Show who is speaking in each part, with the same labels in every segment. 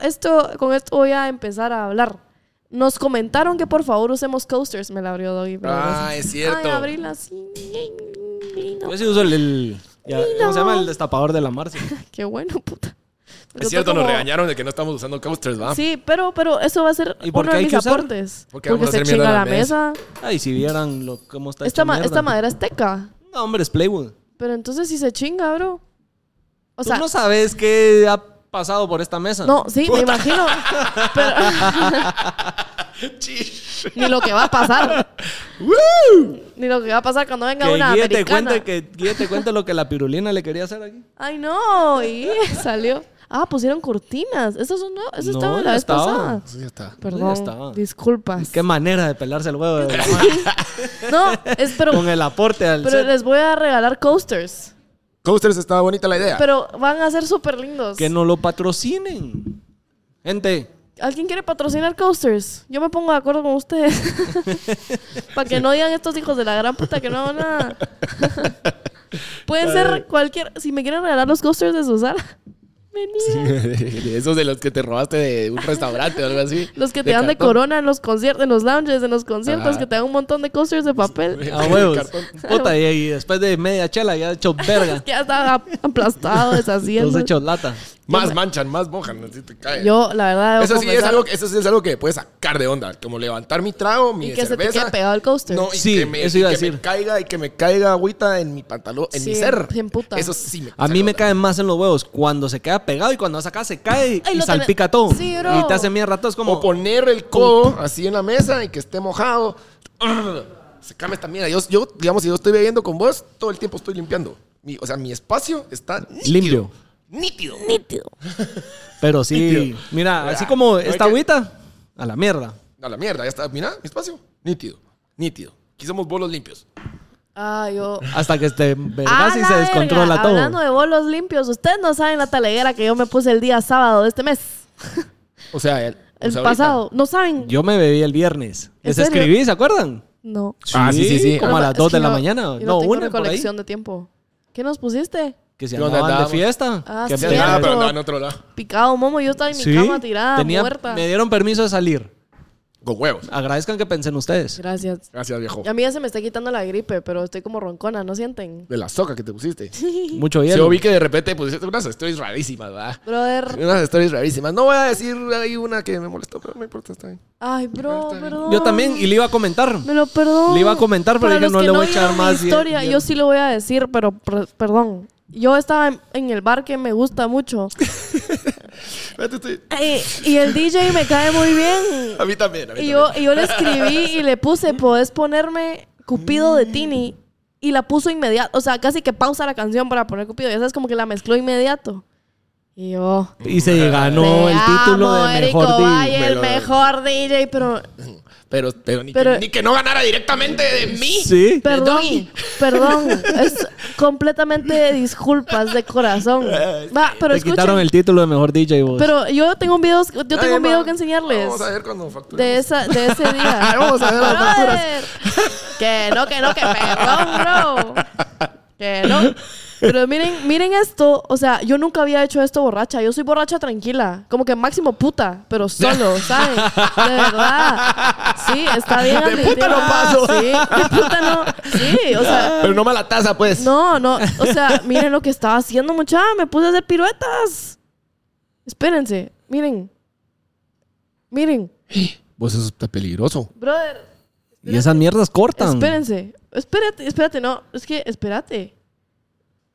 Speaker 1: esto, con esto voy a empezar a hablar. Nos comentaron que por favor usemos coasters. Me la abrió Doggy. pero
Speaker 2: Ah,
Speaker 1: gracias.
Speaker 2: es cierto.
Speaker 1: Ay, abríla así. No,
Speaker 3: Yo sí uso el. el- ya- ¿Cómo se llama? El destapador de la Marcia.
Speaker 1: Qué bueno, puta.
Speaker 2: es cierto, nos
Speaker 1: regañaron
Speaker 2: regañaron de que no estamos usando coasters, ¿va?
Speaker 1: Sí, pero, pero eso va a ser
Speaker 3: ¿Y por
Speaker 1: uno de
Speaker 3: qué hay
Speaker 1: mis
Speaker 3: que usar?
Speaker 1: aportes. Porque,
Speaker 2: Porque vamos a
Speaker 1: se
Speaker 2: hacer
Speaker 1: chinga
Speaker 2: mierda
Speaker 1: la
Speaker 2: la mesa.
Speaker 1: mesa.
Speaker 3: Ay, si vieran lo, cómo está
Speaker 1: Esta,
Speaker 3: hecha
Speaker 1: ma-
Speaker 3: mierda.
Speaker 1: esta madera es teca.
Speaker 3: No, hombre, es Playwood.
Speaker 1: Pero entonces si se chinga, bro. O sea,
Speaker 3: Tú no sabes qué ha pasado por esta mesa.
Speaker 1: no, sí, me imagino. Pero
Speaker 2: Chish.
Speaker 1: ni lo que va a pasar. ni lo que va a pasar cuando venga
Speaker 3: Que
Speaker 1: una
Speaker 3: Guille te,
Speaker 1: americana.
Speaker 3: cuente, que Guille te cuente lo que la pirulina le quería hacer aquí.
Speaker 1: Ay, no, y salió. Ah, pusieron cortinas. Eso, es un nuevo- eso
Speaker 3: No,
Speaker 1: estaba
Speaker 3: ya
Speaker 1: la vez
Speaker 3: estaba.
Speaker 1: pasada.
Speaker 2: Eso ya está.
Speaker 1: Perdón,
Speaker 3: estaba.
Speaker 1: disculpas.
Speaker 3: Qué manera de pelarse el huevo de la madre,
Speaker 1: No, es pero,
Speaker 3: con el aporte al
Speaker 1: pero
Speaker 3: set.
Speaker 1: les voy a regalar coasters.
Speaker 2: Coasters estaba bonita la idea.
Speaker 1: Pero van a ser súper lindos.
Speaker 3: Que no lo patrocinen. Gente,
Speaker 1: ¿Alguien quiere patrocinar coasters? Yo me pongo de acuerdo con ustedes. Para que no digan estos hijos de la gran puta que no hago nada. Pueden ser cualquier. Si me quieren regalar los coasters de Susana, vení.
Speaker 2: De Esos de los que te robaste de un restaurante o algo así.
Speaker 1: Los que te dan de
Speaker 2: cartón.
Speaker 1: corona en los conciertos, en los lounges, en los conciertos,
Speaker 2: Ajá.
Speaker 1: que te dan un montón de coasters de papel.
Speaker 3: a huevos.
Speaker 2: Cartón.
Speaker 3: Puta, y, y después de media chela ya hecho verga.
Speaker 1: Que ya estaba aplastado,
Speaker 3: Los
Speaker 1: deshaciendo.
Speaker 3: hechos lata.
Speaker 2: Más manchan, más mojan, así te caen.
Speaker 1: Yo, la verdad, debo
Speaker 2: eso sí, es
Speaker 1: confesar-
Speaker 2: algo, que- eso sí es algo que puedes sacar de onda. Como levantar mi trago, mi
Speaker 1: Y que se te
Speaker 2: cerveza.
Speaker 1: quede pegado el coaster.
Speaker 2: No, y
Speaker 3: Sí,
Speaker 2: que me,
Speaker 3: eso
Speaker 2: y
Speaker 3: iba a
Speaker 2: que me
Speaker 3: decir.
Speaker 2: caiga y que me caiga agüita en mi pantalón, en
Speaker 1: Sí,
Speaker 2: mi ser.
Speaker 1: se emputa.
Speaker 2: Eso sí me
Speaker 3: A
Speaker 2: saca
Speaker 3: mí me
Speaker 2: onda.
Speaker 3: caen más en los huevos cuando se queda pegado y cuando vas acá se cae y,
Speaker 1: Ay, lo
Speaker 3: salpica
Speaker 1: tenés-
Speaker 3: todo.
Speaker 1: Sí, bro.
Speaker 3: Y te hace mierda todo. Es como.
Speaker 2: O poner el codo así en la mesa y que esté mojado. Arr, Se cambia esta mierda. Yo, yo, digamos, si yo estoy bebiendo con vos, todo el tiempo estoy limpiando. Mi- o sea, mi espacio está nítido.
Speaker 3: Limpio.
Speaker 2: Nítido.
Speaker 3: Pero sí. Mira, así como
Speaker 2: No hay
Speaker 3: esta
Speaker 2: que-
Speaker 3: agüita, a la mierda.
Speaker 2: A la mierda, ya está. Mira, mi espacio. Nítido. Nítido. Aquí somos bolos limpios.
Speaker 1: Ah, yo.
Speaker 3: Hasta que te vergas
Speaker 1: ¡A
Speaker 3: y
Speaker 1: la
Speaker 3: se
Speaker 1: verga!
Speaker 3: descontrola todo.
Speaker 1: Hablando de bolos limpios, ustedes no saben la taleguera que yo me puse el día sábado de este mes.
Speaker 2: O sea, el,
Speaker 1: El pasado. ¿No saben?
Speaker 3: Yo me bebí el viernes.
Speaker 1: ¿En
Speaker 3: Les
Speaker 1: serio?
Speaker 3: escribí, ¿se acuerdan?
Speaker 1: No.
Speaker 2: Ah, sí, sí, sí.
Speaker 3: Como a
Speaker 1: No,
Speaker 3: las
Speaker 1: es
Speaker 3: 2 de
Speaker 1: que
Speaker 3: la
Speaker 1: yo-
Speaker 3: mañana.
Speaker 1: yo tengo
Speaker 3: No, una por ahí.
Speaker 1: recolección de tiempo. ¿Qué nos pusiste?
Speaker 3: Que se
Speaker 2: Yo andaba-
Speaker 3: andaban de
Speaker 2: andaba-
Speaker 3: fiesta.
Speaker 1: Ah,
Speaker 3: que
Speaker 1: sí,
Speaker 3: me-
Speaker 2: Nada,
Speaker 1: Cierto.
Speaker 2: pero andaba en otro lado.
Speaker 1: Picado, momo. Yo estaba en mi
Speaker 3: Sí,
Speaker 1: cama tirada,
Speaker 3: tenía-
Speaker 1: muerta.
Speaker 3: Me dieron permiso de salir.
Speaker 2: Con huevos.
Speaker 3: Agradezcan que pensé en ustedes.
Speaker 1: Gracias.
Speaker 2: Gracias, viejo.
Speaker 1: A mí ya se me está quitando la gripe, pero estoy como roncona, ¿no sienten?
Speaker 2: De la soca que te pusiste.
Speaker 3: Mucho
Speaker 2: Si
Speaker 3: hielo.
Speaker 2: Yo vi que de repente pusiste unas stories rarísimas, ¿verdad?
Speaker 1: Brother.
Speaker 2: Unas stories rarísimas. No voy a decir, hay una que me molestó, pero no importa, está bien.
Speaker 1: Ay, bro, perdón.
Speaker 3: Yo también, y le iba a comentar.
Speaker 1: Me lo perdón.
Speaker 3: Le iba a comentar, pero
Speaker 1: Para
Speaker 3: dije,
Speaker 1: los
Speaker 3: no
Speaker 1: que
Speaker 3: le voy a echar
Speaker 1: vieron mi
Speaker 3: más hier-
Speaker 1: historia,
Speaker 3: hier-
Speaker 1: yo sí lo voy a decir, pero per- perdón. Yo estaba en, en el bar que me gusta mucho.
Speaker 2: Espérate, estoy-
Speaker 1: Eh, y el DJ me cae muy bien.
Speaker 2: A mí también, a mí
Speaker 1: Y
Speaker 2: también.
Speaker 1: yo, y yo le escribí y le puse, ¿podés ponerme Cupido de Tini? Y la puso inmediato. O sea, casi que pausa la canción para poner Cupido. Ya sabes, como que la mezcló inmediato. Y yo...
Speaker 3: Y se ganó
Speaker 1: "Te
Speaker 3: el título
Speaker 1: amo,
Speaker 3: de
Speaker 1: Érico
Speaker 3: mejor DJ.
Speaker 1: Valle, el
Speaker 2: Pero-
Speaker 1: mejor DJ, pero...
Speaker 2: Pero, pero, ni,
Speaker 1: Pero-
Speaker 2: Que, ni que no ganara directamente de mí.
Speaker 3: Sí.
Speaker 1: Perdón,
Speaker 2: Doggy.
Speaker 1: perdón. Es completamente disculpas de corazón. Va, pero
Speaker 3: Te
Speaker 1: escuchen.
Speaker 3: quitaron el título de mejor DJ vos.
Speaker 1: Pero yo tengo un video, yo
Speaker 2: Está
Speaker 1: tengo
Speaker 2: bien,
Speaker 1: un video
Speaker 2: va.
Speaker 1: que enseñarles
Speaker 2: Vamos a ver cuando facturemos.
Speaker 1: de esa, de ese día.
Speaker 2: Vamos a ver las facturas.
Speaker 1: Brother. Que no, que no, que perdón, bro. Que no. Pero miren, miren esto. O sea, yo nunca había hecho esto borracha. Yo soy borracha tranquila. Como que máximo puta, pero solo, ¿saben? De verdad. Sí, está bien.
Speaker 2: De puta no
Speaker 1: admitirlo.
Speaker 2: paso.
Speaker 1: Sí, de puta no. Sí, o sea.
Speaker 2: Pero no mala taza, pues.
Speaker 1: No, no. O sea, miren lo que estaba haciendo, muchacha. Me puse a hacer piruetas. Espérense. Miren. Miren.
Speaker 2: Vos, eso está peligroso.
Speaker 1: Brother.
Speaker 3: y esas mierdas cortan.
Speaker 1: Espérense. Espérate, espérate, no. Es que, espérate.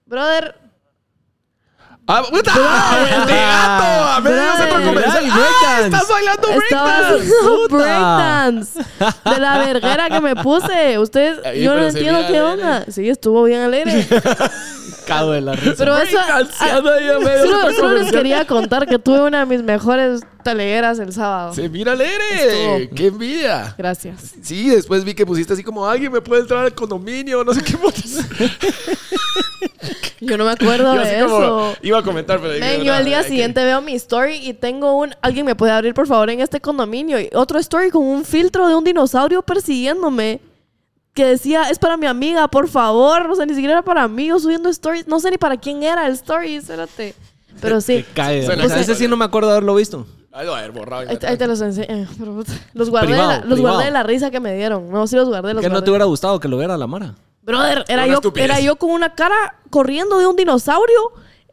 Speaker 1: Brother.
Speaker 2: ¡Ah, puta! ¡De gato! ¡A medio
Speaker 1: Brother.
Speaker 2: se para comenzar!
Speaker 3: Ay,
Speaker 2: ¡Ah,
Speaker 3: breakdance.
Speaker 2: ¡Estás bailando
Speaker 1: Estaba
Speaker 2: breakdance!
Speaker 1: haciendo
Speaker 3: puta.
Speaker 1: breakdance. De la verguera que me puse. Ustedes,
Speaker 2: Ahí,
Speaker 1: yo no
Speaker 2: pero se
Speaker 1: entiendo
Speaker 2: veía
Speaker 1: qué
Speaker 2: alegre.
Speaker 1: onda. Sí, estuvo bien alegre.
Speaker 3: Cago de la risa.
Speaker 1: Pero eso.
Speaker 2: Breakdanceando
Speaker 1: ah,
Speaker 2: ahí a medio
Speaker 1: solo-
Speaker 2: centro
Speaker 1: Solo les
Speaker 2: comercial.
Speaker 1: quería contar que tuve una de mis mejores talegueras el sábado.
Speaker 2: ¡Se mira alegre!
Speaker 1: Estuvo.
Speaker 2: ¡Qué envidia!
Speaker 1: Gracias.
Speaker 2: Sí, después vi que pusiste así como alguien me puede entrar al condominio, no sé qué botas.
Speaker 1: Yo no me acuerdo
Speaker 2: Yo
Speaker 1: de
Speaker 2: así
Speaker 1: eso.
Speaker 2: como iba a comentar, pero dije,
Speaker 1: Men, yo
Speaker 2: "No,
Speaker 1: al día
Speaker 2: hay que-
Speaker 1: siguiente veo mi story y tengo un... Alguien me puede abrir, por favor, en este condominio. Y otro story con un filtro de un dinosaurio persiguiéndome. Que decía, es para mi amiga, por favor. O sea, ni siquiera era para mí. Yo subiendo stories. No sé ni para quién era el story, espérate. Pero sí.
Speaker 3: Te cae. de
Speaker 2: Suena
Speaker 3: risa.
Speaker 2: así.
Speaker 3: ese sí no me acuerdo de haberlo visto.
Speaker 2: Ahí lo va a haber borrado.
Speaker 1: Ahí, te- ahí te los enseño. Pero, puta, Los guardé, de la-
Speaker 3: Privado,
Speaker 1: los
Speaker 3: privado.
Speaker 1: guardé de la risa que me dieron. No, sí los guardé, los
Speaker 3: Que no
Speaker 1: guardé.
Speaker 3: te hubiera gustado que lo viera la Mara.
Speaker 1: Brother, era
Speaker 2: Una
Speaker 1: yo,
Speaker 2: estupidez.
Speaker 1: era yo con una cara corriendo de un dinosaurio.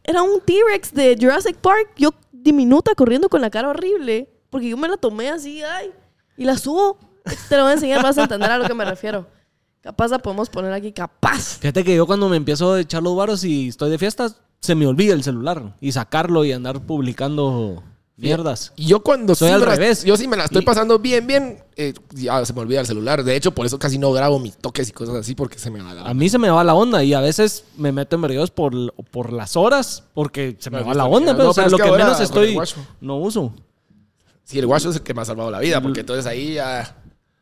Speaker 1: Era un T-Rex de Jurassic Park. Yo diminuta corriendo con la cara horrible. Porque yo me la tomé así, ay. Y la subo. Te lo voy a enseñar, vas a entender a lo que me refiero. Capaz la podemos poner aquí, capaz.
Speaker 3: Fíjate que yo cuando me empiezo a echar los varos y estoy de fiestas, se me olvida el celular y sacarlo y andar publicando mierdas.
Speaker 2: Y yo cuando
Speaker 3: Soy al
Speaker 2: me la-
Speaker 3: revés.
Speaker 2: Yo sí me la estoy
Speaker 3: Y-
Speaker 2: pasando bien, bien. eh, ya se me olvida el celular. De hecho, por eso casi no grabo mis toques y cosas así porque se me va la.
Speaker 3: A mí se me va la onda y a veces me meto en vergueos por, por las horas porque se me
Speaker 2: Pero
Speaker 3: va
Speaker 2: sí
Speaker 3: la
Speaker 2: está
Speaker 3: onda.
Speaker 2: bien.
Speaker 3: Pero,
Speaker 2: No,
Speaker 3: o sea,
Speaker 2: pero es
Speaker 3: lo
Speaker 2: que
Speaker 3: que,
Speaker 2: ahora
Speaker 3: menos
Speaker 2: con el
Speaker 3: estoy
Speaker 2: guacho.
Speaker 3: no uso.
Speaker 2: Sí, el guacho es el que me ha salvado la vida porque entonces ahí ya.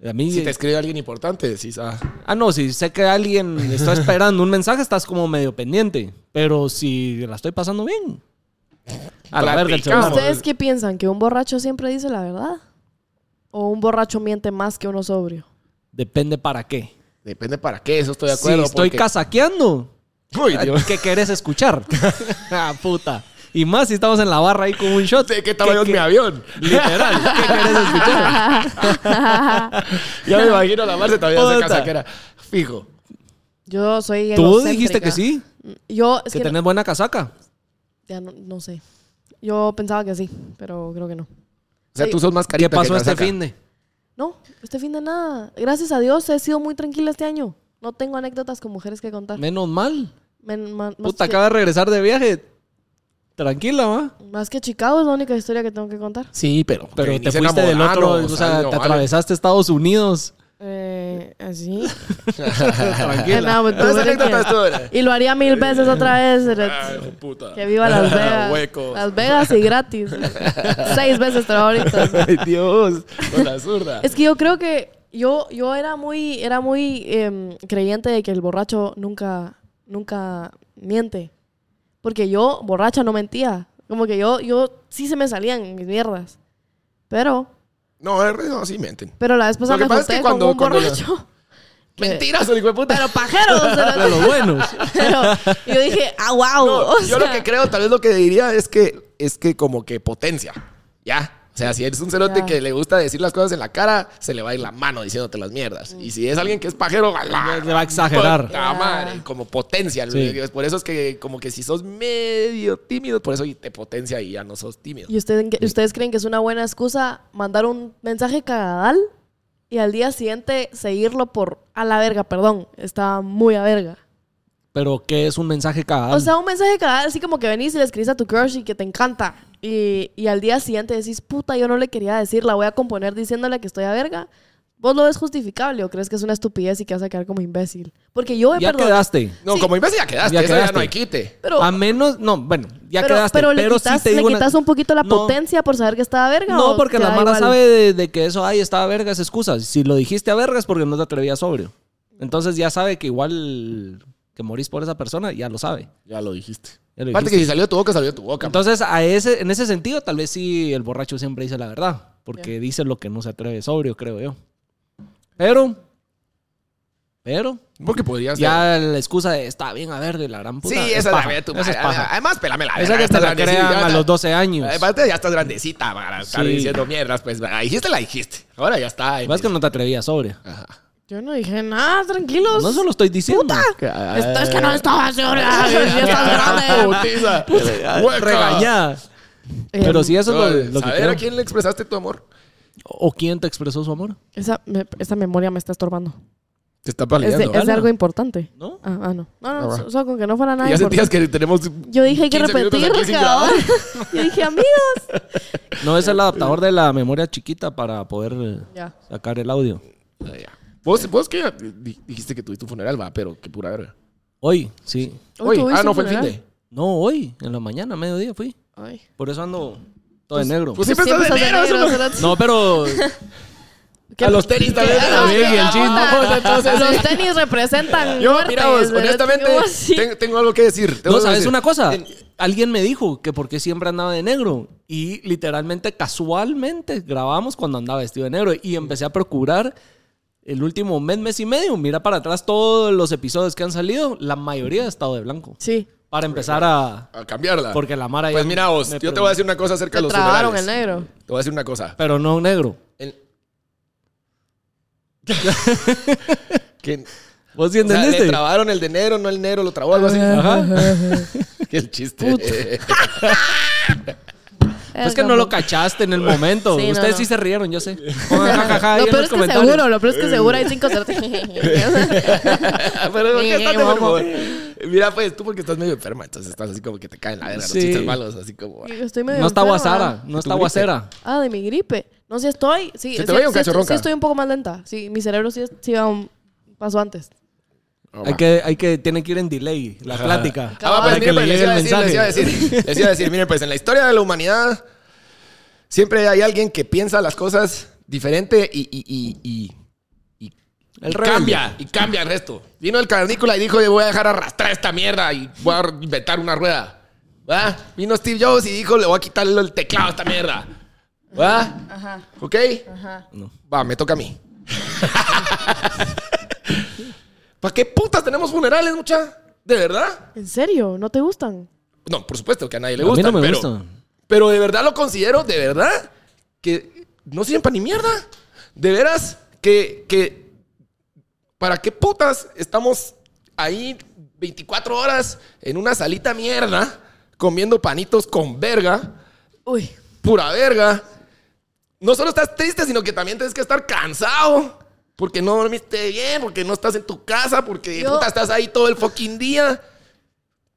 Speaker 3: A mí,
Speaker 2: Si te escribe alguien importante, decís, ah,
Speaker 3: Ah, no, si sé que alguien está esperando un mensaje, estás como medio pendiente. Pero si la estoy pasando bien. A la verga el
Speaker 2: Platicamos.
Speaker 3: celular.
Speaker 1: ¿Ustedes qué piensan? ¿Que un borracho siempre dice la verdad? ¿O un borracho miente más que uno sobrio?
Speaker 3: Depende para qué.
Speaker 2: depende para qué, eso estoy de acuerdo.
Speaker 3: si estoy
Speaker 2: porque-
Speaker 3: casaqueando,
Speaker 2: Uy, Dios.
Speaker 3: ¿qué querés escuchar? ah, puta. Y más si estamos en la barra ahí con un shot.
Speaker 2: ¿De qué tamaño es
Speaker 3: ¿Qué-
Speaker 2: mi avión?
Speaker 3: qué- Literal, ¿qué querés escuchar?
Speaker 2: Ya me imagino la Marce también hace
Speaker 3: Puta.
Speaker 2: casa que era fijo.
Speaker 1: Yo soy
Speaker 3: Tú
Speaker 1: egocéntrica.
Speaker 3: dijiste que sí,
Speaker 1: Yo, es
Speaker 3: que
Speaker 1: que no-
Speaker 3: tenés buena casaca.
Speaker 1: ya no, no sé. Yo pensaba que sí, pero creo que no.
Speaker 2: O sea,
Speaker 1: Sí.
Speaker 2: tú sos más
Speaker 3: ¿Qué
Speaker 2: carita
Speaker 3: pasó
Speaker 2: que
Speaker 3: este
Speaker 2: casaca.
Speaker 3: fin de?
Speaker 1: No, este fin de nada. Gracias a Dios he sido muy tranquila este año. No tengo anécdotas con mujeres que contar.
Speaker 3: Menos mal.
Speaker 1: Men- ma- más,
Speaker 3: Puta,
Speaker 1: que,
Speaker 3: acaba de regresar de viaje. Tranquila, ¿va?
Speaker 1: más que Chicago es la única historia que tengo que contar.
Speaker 2: Sí, pero.
Speaker 3: Pero
Speaker 2: que ni
Speaker 3: te
Speaker 2: se
Speaker 3: fuiste del otro,
Speaker 2: enamoraron,
Speaker 3: o sea,
Speaker 2: no vale.
Speaker 3: te atravesaste Estados Unidos.
Speaker 1: Eh, así.
Speaker 3: Tranquila.
Speaker 1: No, but
Speaker 2: Pero
Speaker 1: tú
Speaker 2: Esa
Speaker 1: eres
Speaker 2: anécdota
Speaker 1: que-
Speaker 2: estuvo. de-
Speaker 1: Y lo haría mil veces otra vez. Eret.
Speaker 2: Ay, Ah, hijo de puta.
Speaker 1: Que viva Las Vegas.
Speaker 2: Huecos.
Speaker 1: Las Vegas y gratis. Seis veces te lo ahorita.
Speaker 2: Ay, Dios. Con la zurda.
Speaker 1: Es que yo creo que yo, yo era muy, era muy em, creyente de que el borracho nunca, nunca miente. Porque yo, borracha, no mentía. Como que yo, yo sí se me salían mis mierdas. Pero,
Speaker 2: No, es- no, sí mienten.
Speaker 1: pero la vez pasada
Speaker 2: Lo que
Speaker 1: me
Speaker 2: pasa es
Speaker 1: junté
Speaker 2: que
Speaker 1: con
Speaker 2: cuando-
Speaker 1: un
Speaker 2: cuando la-
Speaker 1: borracho. que-
Speaker 2: Mentiras, el hijo de puta.
Speaker 1: Pero pajeros. o sea,
Speaker 3: De los buenos.
Speaker 1: pero yo dije, ah, wow.
Speaker 2: No,
Speaker 1: o
Speaker 2: yo
Speaker 1: sea,
Speaker 2: lo que creo, tal vez lo que diría es que es que como que potencia. Ya. O sea, si eres un cerote
Speaker 1: Ya.
Speaker 2: que le gusta decir las cosas en la cara, se le va a ir la mano diciéndote las mierdas. Y si es alguien que es pajero, va,
Speaker 3: Le va a exagerar.
Speaker 2: puta madre, como potencia.
Speaker 3: Sí.
Speaker 2: Dios, Por eso es que como que si sos medio tímido, por eso y te potencia y ya no sos tímido.
Speaker 1: ¿Y ustedes, ustedes creen que es una buena excusa mandar un mensaje cagadal y al día siguiente seguirlo por a la verga, perdón, estaba muy a verga?
Speaker 3: Pero ¿qué es un mensaje cada
Speaker 1: O sea, un mensaje cagadal así como que venís y le escribís a tu crush y que te encanta y, y al día siguiente decís, puta, yo no le quería decir, la voy a componer diciéndole que estoy a verga. ¿Vos lo ves justificable o crees que es una estupidez y que vas a quedar como imbécil? Porque yo he
Speaker 3: ya
Speaker 1: perdonado-
Speaker 3: quedaste.
Speaker 2: No,
Speaker 1: Sí.
Speaker 2: como imbécil ya quedaste,
Speaker 3: Ya
Speaker 2: eso ya
Speaker 3: quedaste.
Speaker 2: no hay quite.
Speaker 1: Pero,
Speaker 3: a menos, no, bueno, ya
Speaker 1: pero,
Speaker 3: quedaste.
Speaker 1: pero
Speaker 3: Pero,
Speaker 1: le quitas,
Speaker 3: sí te
Speaker 1: le
Speaker 3: digo una-
Speaker 1: quitas un poquito la
Speaker 3: No,
Speaker 1: potencia por saber que estaba a verga.
Speaker 3: No,
Speaker 1: o
Speaker 3: porque
Speaker 1: te
Speaker 3: la
Speaker 1: da
Speaker 3: mara
Speaker 1: igual?
Speaker 3: sabe de, de que eso, ay, estaba verga, es excusa. Si lo dijiste a verga es porque no te atrevías sobrio. Entonces ya sabe que igual que morís por esa persona, ya lo sabe.
Speaker 2: Ya lo dijiste.
Speaker 3: Ya lo
Speaker 2: Aparte que si salió de tu boca, salió de tu boca.
Speaker 3: Entonces, a ese, en ese sentido, tal vez sí el borracho siempre dice la verdad, porque dice lo que no se atreve sobrio, creo yo. Pero, pero,
Speaker 2: man. porque podrías.
Speaker 3: ya la excusa de está bien a ver de la gran puta.
Speaker 2: sí,
Speaker 3: es
Speaker 2: esa
Speaker 3: paja,
Speaker 2: es la tu
Speaker 3: eso es
Speaker 2: madre.
Speaker 3: paja.
Speaker 2: Además, pelame la
Speaker 3: Esa
Speaker 2: verga, ya
Speaker 3: que te
Speaker 2: estás
Speaker 3: la
Speaker 2: grandecita,
Speaker 3: crean
Speaker 2: ya
Speaker 3: a
Speaker 2: está-
Speaker 3: los 12 años.
Speaker 2: Eh, Aparte, ya estás grandecita para estar
Speaker 3: Sí.
Speaker 2: diciendo mierdas. Pues la dijiste, la dijiste. Ahora ya está.
Speaker 3: Lo que pasa es que no te atrevías sobrio.
Speaker 2: Ajá.
Speaker 1: Yo no dije nada, tranquilos.
Speaker 3: No se lo estoy diciendo. ah,
Speaker 1: Esto es que
Speaker 3: eh,
Speaker 1: no estaba segura. Ya estás grande.
Speaker 2: Putiza. Hueca.
Speaker 3: Regañada. Pero si eso
Speaker 2: No,
Speaker 3: es lo- lo, que
Speaker 2: saber
Speaker 3: creo.
Speaker 2: a quién le expresaste tu amor.
Speaker 3: ¿O quién te expresó su amor?
Speaker 1: Em, Esa, me- esa memoria me está estorbando.
Speaker 2: Te está
Speaker 1: Es de,
Speaker 2: paliando.
Speaker 1: es de
Speaker 3: Gana.
Speaker 1: algo importante.
Speaker 3: ¿No?
Speaker 1: Ah, ah, no. No, no,
Speaker 2: Ah, va.
Speaker 1: so- solo con que no fuera nada
Speaker 2: ya sentías
Speaker 1: importante.
Speaker 2: que tenemos.
Speaker 1: Yo dije hay que
Speaker 2: 15 minutos
Speaker 1: repetir,
Speaker 2: aquí sin
Speaker 1: cabrón.
Speaker 2: grabar.
Speaker 1: Yo dije, amigos.
Speaker 3: No, es el adaptador de la memoria chiquita para poder eh,
Speaker 1: Ya.
Speaker 3: sacar el audio.
Speaker 2: Ah, ya. Vos, vos que di- dijiste que tuviste un funeral, va, pero qué pura verga.
Speaker 3: Hoy, sí.
Speaker 2: Oye, ah, no fue el fin
Speaker 1: funeral?
Speaker 2: de.
Speaker 3: No, hoy, en la mañana, mediodía fui.
Speaker 1: Ay.
Speaker 3: Por eso ando todo de negro.
Speaker 2: Pues siempre, estás de negro. solo-
Speaker 3: no, pero
Speaker 1: ¿Qué-
Speaker 2: A los tenis
Speaker 1: qué-
Speaker 2: también,
Speaker 1: ah,
Speaker 3: también,
Speaker 1: qué
Speaker 3: el chin,
Speaker 1: puta.
Speaker 2: no, pues, entonces,
Speaker 1: Los tenis representan
Speaker 2: Yo,
Speaker 1: muertes,
Speaker 2: mira, vos,
Speaker 1: ¿verdad?
Speaker 2: honestamente,
Speaker 1: Yo así.
Speaker 2: tengo, tengo algo que decir. tengo algo
Speaker 3: No,
Speaker 2: que
Speaker 3: ¿sabes
Speaker 2: decir.
Speaker 3: una cosa?
Speaker 2: En-
Speaker 3: Alguien me dijo que porque siempre andaba de negro. Y literalmente, casualmente, grabamos cuando andaba vestido de negro. Y empecé a procurar el último mes, mes y medio. Mira para atrás todos los episodios que han salido. La mayoría ha estado de blanco.
Speaker 1: Sí.
Speaker 3: Para empezar a...
Speaker 2: A cambiarla.
Speaker 3: Porque la Mara ya
Speaker 2: Pues mira vos,
Speaker 3: me
Speaker 2: yo te voy a decir una cosa acerca
Speaker 1: Te
Speaker 2: de los
Speaker 1: trabaron el
Speaker 2: funerales.
Speaker 1: negro.
Speaker 2: Te voy a decir una cosa.
Speaker 3: Pero no un negro.
Speaker 2: El- que,
Speaker 3: ¿Vos sí
Speaker 2: o sea,
Speaker 3: entendiste? Ah.
Speaker 2: le trabaron el de negro, no el negro lo trabó, algo así. Que el chiste. Pues
Speaker 3: es que no lo cachaste en el momento.
Speaker 1: Sí, no,
Speaker 3: Ustedes
Speaker 1: no.
Speaker 3: sí se rieron, yo sé. Pongan jajaja ahí
Speaker 1: Lo peor
Speaker 3: en los
Speaker 1: es que
Speaker 3: comentarios.
Speaker 1: seguro, lo peor es que seguro hay cinco certezas.
Speaker 2: Pero ¿por qué
Speaker 1: Sí,
Speaker 2: estás de
Speaker 1: vamos.
Speaker 2: buen humor? Mira, pues tú porque estás medio enferma, entonces estás así como que te caen la verga,
Speaker 3: Sí.
Speaker 2: los chistes malos, así como. ah,
Speaker 1: Yo Estoy medio
Speaker 3: No está
Speaker 1: enferma.
Speaker 3: guasara, no
Speaker 2: Tu
Speaker 3: está
Speaker 2: gripe.
Speaker 3: guasera.
Speaker 1: Ah, de mi gripe. No, si estoy. Sí,
Speaker 2: Se te
Speaker 1: sí-
Speaker 2: oye un
Speaker 1: sí-
Speaker 2: cacho
Speaker 1: sí
Speaker 2: ronca.
Speaker 1: estoy un poco más lenta. Sí, mi cerebro sí, es- sí va un paso antes.
Speaker 2: Ah,
Speaker 3: Hay
Speaker 2: va.
Speaker 3: que, hay que, tiene que ir en delay la plática.
Speaker 2: Ah, va, pues,
Speaker 3: para que
Speaker 2: miren,
Speaker 3: le
Speaker 2: pues, les,
Speaker 3: llegue
Speaker 2: iba
Speaker 3: el
Speaker 2: a decir, les iba a
Speaker 3: mensaje.
Speaker 2: decir, les iba a decir, miren, pues en la historia de la humanidad siempre hay alguien que piensa las cosas diferente y, y, y, y- y-
Speaker 3: El
Speaker 2: y
Speaker 3: rebelde.
Speaker 2: cambia, y cambia el resto. Vino el cavernícola y dijo, yo voy a dejar arrastrar esta mierda y voy a inventar una rueda. ¿Va? Vino Steve Jobs y dijo, le voy a quitar el teclado a esta mierda. ¿Va? ¿Ok?
Speaker 3: No.
Speaker 2: Va, me toca a mí. ¿Para qué putas tenemos funerales, mucha? ¿De verdad?
Speaker 1: ¿En serio? ¿No te gustan?
Speaker 2: No, por supuesto que a nadie le
Speaker 3: A mí
Speaker 2: gusta.
Speaker 3: no me
Speaker 2: pero,
Speaker 3: gustan.
Speaker 2: Pero de verdad lo considero, de verdad, que no sirven para ni mierda. De veras, que, que. ¿Para qué putas estamos ahí 24 horas en una salita mierda comiendo panitos con verga?
Speaker 1: Uy.
Speaker 2: pura verga. No solo estás triste, sino que también tienes que estar cansado. Porque no dormiste bien, porque no estás en tu casa, porque
Speaker 1: Yo-
Speaker 2: puta, estás ahí todo el fucking día.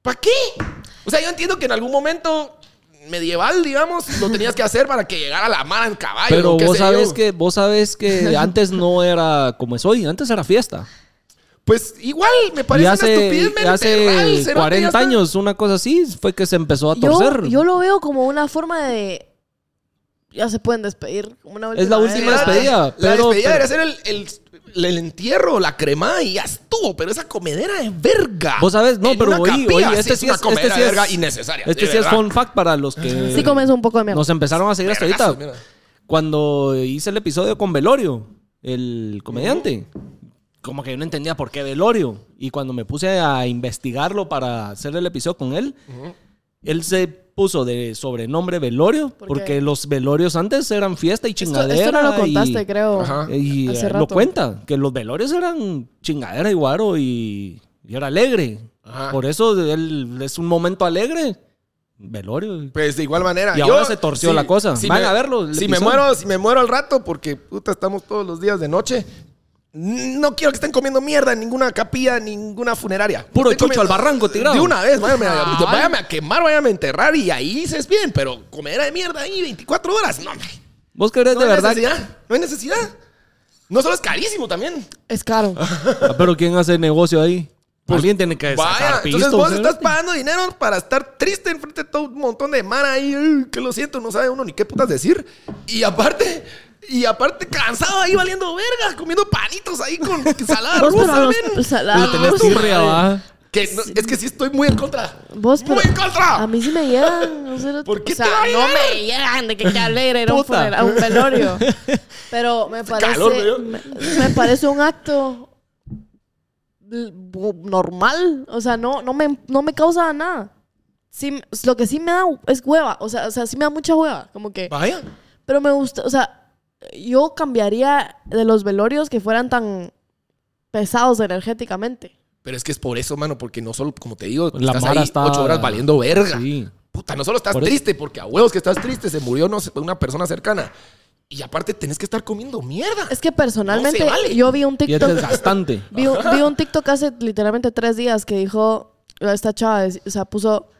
Speaker 2: ¿Para qué? O sea, yo entiendo que en algún momento medieval, digamos, lo tenías que hacer para que llegara la mara en caballo.
Speaker 3: Pero
Speaker 2: qué
Speaker 3: vos
Speaker 2: sé
Speaker 3: sabes
Speaker 2: yo.
Speaker 3: que vos sabes que antes no era como es hoy, antes era fiesta.
Speaker 2: Pues igual me
Speaker 3: Y
Speaker 2: parece una
Speaker 3: hace,
Speaker 2: estupidez
Speaker 3: y
Speaker 2: mental,
Speaker 3: hace
Speaker 2: cerote, ya
Speaker 3: 40
Speaker 2: está.
Speaker 3: años, una cosa así, fue que se empezó a
Speaker 1: Yo,
Speaker 3: torcer.
Speaker 1: yo lo veo como una forma de. Ya se pueden despedir. como una
Speaker 3: Es Pues la última
Speaker 1: vez.
Speaker 3: despedida.
Speaker 2: La
Speaker 3: pero- pues
Speaker 2: despedida debería
Speaker 3: pero-
Speaker 2: ser el, el- el entierro, la crema y ya estuvo, pero esa comedera de verga.
Speaker 3: Vos sabes, no,
Speaker 2: En
Speaker 3: pero
Speaker 2: una
Speaker 3: oí,
Speaker 2: capilla,
Speaker 3: oí,
Speaker 2: sí
Speaker 3: este sí es,
Speaker 2: una comedera
Speaker 3: este sí
Speaker 2: de
Speaker 3: es-
Speaker 2: verga innecesaria.
Speaker 3: Este
Speaker 2: de
Speaker 3: sí es
Speaker 2: verdad.
Speaker 3: fun fact para los que
Speaker 1: Sí, comenzó un poco de mierda.
Speaker 3: nos empezaron a seguir hasta
Speaker 2: Vergazo,
Speaker 3: ahorita.
Speaker 2: mira.
Speaker 3: Cuando hice el episodio con Velorio, el comediante, como que yo no entendía por qué Velorio. Y cuando me puse a investigarlo para hacer el episodio con él, él se puso de sobrenombre Velorio,
Speaker 1: ¿Por qué?
Speaker 3: porque los velorios antes eran fiesta y
Speaker 1: Esto,
Speaker 3: chingadera.
Speaker 1: esto no lo
Speaker 3: y-
Speaker 1: contaste, creo.
Speaker 2: Ajá.
Speaker 3: y
Speaker 1: Hace
Speaker 3: eh, lo
Speaker 1: rato.
Speaker 3: cuenta, que los velorios eran chingadera y guaro y, y era alegre.
Speaker 2: Ajá.
Speaker 3: Por eso él es un momento alegre. Velorio.
Speaker 2: Pues de igual manera.
Speaker 3: Y ahora se torció la cosa. Van a verlo, el
Speaker 2: Si me,
Speaker 3: episodio.
Speaker 2: muero, si me muero al rato, porque puta, estamos todos los días de noche. No quiero que estén comiendo mierda en ninguna capilla, ninguna funeraria.
Speaker 3: Puro
Speaker 2: Estoy
Speaker 3: chucho
Speaker 2: comiendo-
Speaker 3: al barranco tirado.
Speaker 2: De una vez, váyame a, váyame a quemar, váyame a enterrar y ahí se es bien, pero comedera de mierda ahí 24 horas. No, hombre.
Speaker 3: ¿Vos crees
Speaker 2: No
Speaker 3: de
Speaker 2: hay
Speaker 3: verdad?
Speaker 2: necesidad. No hay necesidad. No solo es carísimo también.
Speaker 1: Es caro.
Speaker 3: Ah, Pero ¿quién hace negocio ahí? Alguien tiene que
Speaker 2: Pues, Vaya,
Speaker 3: sacar
Speaker 2: entonces
Speaker 3: pisto,
Speaker 2: vos
Speaker 3: ¿sí?
Speaker 2: estás pagando dinero para estar triste enfrente de todo un montón de mara ahí, "Ay, que lo siento, no sabe uno ni qué putas decir. Y aparte, y aparte cansado ahí valiendo verga, comiendo panitos ahí con salada
Speaker 1: Vos, pero
Speaker 2: rusa,
Speaker 1: a los-
Speaker 2: men.
Speaker 1: o sea, la-
Speaker 3: Pero tenés
Speaker 1: vos-
Speaker 3: tirria, ¿va?
Speaker 2: Que no- es que sí estoy muy en contra.
Speaker 1: Vos, pero-
Speaker 2: muy en contra.
Speaker 1: A mí sí me llegan. no sé,
Speaker 2: ¿Por qué
Speaker 1: o sea,
Speaker 2: te va a
Speaker 1: no
Speaker 2: llegar?
Speaker 1: me llegan de que qué alegre era un,
Speaker 3: Puta.
Speaker 1: funeral, un velorio. Pero me parece.
Speaker 2: calor, ¿no?
Speaker 1: me, me parece un acto l- bu- normal. O sea, no, no, me, no me causa nada. Sí, lo que sí me da es hueva. O sea, o sea, sí me da mucha hueva. Como que.
Speaker 2: Vaya.
Speaker 1: Pero me gusta, o sea, yo cambiaría de los velorios que fueran tan pesados energéticamente.
Speaker 2: Pero es que es por eso, mano, porque no solo, como te digo,
Speaker 3: La
Speaker 2: estás
Speaker 3: mara
Speaker 2: ahí
Speaker 3: está-
Speaker 2: ocho horas valiendo verga.
Speaker 3: Sí.
Speaker 2: Puta, no solo estás
Speaker 3: Por eso-
Speaker 2: triste, porque a huevos que estás triste, se murió no sé, una persona cercana. Y aparte tenés que estar comiendo mierda.
Speaker 1: Es que personalmente
Speaker 2: No se vale.
Speaker 1: yo vi un
Speaker 3: Y es
Speaker 1: TikTok,
Speaker 3: desgastante.
Speaker 1: vi, un- vi un TikTok hace literalmente tres días que dijo esta chava, es- o sea, puso,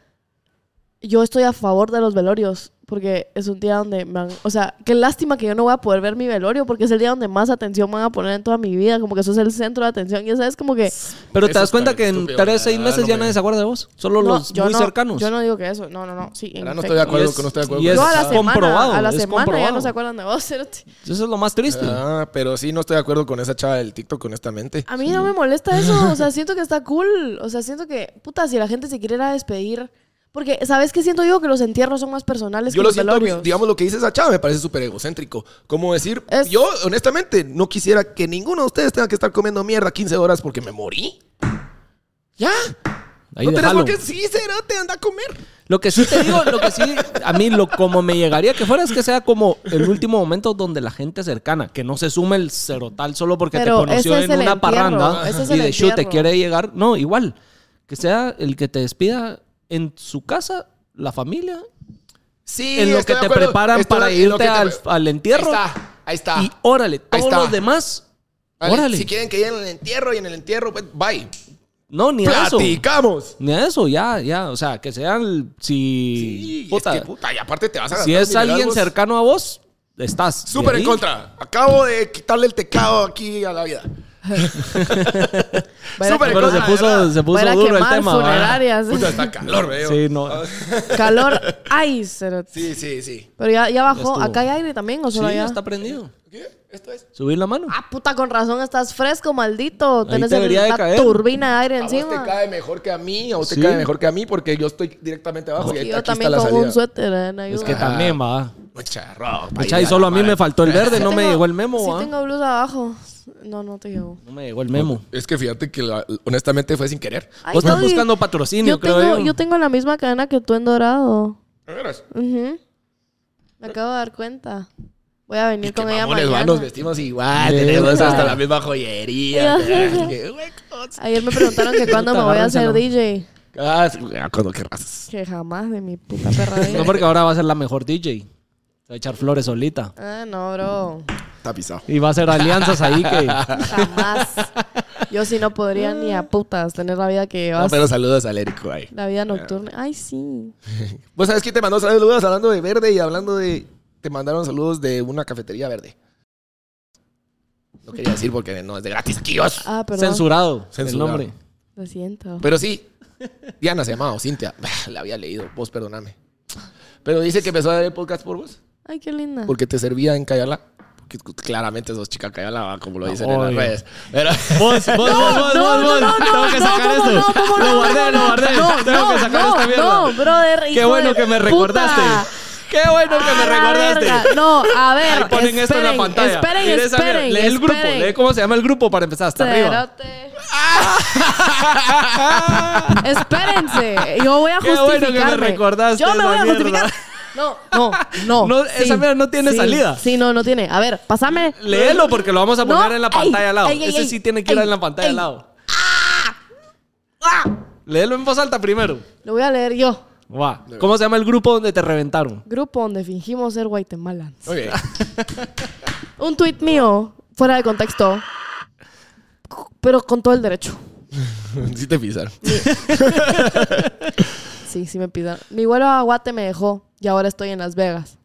Speaker 1: yo estoy a favor de los velorios porque es un día donde me han- o sea, qué lástima que yo no voy a poder ver mi velorio porque es el día donde más atención me van a poner en toda mi vida, como que eso es el centro de atención y sabes como que
Speaker 3: Pero te
Speaker 2: Eso
Speaker 3: das cuenta
Speaker 2: está
Speaker 3: que
Speaker 2: bien
Speaker 3: en
Speaker 2: estúpido,
Speaker 3: tres, seis
Speaker 2: la
Speaker 3: meses
Speaker 2: verdad,
Speaker 3: ya
Speaker 2: no
Speaker 3: nadie
Speaker 2: me-
Speaker 3: se acuerda de vos. Solo
Speaker 1: no,
Speaker 3: los muy
Speaker 1: no,
Speaker 3: cercanos.
Speaker 1: Yo no digo que eso, no, no, no, sí. en
Speaker 2: Ahora no
Speaker 1: efecto.
Speaker 2: estoy de acuerdo,
Speaker 3: Y es-
Speaker 2: que no estoy de acuerdo.
Speaker 3: y
Speaker 2: con
Speaker 3: es-
Speaker 1: Yo
Speaker 2: eso.
Speaker 1: a la
Speaker 3: Es
Speaker 1: semana,
Speaker 3: comprobado,
Speaker 1: a la
Speaker 3: es
Speaker 1: semana ya
Speaker 3: comprobado.
Speaker 1: no se acuerdan de vos. cerote.
Speaker 3: Eso es lo más triste.
Speaker 2: Ah, pero sí, no estoy de acuerdo con esa chava del TikTok, honestamente.
Speaker 3: Ah,
Speaker 1: A mí no me molesta eso, o sea, siento que está cool, o sea, siento que, puta, si la gente se quiere ir a despedir, porque, ¿sabes qué siento yo? Que los entierros son más personales
Speaker 2: Yo
Speaker 1: que
Speaker 2: lo
Speaker 1: los
Speaker 2: siento,
Speaker 1: velorios.
Speaker 2: digamos, lo que dice esa chava me parece súper egocéntrico. Como decir,
Speaker 1: Es-
Speaker 2: yo honestamente no quisiera que ninguno de ustedes tenga que estar comiendo mierda 15 horas porque me morí. Ya.
Speaker 3: Ahí
Speaker 2: no tenés
Speaker 3: déjalo.
Speaker 2: por qué. Sí, cerote, anda a comer.
Speaker 3: Lo que sí te digo, lo que sí, a mí lo como me llegaría que fuera es que sea como el último momento donde la gente cercana, que no se sume el cerotal solo porque
Speaker 1: Pero
Speaker 3: te conoció
Speaker 1: ese es
Speaker 3: en
Speaker 1: el
Speaker 3: una
Speaker 1: entierro,
Speaker 3: parranda
Speaker 1: ese es
Speaker 3: y
Speaker 1: el
Speaker 3: de shoot te
Speaker 1: entierro.
Speaker 3: quiere llegar. No, igual. Que sea el que te despida en su casa, la familia,
Speaker 2: Sí,
Speaker 3: en lo
Speaker 2: estoy de
Speaker 3: que te
Speaker 2: acuerdo.
Speaker 3: preparan
Speaker 2: Estoy-
Speaker 3: para
Speaker 2: en lo
Speaker 3: irte
Speaker 2: que te-
Speaker 3: al, al
Speaker 2: Ahí
Speaker 3: entierro.
Speaker 2: está, ahí está.
Speaker 3: Y órale, todos
Speaker 2: está.
Speaker 3: los demás,
Speaker 2: Vale,
Speaker 3: órale.
Speaker 2: Si quieren que lleguen al entierro y en el entierro, pues bye.
Speaker 3: No, ni a eso.
Speaker 2: Platicamos.
Speaker 3: Ni a eso, ya, ya. O sea, que sean, el- si...
Speaker 2: Sí,
Speaker 3: puta,
Speaker 2: es que puta, y aparte te vas a
Speaker 3: si
Speaker 2: gastar
Speaker 3: es
Speaker 2: un dineral,
Speaker 3: alguien
Speaker 2: vos.
Speaker 3: cercano a vos, estás. de
Speaker 2: Súper en
Speaker 3: ahí.
Speaker 2: contra. Acabo de quitarle el teclado aquí a la vida.
Speaker 1: Vaya
Speaker 2: Súper
Speaker 1: que-
Speaker 3: Pero se
Speaker 2: contra,
Speaker 3: puso,
Speaker 2: ¿verdad?
Speaker 3: se puso
Speaker 1: Fuera a
Speaker 3: duro el
Speaker 1: quemar
Speaker 3: tema. ¿va?
Speaker 1: funerarias.
Speaker 2: Puta, está calor, veo. Ah,
Speaker 3: Sí, no.
Speaker 1: Calor hay, cerote.
Speaker 2: Sí, sí, sí.
Speaker 1: Pero ya, ya bajó.
Speaker 3: estuvo.
Speaker 1: ¿Acá hay aire también o
Speaker 3: Sí,
Speaker 1: solo allá?
Speaker 3: está prendido.
Speaker 2: ¿Qué? ¿Esto es?
Speaker 3: Subir la mano.
Speaker 1: Ah, puta, con razón estás fresco, maldito.
Speaker 3: Ahí
Speaker 1: Tenés
Speaker 3: te
Speaker 1: el-
Speaker 3: debería de
Speaker 1: la
Speaker 3: caer.
Speaker 1: turbina de aire
Speaker 2: A vos te
Speaker 1: encima.
Speaker 2: cae mejor que a mí, a vos
Speaker 3: Sí.
Speaker 2: te cae mejor que a mí porque yo estoy directamente abajo y
Speaker 1: Y
Speaker 2: ahí-
Speaker 1: yo
Speaker 2: aquí
Speaker 1: también
Speaker 2: está la
Speaker 1: con un
Speaker 2: salida.
Speaker 1: suéter eh, en ayuda.
Speaker 3: Es que también va.
Speaker 2: Mucha ropa.
Speaker 3: Pucha, y solo a mí me faltó el verde,
Speaker 1: Sí
Speaker 3: no me
Speaker 1: tengo-
Speaker 3: llegó el memo,
Speaker 1: Sí
Speaker 3: ¿va?
Speaker 1: tengo blusa abajo. No, no te llegó.
Speaker 3: No me llegó el memo.
Speaker 2: Es que fíjate que la- honestamente fue sin querer.
Speaker 1: Ay,
Speaker 3: Vos estás
Speaker 1: estoy-
Speaker 3: buscando patrocinio,
Speaker 1: yo
Speaker 3: creo
Speaker 1: tengo,
Speaker 3: yo.
Speaker 1: yo tengo la misma cadena que tú en dorado.
Speaker 2: De veras.
Speaker 1: Ujú. Me acabo de dar cuenta. Voy a venir
Speaker 2: Qué
Speaker 1: con ella
Speaker 2: mamones, va,
Speaker 1: mañana.
Speaker 2: nos vestimos igual,
Speaker 3: Sí.
Speaker 2: tenemos hasta la misma joyería. Qué huecos.
Speaker 1: Ayer me preguntaron que cuándo me
Speaker 3: Puta,
Speaker 1: voy a
Speaker 3: agárrenselo.
Speaker 1: hacer DJ.
Speaker 2: Ah, sí, me acuerdo qué razas.
Speaker 1: Que jamás de mi puta perra vida.
Speaker 3: No porque ahora va a ser la mejor DJ. Se va a echar flores solita.
Speaker 1: Ah, no, bro.
Speaker 2: Está pisado.
Speaker 3: Y va a hacer alianzas ahí que...
Speaker 1: Jamás. Yo sí no podría ni a putas tener la vida que
Speaker 2: No,
Speaker 1: llevas.
Speaker 2: pero saludos al Eric ahí.
Speaker 1: La
Speaker 3: Ah.
Speaker 1: vida nocturna. Ay, sí.
Speaker 2: ¿Vos sabés quién te mandó saludos hablando de verde y hablando de. Te mandaron saludos de una cafetería verde. No quería decir porque no es de gratis aquí, vos.
Speaker 1: Ah, perdón.
Speaker 3: Censurado, el
Speaker 2: Censurado.
Speaker 3: nombre.
Speaker 1: Lo siento.
Speaker 2: Pero sí, Diana se llamaba o Cintia. Ah, La había leído, vos perdoname. Pero dice que empezó a ver el podcast por vos.
Speaker 1: Ay, qué linda.
Speaker 2: Porque te servía en Cayala. Porque claramente sos chica Cayala, va, como lo dicen en las
Speaker 3: Ay.
Speaker 2: redes. Pero.
Speaker 3: Vos, vos, vos, vos,
Speaker 1: no,
Speaker 3: vos,
Speaker 1: no,
Speaker 3: vos.
Speaker 1: no,
Speaker 3: Tengo que
Speaker 1: no,
Speaker 3: sacar
Speaker 1: ¿cómo no?
Speaker 3: esto.
Speaker 1: ¿Cómo no?
Speaker 3: Lo guardé, lo guardé.
Speaker 1: No,
Speaker 3: Tengo
Speaker 1: no,
Speaker 3: que sacar
Speaker 1: no,
Speaker 3: esta
Speaker 1: no,
Speaker 3: mierda.
Speaker 1: brother.
Speaker 3: Qué
Speaker 1: hijo
Speaker 3: bueno
Speaker 1: de
Speaker 3: que me
Speaker 1: puta.
Speaker 3: recordaste. Qué bueno que me
Speaker 1: A Ah, la verga.
Speaker 3: recordaste.
Speaker 1: No, a ver.
Speaker 3: Ahí ponen
Speaker 1: esperen,
Speaker 3: esto en la pantalla.
Speaker 1: Esperen,
Speaker 3: Mira esa mierda.
Speaker 1: esperen.
Speaker 3: Lee el grupo,
Speaker 1: esperen.
Speaker 3: lee cómo se llama el grupo para empezar hasta arriba.
Speaker 1: Cerote. Espérense, yo voy a
Speaker 3: Qué bueno que me
Speaker 1: justificarme.
Speaker 3: recordaste
Speaker 1: Yo me
Speaker 3: esa
Speaker 1: voy a
Speaker 3: mierda.
Speaker 1: justificar. No, no, no.
Speaker 3: No, esa mierda no tiene
Speaker 1: sí,
Speaker 3: salida.
Speaker 1: Sí, no, no tiene. A ver, pásame.
Speaker 3: Léelo porque lo vamos a
Speaker 1: No,
Speaker 3: poner en la
Speaker 1: ey,
Speaker 3: pantalla al lado.
Speaker 1: ey, ey,
Speaker 3: Ese
Speaker 1: ey,
Speaker 3: sí tiene que ir
Speaker 1: ey,
Speaker 3: en la pantalla
Speaker 1: ey. Ah,
Speaker 3: al lado. Léelo en voz alta primero.
Speaker 1: Lo voy a leer yo.
Speaker 3: Va. ¿Cómo se llama el grupo donde te reventaron?
Speaker 1: Grupo donde fingimos ser guatemalans.
Speaker 2: Muy bien.
Speaker 1: Un tuit mío, fuera de contexto, pero con todo el derecho.
Speaker 2: Sí te pisaron.
Speaker 1: Sí, sí me pidan. Mi vuelo a Guate me dejó y ahora estoy en Las Vegas.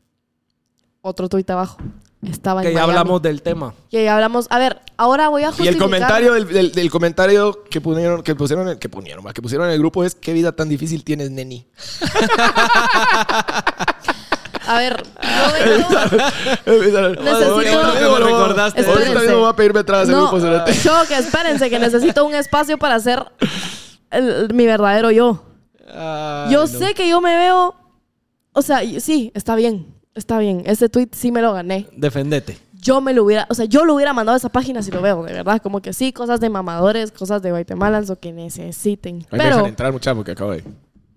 Speaker 1: Otro tuit abajo. Estaba en
Speaker 3: Que ya
Speaker 1: Miami.
Speaker 3: hablamos del tema.
Speaker 1: Y ahí hablamos. A ver, ahora voy a
Speaker 2: Y
Speaker 1: justificar.
Speaker 2: el comentario del, del- del comentario que pusieron, que pusieron, en- que pusieron, va, que pusieron en el grupo es qué vida tan difícil tienes, neni.
Speaker 1: A ver, yo vengo.
Speaker 2: Necesito
Speaker 1: que
Speaker 3: me recordaste.
Speaker 2: Ahorita mismo voy a pedirme atrás el
Speaker 1: No, eh,
Speaker 2: grupo. cerote.
Speaker 1: yo que espérense, que necesito un espacio para ser el- mi verdadero yo. yo sé que yo me veo. O sea, y- sí, está bien. Está bien. Ese tweet sí me lo gané.
Speaker 3: Defendete.
Speaker 1: Yo me lo hubiera. O sea, yo lo hubiera mandado a esa página si lo veo, de verdad. Como que sí, cosas de mamadores, cosas de guatemalans o que necesiten.
Speaker 2: Ahí me dejan
Speaker 1: Pero.
Speaker 2: entrar, muchachos, porque acabo de.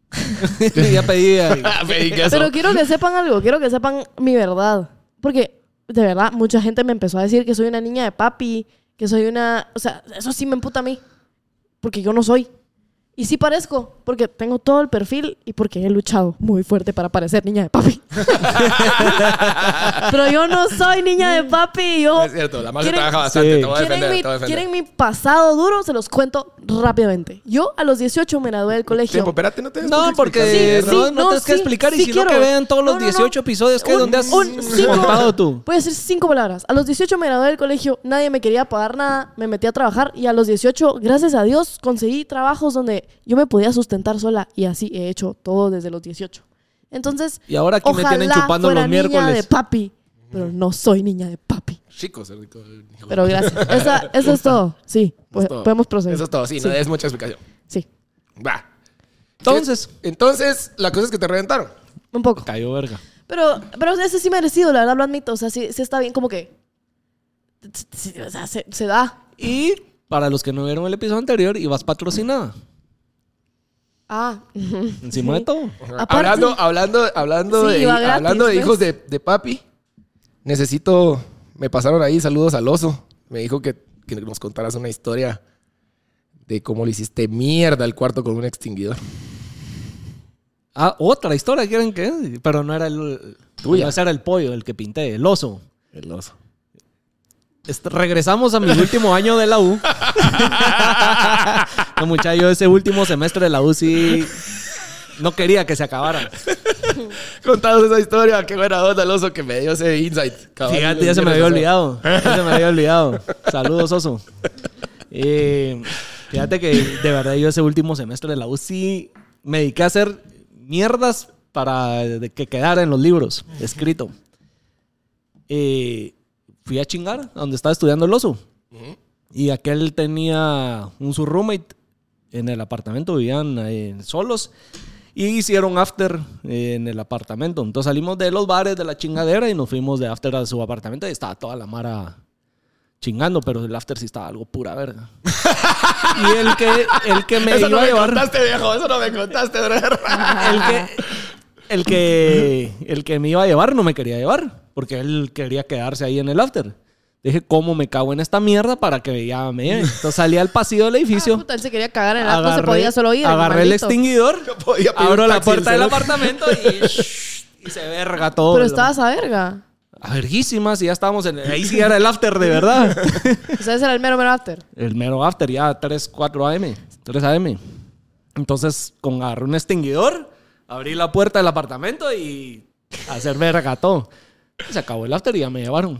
Speaker 3: ya pedí. ahí.
Speaker 1: Ah,
Speaker 2: Pedí que eso.
Speaker 1: Pero quiero que sepan algo, quiero que sepan mi verdad. Porque, de verdad, mucha gente me empezó a decir que soy una niña de papi, que soy una... O sea, eso sí me emputa a mí. Porque yo no soy. Y sí parezco, porque tengo todo el perfil y porque he luchado muy fuerte para parecer niña de papi. Pero yo no soy niña de papi. Yo
Speaker 2: Es cierto, la madre
Speaker 1: ¿Quieren-
Speaker 2: trabaja bastante,
Speaker 3: Sí.
Speaker 2: te voy a defender,
Speaker 1: ¿Quieren mi,
Speaker 2: te voy a defender.
Speaker 1: quieren mi pasado duro? Se los cuento rápidamente. Yo a los 18 me gradué del colegio.
Speaker 2: Tiempo, espérate, no te des
Speaker 3: No,
Speaker 2: por qué
Speaker 3: porque
Speaker 1: Sí,
Speaker 2: explicar,
Speaker 1: sí,
Speaker 3: no, no
Speaker 1: no,
Speaker 3: tienes que
Speaker 1: sí,
Speaker 3: explicar y
Speaker 1: sí
Speaker 3: si no
Speaker 1: quiero.
Speaker 3: que vean todos los
Speaker 1: No, no, no.
Speaker 3: 18 episodios que es
Speaker 1: Un-
Speaker 3: donde has
Speaker 1: un cinco-
Speaker 3: contado tú.
Speaker 1: Voy a decir cinco palabras. A los 18 me gradué del colegio, nadie me quería pagar nada, me metí a trabajar y a los 18, gracias a Dios, conseguí trabajos donde yo me podía sustentar sola y así he hecho todo desde los 18. Entonces,
Speaker 3: Y ahora aquí me
Speaker 1: ojalá
Speaker 3: tienen chupando
Speaker 1: fuera
Speaker 3: los
Speaker 1: niña
Speaker 3: miércoles.
Speaker 1: de papi, pero no soy niña de papi.
Speaker 2: Chicos, el rico- el hijo.
Speaker 1: Pero gracias. Esa- eso es todo. Sí,
Speaker 2: Eso es
Speaker 1: po-
Speaker 2: todo.
Speaker 1: podemos proceder.
Speaker 2: Eso es todo, sí, no es mucha explicación.
Speaker 1: Sí,
Speaker 2: Va.
Speaker 3: Entonces.
Speaker 2: Entonces, la cosa es que te reventaron.
Speaker 1: un poco.
Speaker 3: Cayó verga.
Speaker 1: Pero, pero ese sí merecido, la verdad lo admito. O sea, sí, sí está bien, como que... sí, o sea, se- se da.
Speaker 3: Y para los que no vieron el episodio anterior, ibas patrocinada.
Speaker 1: Ah.
Speaker 3: Encima de todo.
Speaker 1: Aparte-
Speaker 2: hablando, hablando, hablando,
Speaker 1: Sí,
Speaker 2: de,
Speaker 1: iba gratis,
Speaker 2: hablando de
Speaker 1: pues.
Speaker 2: hijos de, de papi, necesito. Me pasaron ahí saludos al oso. Me dijo que, que nos contaras una historia de cómo le hiciste mierda al cuarto con un extinguidor.
Speaker 3: Ah, otra historia, ¿quieren que? Pero no era el.
Speaker 2: Tuya.
Speaker 3: No, ese era el pollo, el que pinté, el oso.
Speaker 2: El oso.
Speaker 3: Est- regresamos a mi último año de la U. no, muchacho, ese último semestre de la U sí. No quería que se acabara.
Speaker 2: Contados esa historia, qué buena onda el oso que me dio ese insight. Cabal,
Speaker 3: Fíjate,
Speaker 2: los
Speaker 3: ya se me
Speaker 2: viernes,
Speaker 3: había
Speaker 2: o sea.
Speaker 3: olvidado. Ya se me había olvidado. Saludos, Oso. Eh, fíjate que de verdad yo ese último semestre de la U sí me dediqué a hacer mierdas para de que quedara en los libros, escrito. Eh, fui a chingar a donde estaba estudiando el oso. Y aquel tenía un su roommate en el apartamento, vivían eh, solos. Y hicieron after eh, en el apartamento. Entonces salimos de los bares de la chingadera y nos fuimos de after a su apartamento. Y estaba toda la mara chingando, pero el after sí estaba algo pura verga. y el que, el que me
Speaker 2: Eso
Speaker 3: iba
Speaker 2: no
Speaker 3: a
Speaker 2: me
Speaker 3: llevar.
Speaker 2: contaste, viejo. Eso no me contaste, de verdad.
Speaker 3: El que, el que, el que me iba a llevar no me quería llevar, porque él quería quedarse ahí en el after. Dije, ¿cómo me cago en esta mierda para que ya me lleve? Entonces salí al pasillo del
Speaker 1: Ah,
Speaker 3: edificio,
Speaker 1: puta, él se quería cagar en el acto, se podía
Speaker 3: agarré,
Speaker 1: solo ir.
Speaker 3: agarré el
Speaker 1: maldito.
Speaker 3: extinguidor,
Speaker 2: No podía pedir
Speaker 3: abro
Speaker 2: un
Speaker 3: la
Speaker 2: taxi,
Speaker 3: puerta
Speaker 2: el
Speaker 3: del
Speaker 2: cerote.
Speaker 3: apartamento y, y se verga todo.
Speaker 1: Pero
Speaker 3: Lo-
Speaker 1: estabas a verga.
Speaker 3: A verguísimas y ya estábamos en... Ahí sí era el after, de verdad.
Speaker 1: O sea, ese era el mero mero after.
Speaker 3: El mero after, ya 3, 4 AM. 3 AM. Entonces, con agarré un extinguidor, abrí la puerta del apartamento y hacer verga todo. Se acabó el after y ya me llevaron.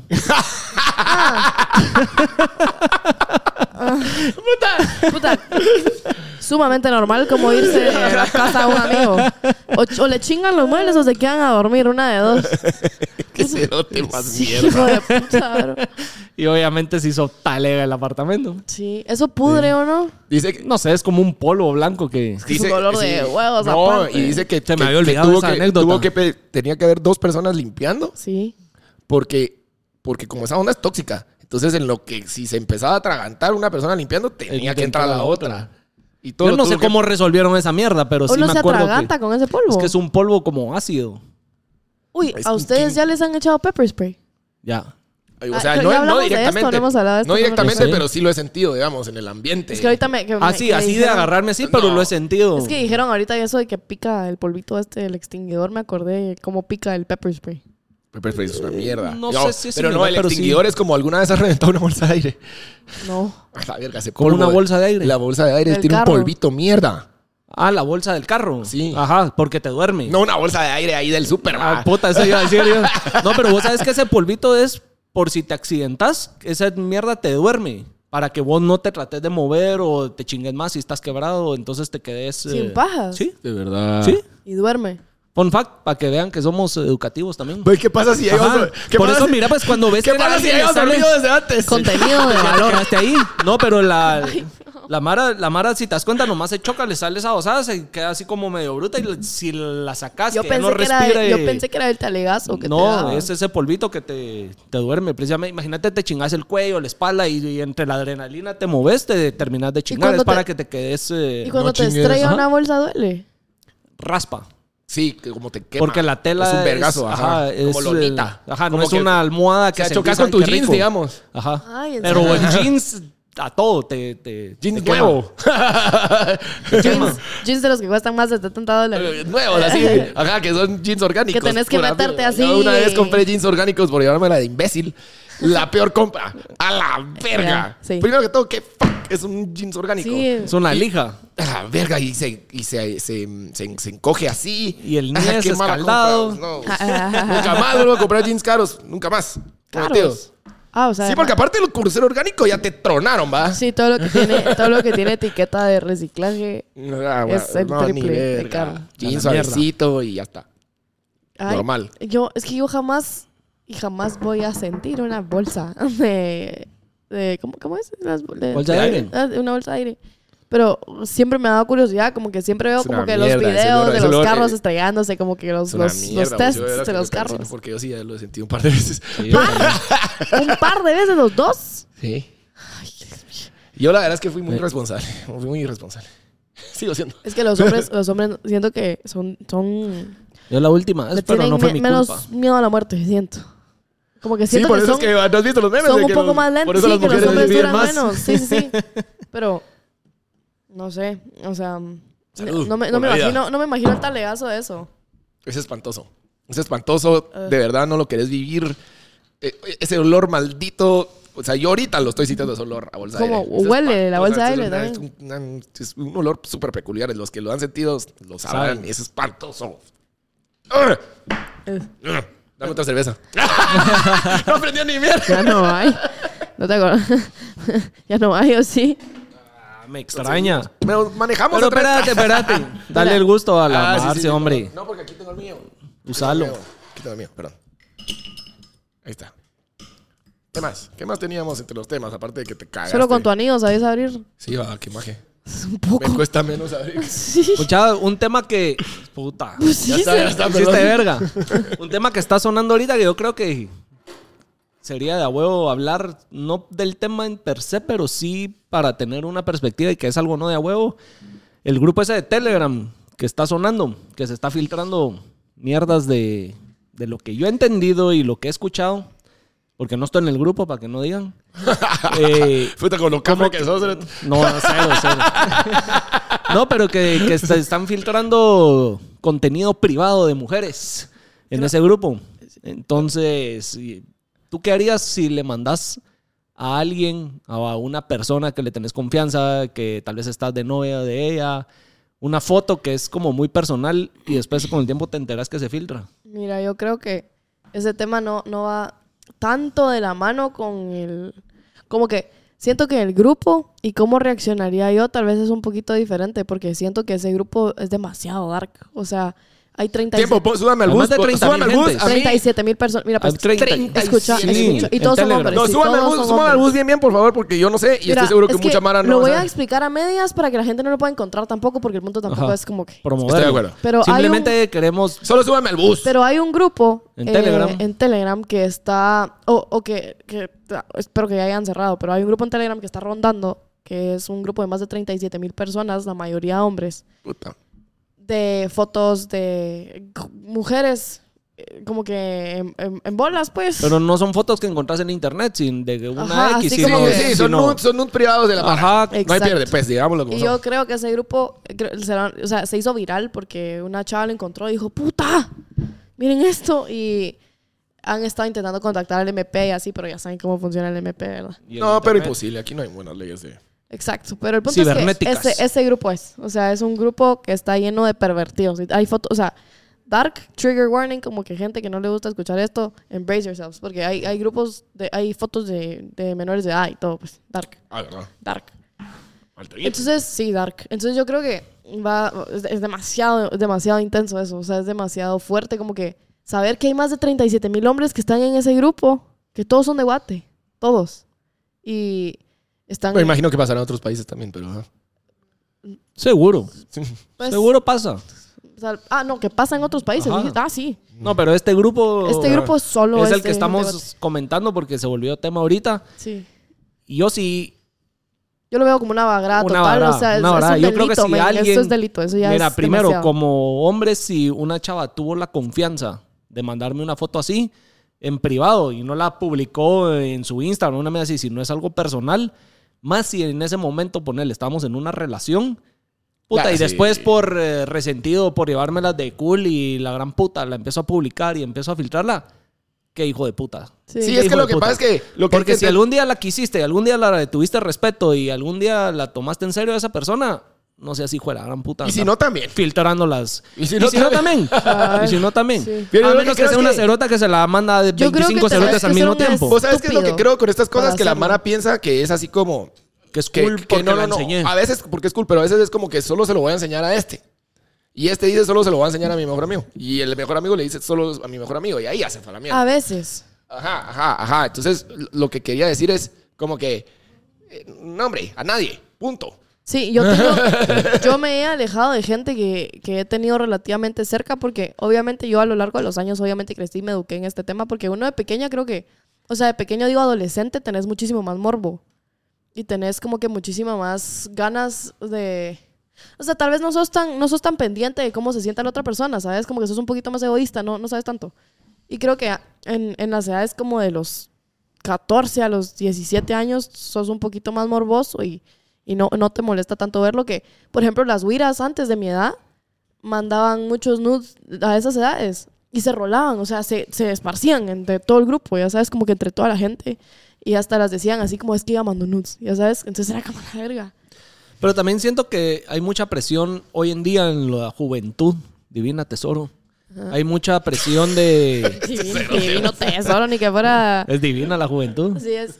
Speaker 1: Puta. Sumamente normal como irse a la casa de un amigo. O, o le chingan los muebles o se quedan a dormir, una de dos.
Speaker 2: Qué cerote más mierda.
Speaker 1: Hijo de puta, bro.
Speaker 3: Y obviamente se hizo talega el apartamento.
Speaker 1: Sí, eso pudre o no.
Speaker 2: Dice que.
Speaker 3: No sé, es como un polvo blanco que...
Speaker 1: que es un dolor de huevos
Speaker 2: No,
Speaker 1: aparte.
Speaker 2: y dice que,
Speaker 3: Se me
Speaker 2: que-
Speaker 3: había
Speaker 2: que
Speaker 3: olvidado
Speaker 2: tuvo
Speaker 3: esa
Speaker 2: que-
Speaker 3: anécdota.
Speaker 2: tuvo que pe- tenía que haber dos personas limpiando
Speaker 1: Sí.
Speaker 2: porque, porque como esa onda es tóxica. Entonces, en lo que si se empezaba a atragantar una persona limpiando, tenía que entrar la otra. Y todo
Speaker 3: Yo no
Speaker 2: tuvo
Speaker 3: sé
Speaker 2: que-
Speaker 3: cómo resolvieron esa mierda, pero
Speaker 1: O
Speaker 3: sí
Speaker 1: no
Speaker 3: me
Speaker 1: se
Speaker 3: acuerdo
Speaker 1: atraganta
Speaker 3: que...
Speaker 1: con ese polvo.
Speaker 3: Es que es un polvo como ácido.
Speaker 1: Uy,
Speaker 2: es
Speaker 1: a
Speaker 2: un
Speaker 1: ustedes
Speaker 2: quim-
Speaker 1: ya les han echado pepper spray.
Speaker 3: Ya.
Speaker 2: O sea,
Speaker 1: Ah, ya
Speaker 2: no, no
Speaker 1: hablamos de esto,
Speaker 2: directamente.
Speaker 1: no hemos hablado de esto,
Speaker 2: No
Speaker 1: no
Speaker 2: directamente,
Speaker 3: recuerdo.
Speaker 2: pero sí lo he sentido, digamos, en el ambiente.
Speaker 1: Es que ahorita me. que me-
Speaker 3: Así,
Speaker 1: que
Speaker 3: Ah, así de
Speaker 1: dijeron-
Speaker 3: agarrarme, sí, pero
Speaker 2: No.
Speaker 3: lo he sentido.
Speaker 1: Es que dijeron ahorita eso de que pica el polvito este del extinguidor. Me acordé cómo pica el pepper spray.
Speaker 2: Pepper spray es una mierda.
Speaker 3: Mm, No sé si es
Speaker 2: Pero no,
Speaker 3: similar,
Speaker 2: el
Speaker 3: pero sí.
Speaker 2: extinguidor es como alguna vez has reventado una bolsa de aire.
Speaker 1: No.
Speaker 2: A la verga, ese
Speaker 3: Como
Speaker 2: polvo
Speaker 3: una
Speaker 2: de-
Speaker 3: bolsa de aire.
Speaker 2: La bolsa de aire
Speaker 1: Del
Speaker 2: tiene
Speaker 1: carro.
Speaker 2: un polvito mierda.
Speaker 3: Ah, la bolsa del carro.
Speaker 2: Sí.
Speaker 3: Ajá, porque te duerme.
Speaker 2: No una bolsa de aire ahí del súper.
Speaker 3: Ah,
Speaker 2: va.
Speaker 3: puta, eso iba a decir yo. No, pero vos sabes que ese polvito es por si te accidentas, esa mierda te duerme. Para que vos no te trates de mover o te chingues más si estás quebrado, entonces te quedes. eh,
Speaker 1: Sin pajas.
Speaker 3: Sí,
Speaker 2: De verdad.
Speaker 3: sí.
Speaker 1: Y duerme.
Speaker 3: Fun fact, para que vean que somos educativos también.
Speaker 2: Güey, Pues, ¿qué pasa si
Speaker 3: Ajá.
Speaker 2: ellos... ¿qué
Speaker 3: Por
Speaker 2: pasa
Speaker 3: eso,
Speaker 2: si-
Speaker 3: mira, pues cuando ves
Speaker 2: ¿Qué
Speaker 3: que
Speaker 2: pasa si
Speaker 3: alguien le
Speaker 2: ellos
Speaker 3: sale-
Speaker 2: dormido desde antes?
Speaker 1: Contenido de valor.
Speaker 3: Quedaste ahí. No, pero la, la Mara, la Mara, si te das cuenta, nomás se choca, le sale esa osada, se queda así como medio bruta y le- si la sacas,
Speaker 1: Yo
Speaker 3: que
Speaker 1: pensé,
Speaker 3: no
Speaker 1: que era,
Speaker 3: respira.
Speaker 1: el- yo
Speaker 3: y-
Speaker 1: pensé que era el talegazo que te
Speaker 3: No,
Speaker 1: daba.
Speaker 3: es ese polvito que te, te duerme. Precisamente, imagínate, te chingas el cuello, la espalda y, y entre la adrenalina te moves, te terminas de chingar.
Speaker 1: cuando
Speaker 3: Es para
Speaker 1: te-
Speaker 3: que te quedes eh,
Speaker 1: Y cuando
Speaker 2: no
Speaker 1: te
Speaker 2: chingues,
Speaker 1: estrella
Speaker 2: ajá.
Speaker 1: una bolsa duele.
Speaker 3: raspa.
Speaker 2: Sí, que como te quema.
Speaker 3: Porque la tela
Speaker 2: es un vergazo, ajá. Como
Speaker 3: es,
Speaker 2: lolita.
Speaker 3: eh, Ajá, no
Speaker 2: Como
Speaker 3: es
Speaker 2: que
Speaker 3: una almohada que
Speaker 2: se
Speaker 3: se
Speaker 2: chocas
Speaker 3: empieza-
Speaker 2: con tus
Speaker 3: qué
Speaker 2: jeans,
Speaker 3: rico.
Speaker 2: digamos.
Speaker 3: Ajá.
Speaker 1: Ay, en
Speaker 3: Pero
Speaker 1: serio.
Speaker 3: en jeans a todo te, te
Speaker 2: Jeans
Speaker 3: te quema.
Speaker 2: nuevo.
Speaker 1: Jeans, jeans de los que cuestan más de 70
Speaker 3: Eh,
Speaker 1: dólares.
Speaker 2: Nuevos, así. Ajá, que son jeans orgánicos.
Speaker 1: Que tenés que
Speaker 2: pura
Speaker 1: meterte
Speaker 2: mierda.
Speaker 1: así.
Speaker 2: Yo una vez compré jeans orgánicos por llevarme la de imbécil. La peor compra. A la
Speaker 1: Ya,
Speaker 2: verga.
Speaker 1: sí.
Speaker 2: Primero que todo, ¿qué fuck es un jeans orgánico?
Speaker 1: Sí.
Speaker 3: Es una lija.
Speaker 2: A la verga. Y se, y se, se, se, se encoge así.
Speaker 3: Y el
Speaker 2: Ajá,
Speaker 3: niés
Speaker 2: qué mala
Speaker 3: escaldado.
Speaker 2: compra. No. pues,
Speaker 1: Ah,
Speaker 2: Nunca más vuelvo a comprar jeans caros. Nunca más. Prometidos.
Speaker 1: Caros. Ah, o sea.
Speaker 2: Sí, porque aparte el cursero orgánico ya te tronaron, ¿va?
Speaker 1: Sí, todo lo que tiene, todo lo que tiene etiqueta de reciclaje.
Speaker 2: Ah,
Speaker 1: Es el
Speaker 2: ni
Speaker 1: triple de
Speaker 2: verga.
Speaker 1: caro.
Speaker 2: Jeans
Speaker 3: A la mierda.
Speaker 2: suavecito y ya está.
Speaker 1: Ay,
Speaker 2: Normal.
Speaker 1: Yo, es que yo jamás y jamás voy a sentir una bolsa de. de- ¿cómo, cómo es? Las bol- de-
Speaker 3: Bolsa de aire.
Speaker 1: Ah, de Una bolsa de aire. Pero siempre me ha dado curiosidad, como que siempre veo
Speaker 2: Es
Speaker 1: como
Speaker 2: una
Speaker 1: que los
Speaker 2: mierda, ese
Speaker 1: videos
Speaker 2: olor-
Speaker 1: de
Speaker 2: ese
Speaker 1: los
Speaker 2: olor,
Speaker 1: carros
Speaker 2: eh,
Speaker 1: estrellándose, como que los,
Speaker 2: Es una
Speaker 1: los, los
Speaker 2: mierda, vos, yo
Speaker 1: tests
Speaker 2: verás
Speaker 1: de
Speaker 2: que
Speaker 1: los
Speaker 2: me calcino,
Speaker 1: carros.
Speaker 2: Porque yo sí ya lo he sentido un par de veces.
Speaker 1: ¿Un par de veces los dos?
Speaker 3: Eh.
Speaker 2: Sí. Yo la verdad es que fui muy irresponsable. Fui muy irresponsable. Sigo siendo.
Speaker 1: Es que los hombres, los hombres siento que son, son
Speaker 3: Yo la última,
Speaker 1: le
Speaker 3: vez, Ah, pero
Speaker 1: tienen
Speaker 3: no fue
Speaker 1: me-
Speaker 3: mi
Speaker 1: menos
Speaker 3: culpa.
Speaker 1: miedo a la muerte, siento. Como que
Speaker 2: Sí,
Speaker 1: siento
Speaker 2: por
Speaker 1: que
Speaker 2: eso
Speaker 1: son,
Speaker 2: es que no has visto los memes.
Speaker 1: son
Speaker 2: de
Speaker 1: un
Speaker 2: que
Speaker 1: poco
Speaker 2: los-
Speaker 1: más lentos.
Speaker 2: Por eso
Speaker 1: Sí,
Speaker 2: las
Speaker 1: que los
Speaker 2: mujeres
Speaker 1: hombres
Speaker 2: viven
Speaker 1: duran
Speaker 2: más.
Speaker 1: menos. Sí, sí, sí. Pero, no sé, o sea,
Speaker 2: Salud
Speaker 1: no me, no
Speaker 2: por
Speaker 1: me
Speaker 2: la vida.
Speaker 1: imagino, no me imagino el talegazo de eso.
Speaker 2: Es espantoso. Es espantoso. De verdad, no lo querés vivir. Eh, ese olor maldito. O sea, yo ahorita lo estoy sintiendo ese olor a bolsa de
Speaker 1: ¿Cómo
Speaker 2: aire. Es
Speaker 1: huele la
Speaker 2: espantoso.
Speaker 1: bolsa de
Speaker 2: Es
Speaker 1: aire
Speaker 2: una- es un- Es un olor súper peculiar. Los que lo han sentido lo sabrán.
Speaker 3: Saben.
Speaker 2: Es espantoso. ¡Ugh! ¡Ugh! Dame otra cerveza. no aprendió ni mierda.
Speaker 1: Ya no hay. No te acuerdas. ya no hay, o sí.
Speaker 3: Ah, me extraña.
Speaker 2: Pero manejamos
Speaker 3: Pero
Speaker 2: otra vez.
Speaker 3: espérate, espérate. Dale el gusto a
Speaker 2: Ah,
Speaker 3: la
Speaker 2: sí, sí,
Speaker 3: Marce,
Speaker 2: sí,
Speaker 3: hombre.
Speaker 2: No, porque aquí tengo el mío.
Speaker 3: Usalo.
Speaker 2: Aquí tengo el mío, perdón. Ahí está. ¿Qué más? ¿Qué más teníamos entre los temas? Aparte de que te cagas.
Speaker 1: Solo con tu anillo sabes abrir.
Speaker 2: Sí, va, qué maje.
Speaker 1: Es un
Speaker 2: Me
Speaker 1: poco.
Speaker 2: cuesta menos abrir.
Speaker 1: Sí.
Speaker 3: Escuchaba Pues un tema que. Puta.
Speaker 1: Sí,
Speaker 2: Ya está,
Speaker 1: se-
Speaker 2: ya está,
Speaker 3: Hiciste
Speaker 2: perdón.
Speaker 3: verga. Un tema que está sonando ahorita que yo creo que sería de a huevo hablar, no del tema en per se, pero sí para tener una perspectiva y que es algo no de a huevo. El grupo ese de Telegram que está sonando, que se está filtrando mierdas de, de lo que yo he entendido y lo que he escuchado, porque no estoy en el grupo para que no digan. Eh,
Speaker 2: Puta, con lo cafre que sos. eh. eres-
Speaker 3: no, cero, cero. No, pero que, que se están filtrando contenido privado de mujeres en ese grupo. Entonces, y- ¿tú qué harías si le mandas a alguien, a una persona que le tenés confianza, que tal vez estás de novia de ella, una foto que es como muy personal y después con el tiempo te enteras que se filtra?
Speaker 1: Mira, yo creo que ese tema no, no va tanto de la mano con el... Como que siento que el grupo y cómo reaccionaría yo tal vez es un poquito diferente porque siento que ese grupo es demasiado dark. O sea, hay 37
Speaker 2: Tiempo, pon- súbame al bus.
Speaker 3: Además de
Speaker 2: pon-
Speaker 3: 30
Speaker 2: Súbame al
Speaker 3: mil
Speaker 2: bus.
Speaker 3: gentes.
Speaker 2: a mí.
Speaker 1: 37 mil personas. Mira, pues,
Speaker 3: Hay 30.
Speaker 1: escucha,
Speaker 2: Sí,
Speaker 1: escucha. Y
Speaker 3: en
Speaker 1: todos son
Speaker 3: Telegram.
Speaker 1: hombres.
Speaker 2: No,
Speaker 1: sí,
Speaker 2: súbame al
Speaker 1: todos
Speaker 2: bus,
Speaker 1: son
Speaker 2: súbame al
Speaker 1: hombres.
Speaker 2: bus bien, bien, por favor, porque yo no sé. Y
Speaker 1: Mira,
Speaker 2: estoy seguro que
Speaker 1: es
Speaker 2: mucha mara no
Speaker 1: Lo
Speaker 2: va
Speaker 1: voy a
Speaker 2: saber.
Speaker 1: explicar a medias para que la gente no lo pueda encontrar tampoco, porque el punto tampoco
Speaker 3: Ajá.
Speaker 1: es como que.
Speaker 3: Promover.
Speaker 2: Estoy de acuerdo.
Speaker 1: Pero hay
Speaker 3: Simplemente queremos.
Speaker 2: Solo súbame al bus.
Speaker 1: Pero hay un grupo eh,
Speaker 3: En Telegram.
Speaker 1: en Telegram que está. O, o que, que- Espero que ya hayan cerrado, pero hay un grupo en Telegram que está rondando, que es un grupo de más de 37 mil personas, la mayoría hombres,
Speaker 2: Puta.
Speaker 1: de fotos de g- mujeres, eh, como que en, en- en bolas, pues.
Speaker 3: Pero no son fotos que encontrás en internet, sin de una
Speaker 1: Ajá,
Speaker 3: X,
Speaker 1: así
Speaker 2: Sí,
Speaker 1: como
Speaker 3: sino-
Speaker 1: que-
Speaker 2: sí, son
Speaker 3: sino-
Speaker 2: nudes, son nudes privados de la mara.
Speaker 3: Ajá,
Speaker 2: No hay
Speaker 1: Exacto.
Speaker 2: pierde, pues, digámoslo como
Speaker 1: Y
Speaker 2: son.
Speaker 1: yo creo que ese grupo eh, creo- será- o sea, se hizo viral porque una chava lo encontró y dijo, puta, miren esto. Y han estado intentando contactar al MP y así, pero ya saben cómo funciona el MP, ¿verdad?
Speaker 3: y el
Speaker 2: No, pero
Speaker 3: internet.
Speaker 2: imposible. Aquí no hay buenas leyes de...
Speaker 1: Exacto, pero el punto es que
Speaker 3: Cibernéticas.
Speaker 1: ese, ese grupo es, o sea, es un grupo que está lleno de pervertidos. Hay fotos, o sea, dark trigger warning, como que gente que no le gusta escuchar esto, embrace yourselves, porque hay, hay grupos, de, hay fotos de, de menores de edad y todo, pues, dark,
Speaker 2: Ah, verdad.
Speaker 1: dark.
Speaker 2: Alto
Speaker 1: Entonces, sí, Dark. Entonces yo creo que va, es, es demasiado, es demasiado intenso eso. O sea, es demasiado fuerte como que saber que hay más de 37 mil hombres que están en ese grupo, que todos son de Guate, todos. Y están...
Speaker 2: Me imagino que pasará en otros países también, pero... ajá.
Speaker 3: Seguro.
Speaker 2: Sí.
Speaker 1: pues,
Speaker 3: Seguro pasa.
Speaker 1: o sea, ah, no, que pasa en otros países.
Speaker 3: Ajá.
Speaker 1: Dije, ah, sí.
Speaker 3: No, pero este grupo.
Speaker 1: Este grupo
Speaker 3: es,
Speaker 1: solo es
Speaker 3: el que
Speaker 1: de-
Speaker 3: estamos
Speaker 1: de-
Speaker 3: comentando porque se volvió tema ahorita.
Speaker 1: Sí.
Speaker 3: Y yo sí.
Speaker 1: Yo lo veo como una vagrada
Speaker 3: Una
Speaker 1: total.
Speaker 3: vagrada,
Speaker 1: o sea, es,
Speaker 3: una
Speaker 1: es
Speaker 3: vagrada.
Speaker 1: un
Speaker 3: Yo
Speaker 1: delito,
Speaker 3: creo que si
Speaker 1: men,
Speaker 3: alguien-
Speaker 1: Eso es delito. Eso ya
Speaker 3: Mira,
Speaker 1: es
Speaker 3: primero,
Speaker 1: demasiado.
Speaker 3: como hombre, si una chava tuvo la confianza de mandarme una foto así en privado y no la publicó en su Instagram, una vez así, si no es algo personal, más si en ese momento, ponele, estábamos en una relación. Puta,
Speaker 2: Ah,
Speaker 3: y
Speaker 2: sí.
Speaker 3: después por eh, resentido, por llevármelas de cool y la gran puta, la empiezo a publicar y empiezo a filtrarla. Qué hijo de puta.
Speaker 1: Sí.
Speaker 2: Sí, es
Speaker 3: Hijo
Speaker 2: que lo
Speaker 3: de
Speaker 2: que
Speaker 3: puta.
Speaker 2: pasa es que... Lo que
Speaker 3: Porque
Speaker 2: hay que
Speaker 3: si
Speaker 2: enten-
Speaker 3: algún día la quisiste, algún día la tuviste respeto y algún día la tomaste en serio a esa persona, no seas hijo de la gran puta.
Speaker 2: Y si
Speaker 3: andar
Speaker 2: no, también.
Speaker 3: Filtrándolas.
Speaker 2: Y si no
Speaker 3: también.
Speaker 1: Ay.
Speaker 3: y si no también.
Speaker 1: Sí.
Speaker 2: Pero
Speaker 3: a
Speaker 2: yo lo
Speaker 3: menos
Speaker 2: que
Speaker 3: que,
Speaker 2: creo
Speaker 3: sea
Speaker 2: es
Speaker 3: una
Speaker 2: que- Pues,
Speaker 3: cerota que se la manda de
Speaker 1: Yo creo que
Speaker 3: 25
Speaker 1: te-
Speaker 3: cerotes
Speaker 1: es que
Speaker 3: al
Speaker 1: ser
Speaker 3: mismo
Speaker 1: un
Speaker 3: tiempo.
Speaker 1: estúpido
Speaker 2: ¿Vos sabes qué es lo que creo con estas cosas?
Speaker 1: para
Speaker 2: Que la
Speaker 1: hacerlo.
Speaker 2: Mara piensa que es así como...
Speaker 3: Que es
Speaker 2: que-
Speaker 3: cool
Speaker 2: que
Speaker 3: porque
Speaker 2: no,
Speaker 3: la
Speaker 2: no, Ah. no.
Speaker 3: enseñé.
Speaker 2: A veces porque es cool, pero a veces es como que solo se lo voy a enseñar a este. Y este dice solo se lo voy a enseñar a mi mejor amigo. Y el mejor amigo le dice solo a mi mejor amigo. Y ahí hace fue la mierda.
Speaker 1: A veces.
Speaker 2: Ajá, ajá, ajá. Entonces, lo que quería decir es como que, eh, no, hombre, a nadie, punto.
Speaker 1: Sí, yo, tengo- yo me he alejado de gente que, que he tenido relativamente cerca porque obviamente yo a lo largo de los años obviamente crecí y me eduqué en este tema porque uno de pequeña creo que, o sea, de pequeño digo adolescente, tenés muchísimo más morbo y tenés como que muchísima más ganas de... O sea, tal vez no sos tan, no sos tan pendiente de cómo se sienta la otra persona, ¿sabes? Como que sos un poquito más egoísta, no, no sabes tanto. Y creo que en, en las edades como de los 14 a los 17 años sos un poquito más morboso y, y no, no te molesta tanto verlo que, por ejemplo, las huiras antes de mi edad mandaban muchos nudes a esas edades y se rolaban, o sea, se, se esparcían entre todo el grupo, ya sabes, como que entre toda la gente y hasta las decían así como es que iba mandando nudes, ya sabes, entonces era como la verga.
Speaker 3: Pero también siento que hay mucha presión hoy en día en la juventud, divina tesoro. Hay mucha presión de...
Speaker 1: Divino, divino tesoro, ni que fuera...
Speaker 3: Es divina la juventud.
Speaker 1: Así es.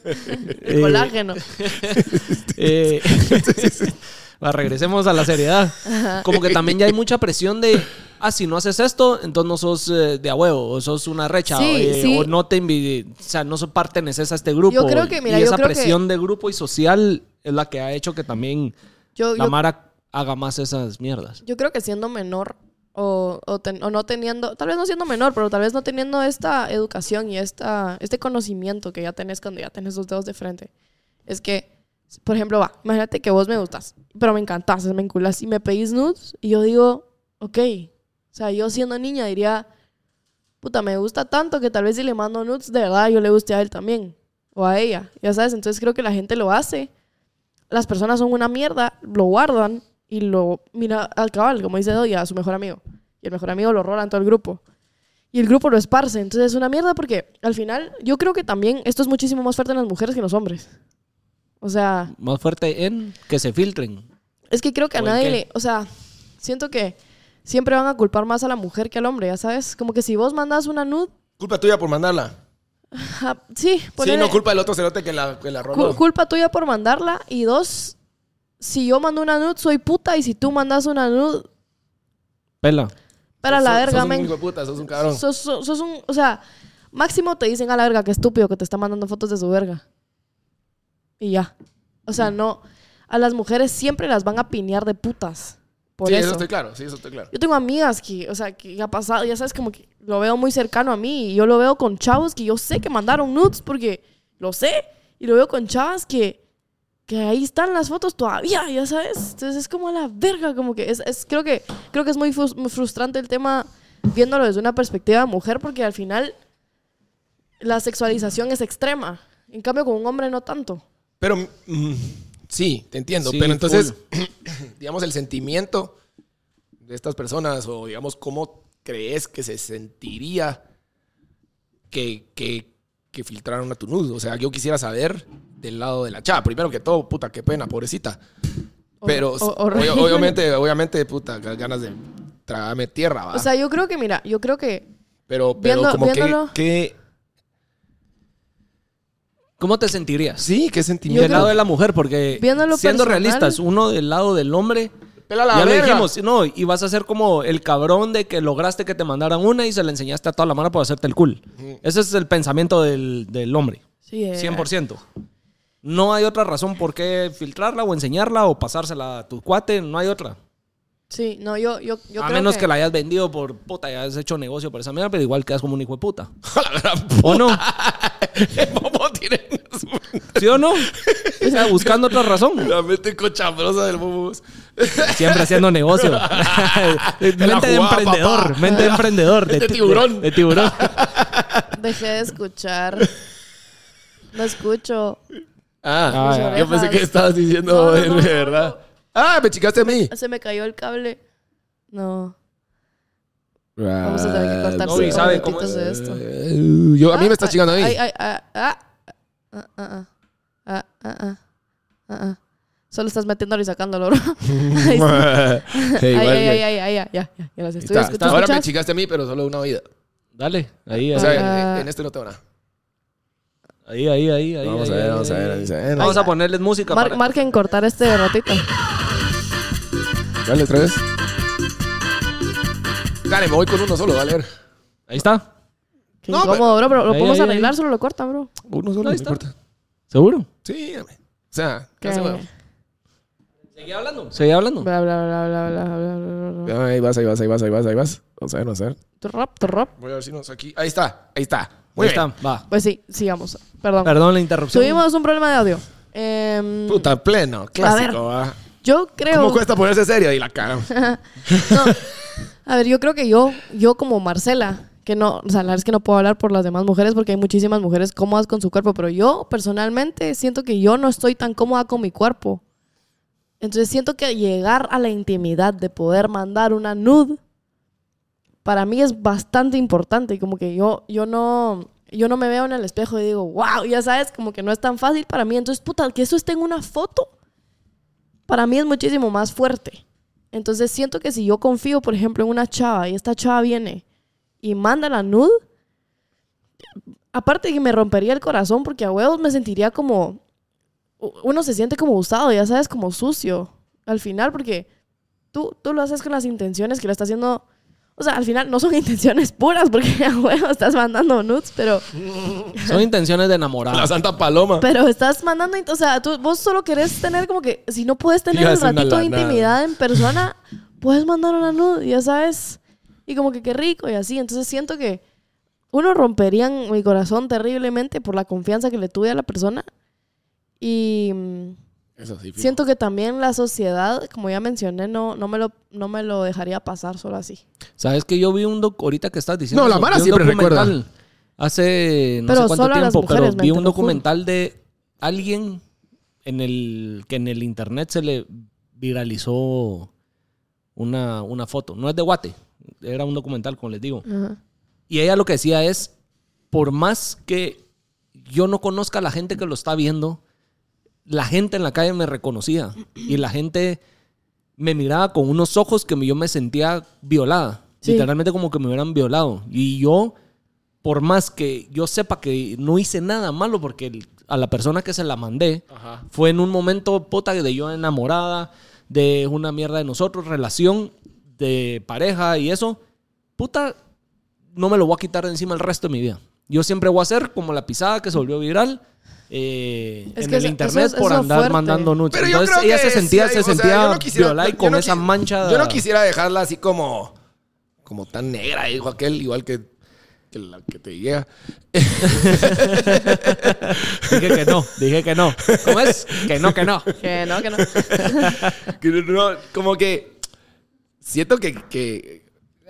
Speaker 1: El colágeno.
Speaker 3: Eh, va, regresemos a la seriedad. Como que también ya hay mucha presión de, ah, si no haces esto, entonces no sos eh, de a huevo, o sos una recha,
Speaker 1: Sí,
Speaker 3: o, eh,
Speaker 1: sí.
Speaker 3: o no te invi- o sea, no so- perteneces a este grupo.
Speaker 1: Yo creo que, mira,
Speaker 3: y
Speaker 1: yo
Speaker 3: esa
Speaker 1: creo que-
Speaker 3: presión de grupo y social es la que ha hecho que también
Speaker 1: Yo,
Speaker 3: la
Speaker 1: yo,
Speaker 3: Mara haga más esas mierdas.
Speaker 1: yo creo que siendo menor o, o ten- o no teniendo, tal vez no siendo menor, pero tal vez no teniendo esta educación y esta, este conocimiento que ya tenés cuando ya tenés los dedos de frente. Es que, por ejemplo, va, imagínate que vos me gustas, pero me encantás, me enculas y me pedís nudes y yo digo, ok, o sea, yo siendo niña diría, puta, me gusta tanto que tal vez si le mando nudes, de verdad yo le guste a él también o a ella, ya sabes, entonces creo que la gente lo hace las personas son una mierda, lo guardan y lo mira al cabal, como dice Doy, a su mejor amigo. Y el mejor amigo lo rola en todo el grupo. Y el grupo lo esparce. Entonces es una mierda porque al final yo creo que también esto es muchísimo más fuerte en las mujeres que en los hombres. O sea,
Speaker 3: Más fuerte en que se filtren.
Speaker 1: es que creo que a
Speaker 3: ¿O en qué?
Speaker 1: nadie le... O sea, siento que siempre van a culpar más a la mujer que al hombre, ya sabes. Como que si vos mandas una nude...
Speaker 2: Culpa tuya por mandarla.
Speaker 1: ja, sí,
Speaker 2: Sí,
Speaker 1: ponele-
Speaker 2: no culpa del otro cerote que la, que la
Speaker 1: Cu-
Speaker 2: roló.
Speaker 1: culpa tuya por mandarla. Y dos, si yo mando una nude, soy puta. Y si tú mandas una nude,
Speaker 3: Pela.
Speaker 1: para la
Speaker 2: Sos-
Speaker 1: verga,
Speaker 2: sos un
Speaker 1: men.
Speaker 2: hijo de puta, sos un cabrón.
Speaker 1: Sos, sos- sos un. O sea, máximo te dicen a la verga que estúpido que te está mandando fotos de su verga. Y ya. O
Speaker 2: Mm.
Speaker 1: sea, no. A las mujeres siempre las van a pinear de putas. Por
Speaker 2: sí, eso.
Speaker 1: eso.
Speaker 2: estoy claro, sí, eso estoy claro.
Speaker 1: Yo tengo amigas que, o sea, que ya pasado, ya sabes, como que lo veo muy cercano a mí. Y yo lo veo con chavos que yo sé que mandaron nudes porque lo sé. Y lo veo con chavas que, que ahí están las fotos todavía, ya sabes. Entonces es como a la verga, como que es, es- creo que creo que es muy frus- muy frustrante el tema viéndolo desde una perspectiva de mujer porque al final la sexualización es extrema. En cambio con un hombre no tanto.
Speaker 2: Pero mm, sí, te entiendo.
Speaker 3: Sí,
Speaker 2: pero entonces, digamos, el sentimiento de estas personas, o digamos, cómo crees que se sentiría que, que, que filtraron a tu nudo. O sea, yo quisiera saber del lado de la chava. Primero que todo, puta, qué pena, pobrecita.
Speaker 1: O-
Speaker 2: Pero
Speaker 1: o- o-
Speaker 2: obvio- obviamente, obviamente, puta, ganas de tragarme tierra,
Speaker 3: Ah.
Speaker 2: va.
Speaker 1: O sea, yo creo que, mira, yo creo que
Speaker 2: pero, pero
Speaker 1: viendo-
Speaker 2: como que-
Speaker 1: viéndolo-
Speaker 2: que,
Speaker 3: ¿Cómo te sentirías?
Speaker 2: Sí, qué sentimiento.
Speaker 3: del lado de la mujer, porque
Speaker 1: Viéndolo
Speaker 3: siendo
Speaker 1: personal-
Speaker 3: realistas, uno del lado del hombre,
Speaker 2: Pela la
Speaker 3: ya lo
Speaker 2: verga.
Speaker 3: dijimos, no, y vas a ser como el cabrón de que lograste que te mandaran una y se la enseñaste a toda la mano por hacerte el cool. Ese es el pensamiento del, del hombre,
Speaker 1: sí, eh,
Speaker 3: 100%. No hay otra razón por qué filtrarla o enseñarla o pasársela a tu cuate, no hay otra.
Speaker 1: Sí, no, yo, yo, yo
Speaker 3: a
Speaker 1: creo
Speaker 3: menos que... la hayas vendido por puta, ya has hecho negocio por esa mierda, pero igual quedas como un hijo de puta.
Speaker 2: la gran
Speaker 3: ¿O no?
Speaker 2: Bobo tiene su-
Speaker 3: ¿Sí o no? O sea, buscando otra razón.
Speaker 2: la mente cochambrosa del Bobo.
Speaker 3: Siempre haciendo negocio. mente
Speaker 2: la
Speaker 3: de
Speaker 2: jugaba,
Speaker 3: emprendedor.
Speaker 2: papá.
Speaker 3: Mente de emprendedor.
Speaker 2: De
Speaker 3: ti-
Speaker 2: tiburón.
Speaker 3: De, tiburón.
Speaker 1: Dejé de escuchar. No escucho.
Speaker 2: Ah,
Speaker 1: Sus
Speaker 2: yo
Speaker 1: orejas.
Speaker 2: pensé que estabas diciendo
Speaker 1: No, no,
Speaker 2: de
Speaker 1: no, no,
Speaker 2: verdad.
Speaker 1: no.
Speaker 2: Ah, me chicaste a mí.
Speaker 1: Se me cayó el cable. No. Vamos a
Speaker 2: Ah,
Speaker 1: tener que cortar
Speaker 3: No,
Speaker 1: cinco
Speaker 3: y sabe cómo
Speaker 1: minutitos de esto.
Speaker 2: Eh, yo, a mí me está chingando a mí.
Speaker 1: Ay, ay, ah, ah, ah, ah, ah, ah, ah, ah, ah. Solo estás metiéndolo y sacándolo, bro. Ahí sí. Ay,
Speaker 2: Eh, igual
Speaker 1: ay,
Speaker 2: que-
Speaker 1: ay, ay, ay, ya, ya, ya, ya las estoy
Speaker 2: Está,
Speaker 1: escuchando.
Speaker 2: está. Ahora me
Speaker 1: ¿Escuchas?
Speaker 2: chicaste a mí, pero solo una oída.
Speaker 3: Dale. Ahí,
Speaker 2: O
Speaker 3: ahí,
Speaker 2: sea,
Speaker 1: Ah.
Speaker 2: en, en este no tengo nada.
Speaker 3: ahí, ahí, ahí, ahí,
Speaker 2: Vamos a
Speaker 3: ahí,
Speaker 2: ver,
Speaker 3: ahí,
Speaker 2: vamos a
Speaker 3: ahí.
Speaker 2: ver, vamos a ver.
Speaker 3: Vamos a ponerles música.
Speaker 1: Mar-
Speaker 3: para-
Speaker 1: marquen cortar este ratito.
Speaker 2: Dale, otra vez. Dale, me voy con uno solo, dale. a ver.
Speaker 3: Ahí está.
Speaker 1: Qué
Speaker 2: No,
Speaker 1: incómodo, bro, pero lo
Speaker 3: Ahí,
Speaker 1: podemos
Speaker 3: ahí,
Speaker 1: arreglar,
Speaker 3: ahí.
Speaker 1: solo lo cortan, bro.
Speaker 2: Uno solo, no
Speaker 3: Ahí está.
Speaker 2: importa.
Speaker 3: ¿Seguro?
Speaker 2: Sí, dame. O sea,
Speaker 1: Que-
Speaker 2: ya se mueve.
Speaker 3: Seguí hablando. Seguí hablando.
Speaker 1: Bla, bla, bla, bla, bla, bla, bla, bla, bla.
Speaker 2: Ahí vas, ahí vas, ahí vas, ahí vas, ahí vas. Vamos a ver, vamos a ver.
Speaker 1: Torrop, torrop.
Speaker 2: Voy a ver si nos aquí. Ahí está, ahí está. Muy
Speaker 3: Ahí
Speaker 2: bien.
Speaker 3: está. Va.
Speaker 1: Pues sí, sigamos. Perdón.
Speaker 3: Perdón la interrupción.
Speaker 1: Tuvimos un problema de audio. Em,
Speaker 2: Puta, pleno,
Speaker 1: A ver.
Speaker 2: clásico, ¿va?
Speaker 1: Yo creo.
Speaker 2: ¿Cómo cuesta ponerse seria? Y la cara.
Speaker 1: No. A ver, yo creo que yo, yo como Marcela, que no, o sea, la verdad es que no puedo hablar por las demás mujeres porque hay muchísimas mujeres cómodas con su cuerpo, pero yo personalmente siento que yo no estoy tan cómoda con mi cuerpo. Entonces siento que llegar a la intimidad de poder mandar una nude para mí es bastante importante y como que yo yo no yo no me veo en el espejo y digo, "Wow, ya sabes, como que no es tan fácil para mí." Entonces, puta, que eso esté en una foto para mí es muchísimo más fuerte. Entonces siento que si yo confío, por ejemplo, en una chava y esta chava viene y manda la nude, aparte de que me rompería el corazón porque a huevos me sentiría como, u- uno se siente como usado, ya sabes, como sucio al final porque tú, tú lo haces con las intenciones que lo estás haciendo, o sea, al final no son intenciones puras porque a huevos estás mandando nudes, pero...
Speaker 3: Son intenciones de
Speaker 2: La
Speaker 3: enamorar.
Speaker 2: Santa Paloma.
Speaker 1: Pero estás mandando, o sea, tú, vos solo querés tener como que, si no puedes tener
Speaker 2: Ya
Speaker 1: un
Speaker 2: es una
Speaker 1: ratito de
Speaker 2: lanada.
Speaker 1: intimidad en persona, puedes mandar una nude, ya sabes. Y como que qué rico y así. Entonces siento que uno romperían mi corazón terriblemente por la confianza que le tuve a la persona. Y mm,
Speaker 2: Eso sí. fijo.
Speaker 1: siento que también la sociedad, como ya mencioné, no, no, me, lo, no me lo dejaría pasar solo así.
Speaker 3: ¿Sabes que yo vi un doc ahorita que estás diciendo?
Speaker 2: No, la
Speaker 3: eso,
Speaker 2: Mara
Speaker 3: vi un
Speaker 2: siempre
Speaker 3: documental
Speaker 2: recuerda.
Speaker 3: Hace no
Speaker 1: Pero
Speaker 3: sé cuánto
Speaker 1: solo a las
Speaker 3: tiempo,
Speaker 1: mujeres,
Speaker 3: pero vi
Speaker 1: men, te
Speaker 3: un
Speaker 1: lo juro.
Speaker 3: documental de alguien en el que en el internet se le viralizó una, una foto. No es de Guate, era un documental, como les digo.
Speaker 1: Ajá.
Speaker 3: Y ella lo que decía es, por más que yo no conozca a la gente que lo está viendo, la gente en la calle me reconocía y la gente me miraba con unos ojos que yo me sentía violada,
Speaker 1: Sí.
Speaker 3: literalmente como que me hubieran violado. Y yo, por más que yo sepa que no hice nada malo porque el- a la persona que se la mandé,
Speaker 2: Ajá.
Speaker 3: fue en un momento puta de yo enamorada, de una mierda de nosotros, relación de pareja y eso. Puta, no me lo voy a quitar de encima el resto de mi vida. Yo siempre voy a ser como la pisada que se volvió viral eh,
Speaker 1: Es
Speaker 3: en
Speaker 1: que
Speaker 3: el
Speaker 1: eso-
Speaker 3: internet
Speaker 1: eso es-
Speaker 3: por
Speaker 1: eso es
Speaker 3: andar
Speaker 1: fuerte.
Speaker 3: mandando nudes.
Speaker 2: Pero yo
Speaker 3: Entonces
Speaker 2: creo
Speaker 3: ella
Speaker 2: que
Speaker 3: se
Speaker 2: sí
Speaker 3: sentía,
Speaker 2: hay-
Speaker 3: se
Speaker 2: o sea,
Speaker 3: sentía
Speaker 2: yo no quisiera-
Speaker 3: violada y
Speaker 2: yo
Speaker 3: con
Speaker 2: no
Speaker 3: esa
Speaker 2: quis-
Speaker 3: mancha. de-
Speaker 2: Yo no quisiera dejarla así como, como tan negra, dijo aquel, igual que, que la que te llega.
Speaker 3: Dije que no, dije que no. ¿Cómo es? Que no, que no.
Speaker 1: Que no, que no.
Speaker 2: Que no- no, como que siento que, que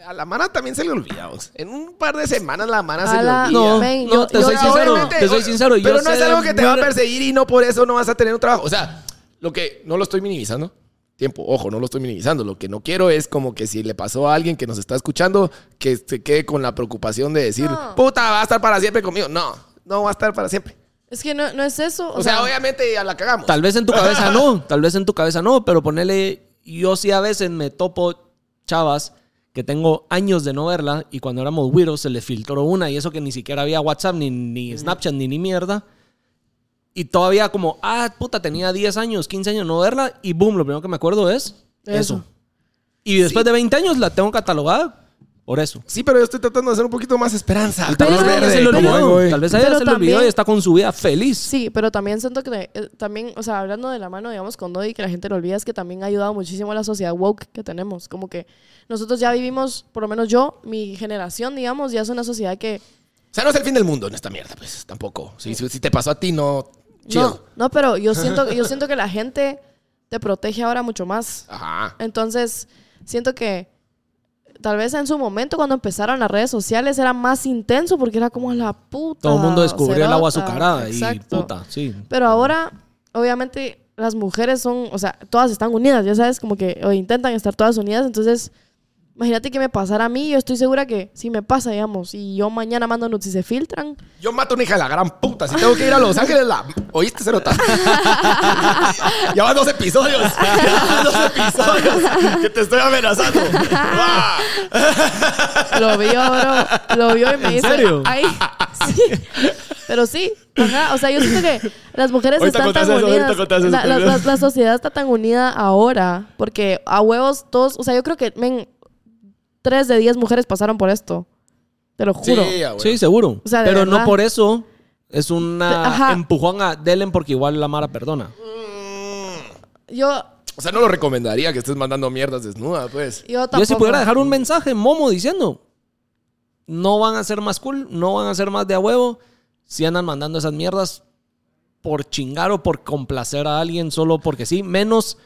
Speaker 2: a la Mara también se le olvida. o sea, En un par de semanas la Mara se
Speaker 1: A
Speaker 2: le
Speaker 1: la-
Speaker 2: olvida.
Speaker 3: No,
Speaker 1: Men,
Speaker 3: no,
Speaker 1: yo-
Speaker 3: te
Speaker 1: yo-
Speaker 3: soy sincero.
Speaker 2: Obviamente,
Speaker 3: Te soy
Speaker 2: o-
Speaker 3: sincero. yo
Speaker 2: Pero no
Speaker 3: sé
Speaker 2: es
Speaker 3: de
Speaker 2: algo que te va a
Speaker 3: mujeres-
Speaker 2: perseguir y no por eso no vas a tener un trabajo. O sea, lo que no lo estoy minimizando. Tiempo, ojo, no lo estoy minimizando. Lo que no quiero es como que si le pasó a alguien que nos está escuchando, que se quede con la preocupación de decir,
Speaker 1: No.
Speaker 2: puta, va a estar para siempre conmigo. No, no va a estar para siempre.
Speaker 1: Es que no, no es eso.
Speaker 2: O, sea, obviamente ya la cagamos.
Speaker 3: Tal vez en tu cabeza no, tal vez en tu cabeza no, pero ponele, yo sí a veces me topo chavas que tengo años de no verla y cuando éramos güiros se les filtró una y eso que ni siquiera había WhatsApp, ni, ni Snapchat, ni, ni mierda. Y todavía como, ah, puta, tenía 10 años, 15 años no verla y boom, lo primero que me acuerdo es eso.
Speaker 1: Eso.
Speaker 3: Y después de 20 años la tengo catalogada por eso.
Speaker 2: Sí, pero yo estoy tratando de hacer un poquito más esperanza.
Speaker 3: Tal
Speaker 2: color
Speaker 3: vez, a ella
Speaker 2: Ah, verde,
Speaker 3: se le
Speaker 2: como vengo
Speaker 3: olvidó,
Speaker 2: hoy.
Speaker 3: tal vez a ella
Speaker 1: Pero
Speaker 3: se le olvidó y
Speaker 1: también-
Speaker 3: está con su vida feliz.
Speaker 1: Sí, pero también siento que eh, también, o sea, hablando de la mano, digamos, con Dodi, que la gente lo olvida, es que también ha ayudado muchísimo a la sociedad woke que tenemos. Como que nosotros ya vivimos, por lo menos yo, mi generación, digamos, ya es una sociedad que.
Speaker 2: O sea, no es el fin del mundo en esta mierda, pues tampoco. Si, si- si te pasó a ti, no. Chido.
Speaker 1: No, no, pero yo siento, yo siento que la gente te protege ahora mucho más.
Speaker 2: Ajá.
Speaker 1: Entonces, siento que tal vez en su momento, cuando empezaron las redes sociales, era más intenso porque era como "A la puta.
Speaker 3: Todo el mundo descubrió el agua
Speaker 1: cerota".
Speaker 3: azucarada y
Speaker 1: ah, Exacto.
Speaker 3: puta, sí.
Speaker 1: Pero ahora, obviamente, las mujeres son, o sea, todas están unidas, ya sabes, como que o intentan estar todas unidas. Entonces, imagínate que me pasara a mí, yo estoy segura que si me pasa, digamos, y yo mañana mando nudes y se filtran,
Speaker 2: Yo mato a una hija de la gran puta. Si tengo que ir a Los Ángeles, la. ¿Oíste, Cerota? ya van dos episodios. Ya van dos episodios. Que te estoy amenazando. ¡Ah!
Speaker 1: lo vio, bro, lo vio y me
Speaker 3: ¿En
Speaker 1: dice,
Speaker 3: serio?
Speaker 1: ay, sí. Pero sí, ajá, o sea, yo siento que las mujeres
Speaker 2: Ahorita
Speaker 1: están tan
Speaker 2: contás eso, ahorita
Speaker 1: unidas.
Speaker 2: contás eso,
Speaker 1: la, la-
Speaker 2: Julián.
Speaker 1: la- la sociedad está tan unida ahora, porque a huevos todos, o sea, yo creo que, men, tres de diez mujeres pasaron por esto. Te lo juro.
Speaker 2: Sí, ah, bueno.
Speaker 3: Sí, seguro.
Speaker 1: O sea, de
Speaker 3: pero
Speaker 1: verdad.
Speaker 3: no por eso es una
Speaker 1: Ajá.
Speaker 3: empujón a Delen porque igual la Mara perdona.
Speaker 1: Yo,
Speaker 2: O sea, no lo recomendaría que estés mandando mierdas desnuda, pues.
Speaker 1: yo tampoco.
Speaker 3: Yo si pudiera dejar un mensaje, Momo, diciendo, no van a ser más cool, no van a ser más de a huevo si andan mandando esas mierdas por chingar o por complacer a alguien solo porque sí, menos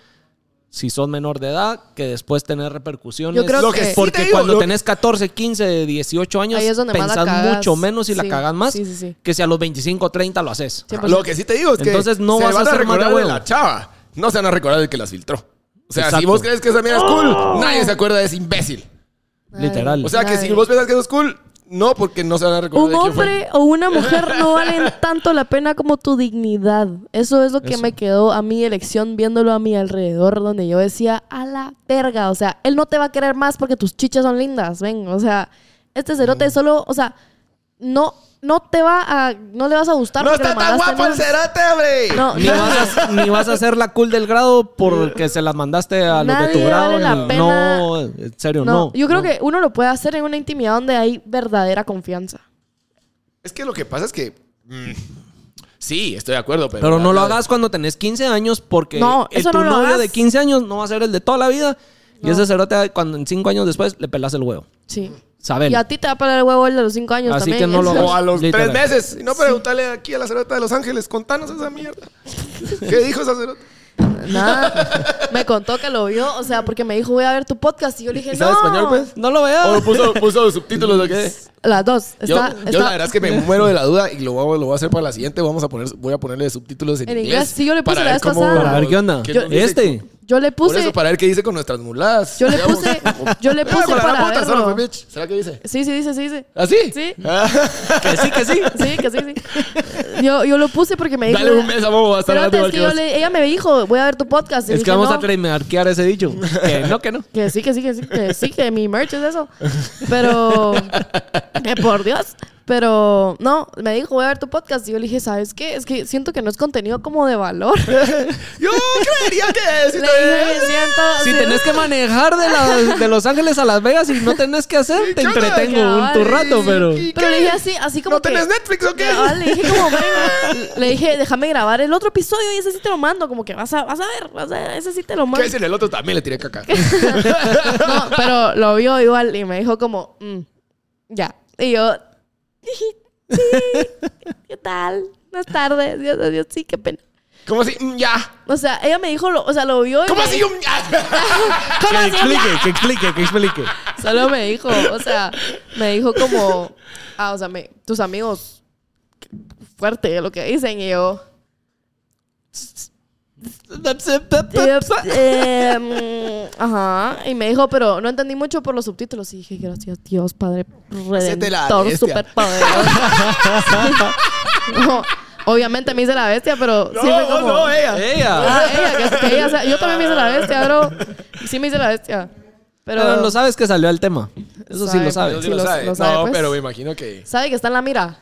Speaker 3: si sos menor de edad, que después tener repercusiones.
Speaker 1: Yo creo Lo que que- sí te
Speaker 3: porque
Speaker 2: digo,
Speaker 3: cuando
Speaker 2: lo-
Speaker 3: tenés 14, 15, 18 años,
Speaker 1: Ahí es donde más la
Speaker 3: pensás
Speaker 1: cagás.
Speaker 3: mucho menos y la
Speaker 1: Sí,
Speaker 3: cagas más
Speaker 1: sí, sí, sí.
Speaker 3: que si a los 25, 30 lo haces.
Speaker 1: 100%.
Speaker 2: Lo que sí te digo es que
Speaker 3: pues. Entonces no
Speaker 2: se
Speaker 3: vas a
Speaker 2: van a,
Speaker 3: ser
Speaker 2: recordar
Speaker 3: mamá
Speaker 2: de
Speaker 3: huevo.
Speaker 2: la chava. No se van a recordar del que las filtró. O sea, si
Speaker 3: Exacto. ¡Oh!
Speaker 2: vos crees que esa mierda es cool, nadie se acuerda de ese imbécil.
Speaker 1: Nadie,
Speaker 3: Literal.
Speaker 2: O sea, que
Speaker 1: nadie.
Speaker 2: si vos pensás que eso es cool, no, porque no se van a recordar
Speaker 1: Un
Speaker 2: de quién fue.
Speaker 1: hombre o una mujer no valen tanto la pena como tu dignidad. Eso es lo que
Speaker 3: Eso.
Speaker 1: me quedó a mi elección viéndolo a mi alrededor, donde yo decía, a la verga. O sea, él no te va a querer más porque tus chichas son lindas. Ven, o sea, este
Speaker 2: Mm.
Speaker 1: cerote solo, o sea, no, no te va a, no le vas a gustar.
Speaker 2: ¡No
Speaker 1: porque
Speaker 2: está
Speaker 1: le
Speaker 2: tan
Speaker 1: mandaste
Speaker 2: guapo el
Speaker 1: nudes.
Speaker 2: cerate, hombre!
Speaker 1: No,
Speaker 3: Ni vas, a, ni vas a ser la cool del grado porque se las mandaste a los de tu
Speaker 1: Nadie
Speaker 3: grado.
Speaker 1: vale la
Speaker 3: ni-
Speaker 1: pena.
Speaker 3: No, en serio,
Speaker 1: no,
Speaker 3: no.
Speaker 1: yo creo que uno lo puede hacer en una intimidad donde hay verdadera confianza.
Speaker 2: Es que lo que pasa es que... mm, sí, estoy de acuerdo, pero...
Speaker 3: Pero no lo hagas cuando tenés 15 años porque
Speaker 1: No,
Speaker 3: el,
Speaker 1: eso
Speaker 3: tu
Speaker 1: no lo
Speaker 3: novio
Speaker 1: hagas.
Speaker 3: de 15 años no va a ser el de toda la vida. Y ese cerote, cuando en 5 años después, le pelas el huevo.
Speaker 1: Sí.
Speaker 3: Sabelo.
Speaker 1: Y a ti te va a parar el huevo el de los cinco años
Speaker 3: Así
Speaker 1: también.
Speaker 3: que no lo
Speaker 2: O a los
Speaker 3: Literal.
Speaker 2: tres meses. Y no preguntarle aquí a la cerota de Los Ángeles, contanos esa mierda. ¿Qué dijo esa cerota?
Speaker 1: Nada. Me contó que lo vio, o sea, porque me dijo, voy a ver tu podcast. Y yo le dije, no.
Speaker 2: ¿Sabe español, pues?
Speaker 3: No lo veas.
Speaker 2: puso, puso subtítulos aquí.
Speaker 1: Las dos. Está,
Speaker 2: Yo,
Speaker 1: está-
Speaker 2: yo la verdad es que me muero de la duda y lo voy, a- lo voy a hacer para la siguiente. Vamos a poner, voy a ponerle subtítulos en,
Speaker 1: En inglés, sí, yo le puse
Speaker 2: para
Speaker 1: la
Speaker 2: ver
Speaker 1: vez
Speaker 2: cómo-
Speaker 1: pasada.
Speaker 3: Para ver qué onda.
Speaker 2: nos dice-
Speaker 3: este.
Speaker 1: yo le
Speaker 2: Por
Speaker 1: puse.
Speaker 2: eso, para ver qué dice con nuestras muladas.
Speaker 1: Yo le
Speaker 2: Digamos,
Speaker 1: puse-
Speaker 2: como-
Speaker 1: yo le
Speaker 2: Ah,
Speaker 1: puse
Speaker 2: con la gran
Speaker 1: para
Speaker 2: puta,
Speaker 1: verlo.
Speaker 2: son los bitch. ¿Será que dice?
Speaker 1: Sí, sí, dice, sí, dice.
Speaker 2: ¿Ah, sí?
Speaker 1: Sí.
Speaker 2: Ah,
Speaker 3: Que sí, que sí.
Speaker 1: Sí, que sí, sí. Yo, yo lo puse porque me dijo.
Speaker 2: Dale un mes a Bobo, va a estar
Speaker 1: Espérate,
Speaker 2: hablando
Speaker 1: es que
Speaker 2: igual
Speaker 1: yo
Speaker 2: que
Speaker 1: le- ella me dijo, voy a ver tu podcast. Y
Speaker 3: Es
Speaker 1: dije,
Speaker 3: que vamos
Speaker 1: "No".
Speaker 3: a tremarquear ese dicho. Que no, que no.
Speaker 1: Que sí, que sí, que sí, que sí, que mi merch es eso. Pero, que por Dios. Pero, no, me dijo, voy a ver tu podcast. Y yo le dije, ¿sabes qué? Es que siento que no es contenido como de valor.
Speaker 2: Yo creería que sí.
Speaker 1: Le
Speaker 2: todavía-
Speaker 1: dije, siento...
Speaker 3: Si
Speaker 1: sí,
Speaker 3: tenés que manejar de, la- de Los Ángeles a Las Vegas y no tenés que hacer, te
Speaker 2: ¿Qué onda?
Speaker 3: entretengo un tu rato, pero...
Speaker 2: ¿Y
Speaker 1: Pero
Speaker 2: qué?
Speaker 1: le dije así, así como
Speaker 2: ¿No
Speaker 1: que...
Speaker 2: tenés Netflix o qué?
Speaker 1: Ah, le dije como, "Ven", le dije, déjame grabar el otro episodio y ese sí te lo mando. Como que vas a, vas a ver, vas a ver, ese sí te lo
Speaker 2: ¿Qué
Speaker 1: mando.
Speaker 2: dice en el otro? También le tiré caca.
Speaker 1: No, pero lo vio igual y me dijo como, "Mm, ya. Y yo, sí, ¿qué tal? Buenas tardes, Dios, Dios, Dios, sí, qué pena.
Speaker 2: ¿Cómo así? Mm, Ya.
Speaker 1: O sea, ella me dijo, lo- o sea, lo vio y
Speaker 2: ¿Cómo
Speaker 1: me-
Speaker 2: así? un ya?
Speaker 1: ¿Cómo así?
Speaker 3: que explique, que explique.
Speaker 1: Solo me dijo, o sea, me dijo como, ah, o sea, me- tus amigos, qué fuerte lo que dicen y yo... Eh, eh, mm, ajá. Y me dijo, pero no entendí mucho por los subtítulos. Y dije, gracias Dios, Padre
Speaker 2: Hacete la
Speaker 1: Redentor,
Speaker 2: bestia.
Speaker 1: superpoderoso. No, obviamente me hice la bestia, pero
Speaker 2: No,
Speaker 1: siempre
Speaker 2: vos
Speaker 1: como...
Speaker 2: no, eh. ella.
Speaker 3: Ella.
Speaker 1: Ah, ella, que, que ella sea- Yo también me hice la bestia, bro. Sí me hice la bestia. Pero,
Speaker 3: Pero, lo sabes que salió el tema. Eso sí
Speaker 1: Sabe, pero
Speaker 3: lo sabes.
Speaker 1: sí lo- lo sabe,
Speaker 2: no,
Speaker 1: pues.
Speaker 2: pero me imagino que
Speaker 1: sabe que está en la mira.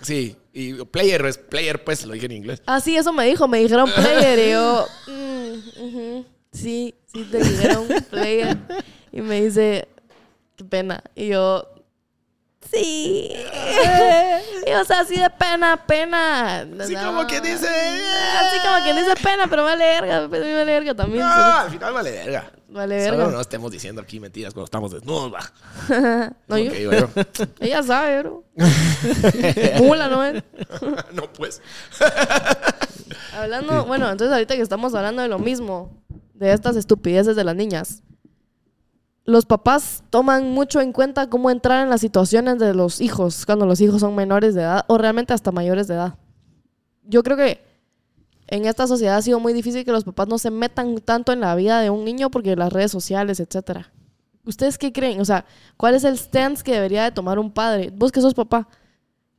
Speaker 2: sí. Y player es player, pues lo dije en inglés.
Speaker 1: Ah, sí, eso me dijo. Me dijeron player. Y yo, mm, ujú, sí, sí, te dijeron player. Y me dice, qué pena. Y yo, sí. Y o sea, así de pena, pena.
Speaker 2: Así
Speaker 1: No.
Speaker 2: como que dice.
Speaker 1: Así como que dice pena, pero vale verga. Pero a mí vale verga también.
Speaker 2: No, al final vale verga.
Speaker 1: Vale
Speaker 2: Solo no
Speaker 1: verga.
Speaker 2: estemos diciendo aquí mentiras cuando estamos desnudos, va.
Speaker 1: No,
Speaker 2: Lo
Speaker 1: yo-
Speaker 2: que digo yo.
Speaker 1: ella sabe, bro. Mula, ¿no es?
Speaker 2: no, pues.
Speaker 1: Hablando, bueno, entonces ahorita que estamos hablando de lo mismo, de estas estupideces de las niñas, los papás toman mucho en cuenta cómo entrar en las situaciones de los hijos cuando los hijos son menores de edad o realmente hasta mayores de edad. Yo creo que en esta sociedad ha sido muy difícil que los papás no se metan tanto en la vida de un niño porque las redes sociales, etcétera. ¿Ustedes qué creen? O sea, ¿cuál es el stance que debería de tomar un padre? Vos que sos papá,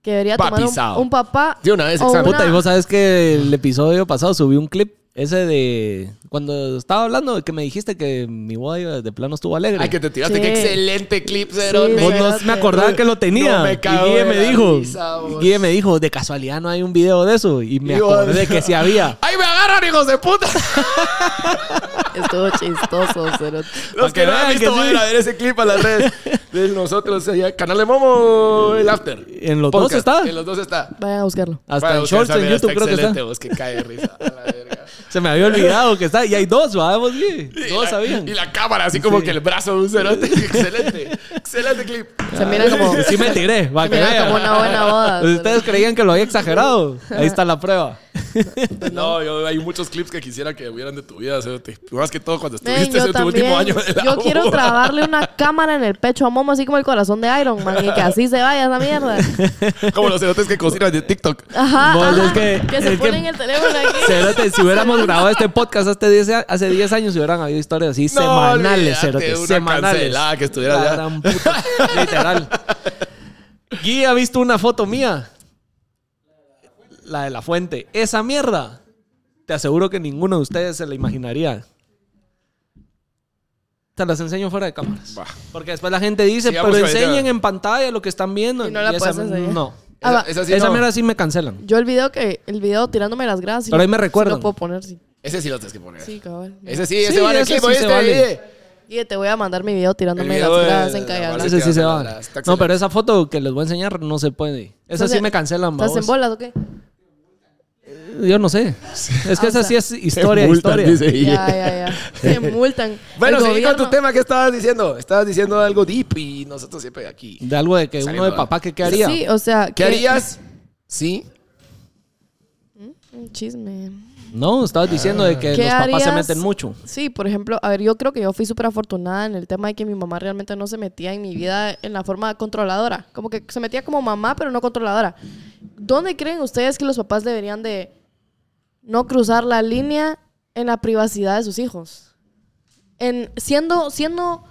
Speaker 1: que debería tomar
Speaker 2: Papizao.
Speaker 1: un- un, papá
Speaker 2: De una vez,
Speaker 1: o
Speaker 2: examen.
Speaker 1: una-
Speaker 3: Puta, y vos sabes que el episodio pasado subí un clip ese de cuando estaba hablando de que me dijiste que mi boda iba- de plano estuvo alegre.
Speaker 2: Ay, que te tiraste.
Speaker 1: Sí.
Speaker 2: Qué excelente clip, cero.
Speaker 1: Sí,
Speaker 3: Vos
Speaker 1: sí.
Speaker 3: no me acordaba que lo tenía.
Speaker 2: No me cago
Speaker 3: y Guille
Speaker 2: de
Speaker 3: me
Speaker 2: la
Speaker 3: dijo,
Speaker 2: risa, vos.
Speaker 3: Guille me dijo, de casualidad no hay un video de eso y me
Speaker 2: Y vos-
Speaker 3: acordé de que sí había.
Speaker 2: ¡Ay, me agarran, hijos de puta!
Speaker 1: Estuvo chistoso, cerote.
Speaker 2: Los que,
Speaker 3: que
Speaker 2: no han
Speaker 3: vean
Speaker 2: visto
Speaker 3: que
Speaker 2: van
Speaker 3: sí.
Speaker 2: a ir a ver ese clip a las redes de nosotros. allá. Canal de Momo, el After.
Speaker 3: En los dos está.
Speaker 2: En los dos está.
Speaker 1: Vayan a buscarlo.
Speaker 3: Hasta
Speaker 2: Bueno,
Speaker 3: en
Speaker 2: que
Speaker 3: shorts
Speaker 2: esa
Speaker 3: en
Speaker 2: mierda
Speaker 3: YouTube creo que
Speaker 2: excelente,
Speaker 3: está.
Speaker 2: vos, que cae de risa. a la verga.
Speaker 3: Se me había olvidado que está. Y hay dos, vamos, Guille.
Speaker 2: Y
Speaker 3: Dos
Speaker 2: la-
Speaker 3: sabían.
Speaker 2: Y la cámara, así como que el brazo de un cerote. excelente. Excelente clip.
Speaker 1: Se
Speaker 2: Ah.
Speaker 1: mira como,
Speaker 3: Sí me tiré, va
Speaker 1: se
Speaker 3: que
Speaker 1: mira
Speaker 3: vean.
Speaker 1: como una buena boda.
Speaker 3: Ustedes creían que lo había exagerado. Ahí está la prueba.
Speaker 2: No, yo, hay muchos clips que quisiera que hubieran de tu vida, cerote. Más que todo cuando
Speaker 1: Men,
Speaker 2: estuviste
Speaker 1: yo
Speaker 2: en tu último año
Speaker 1: también.
Speaker 2: de la
Speaker 1: Yo
Speaker 2: U.
Speaker 1: quiero trabarle una cámara en el pecho a Momo, así como el corazón de Iron Man, y que así se vaya esa mierda.
Speaker 2: Como los cerotes que cocinan de TikTok.
Speaker 1: Ajá.
Speaker 3: Vos,
Speaker 1: ajá,
Speaker 3: es que-
Speaker 1: que, se
Speaker 3: es que-
Speaker 1: ponen el teléfono aquí.
Speaker 3: Cerote, si hubiéramos grabado este podcast hace 10, a- hace 10 años, hubieran habido historias así
Speaker 2: No,
Speaker 3: semanales,
Speaker 2: olvídate,
Speaker 3: cerote,
Speaker 2: una
Speaker 3: semanales.
Speaker 2: cancelada que estuviera
Speaker 3: La
Speaker 2: ya.
Speaker 3: gran puta, literal. Gui ha visto una foto mía. La de la fuente. Esa mierda. Te aseguro que ninguno de ustedes se la imaginaría. Te las enseño fuera de cámaras.
Speaker 2: Va.
Speaker 3: Porque después la gente dice,
Speaker 2: Sigamos
Speaker 3: pero
Speaker 2: con el
Speaker 3: enseñen
Speaker 2: tema.
Speaker 3: en pantalla lo que están viendo.
Speaker 1: Y no la
Speaker 3: esa,
Speaker 1: puedes enseñar.
Speaker 3: no.
Speaker 1: Ah,
Speaker 2: Esa,
Speaker 1: va.
Speaker 2: esa sí
Speaker 3: esa
Speaker 2: no.
Speaker 3: mierda sí me cancelan.
Speaker 1: Yo el video que, el video tirándome las gracias. sí
Speaker 3: Pero
Speaker 1: lo-
Speaker 3: ahí me
Speaker 1: sí
Speaker 3: recuerdan.
Speaker 1: lo puedo poner, sí.
Speaker 2: Ese sí lo tienes que poner.
Speaker 1: Sí, cabal.
Speaker 2: Ese sí, ese
Speaker 3: Sí,
Speaker 2: vale
Speaker 3: ese
Speaker 2: aquí,
Speaker 3: sí se
Speaker 2: este,
Speaker 3: vale.
Speaker 2: oye.
Speaker 1: Y te voy a mandar mi video tirándome
Speaker 2: El video
Speaker 1: las
Speaker 2: de-
Speaker 1: gracias en
Speaker 2: de
Speaker 1: Calle
Speaker 2: la
Speaker 1: Blanca.
Speaker 2: Vale,
Speaker 3: Ese sí se
Speaker 2: cancelan
Speaker 3: va.
Speaker 2: las taxis.
Speaker 3: No, pero esa foto que les voy a enseñar no se puede. Esa sí me cancelan,
Speaker 1: ¿Estás
Speaker 3: babos.
Speaker 1: en bolas o qué?
Speaker 3: Yo no sé. Es que
Speaker 1: Ah,
Speaker 3: esa
Speaker 1: o sea.
Speaker 3: sí es historia, historia.
Speaker 1: Ya, ya, ya. Te multan.
Speaker 2: Bueno,
Speaker 1: El
Speaker 2: seguí con tu
Speaker 1: gobierno-
Speaker 2: tema. ¿Qué estabas diciendo? Estabas diciendo algo deep y nosotros siempre aquí.
Speaker 3: De algo de que
Speaker 2: Saliendo
Speaker 3: uno de
Speaker 2: de-
Speaker 3: papá, ¿qué, qué haría?
Speaker 1: Sí, o sea.
Speaker 2: ¿Qué harías? Sí.
Speaker 1: Un chisme.
Speaker 3: No, estabas diciendo de que
Speaker 1: ¿Qué
Speaker 3: los papás se
Speaker 1: harías?
Speaker 3: meten mucho.
Speaker 1: Sí, por ejemplo, a ver, yo creo que yo fui súper afortunada en el tema de que mi mamá realmente no se metía en mi vida en la forma controladora. Como que se metía como mamá, pero no controladora. ¿Dónde creen ustedes que los papás deberían de no cruzar la línea en la privacidad de sus hijos? En, siendo, siendo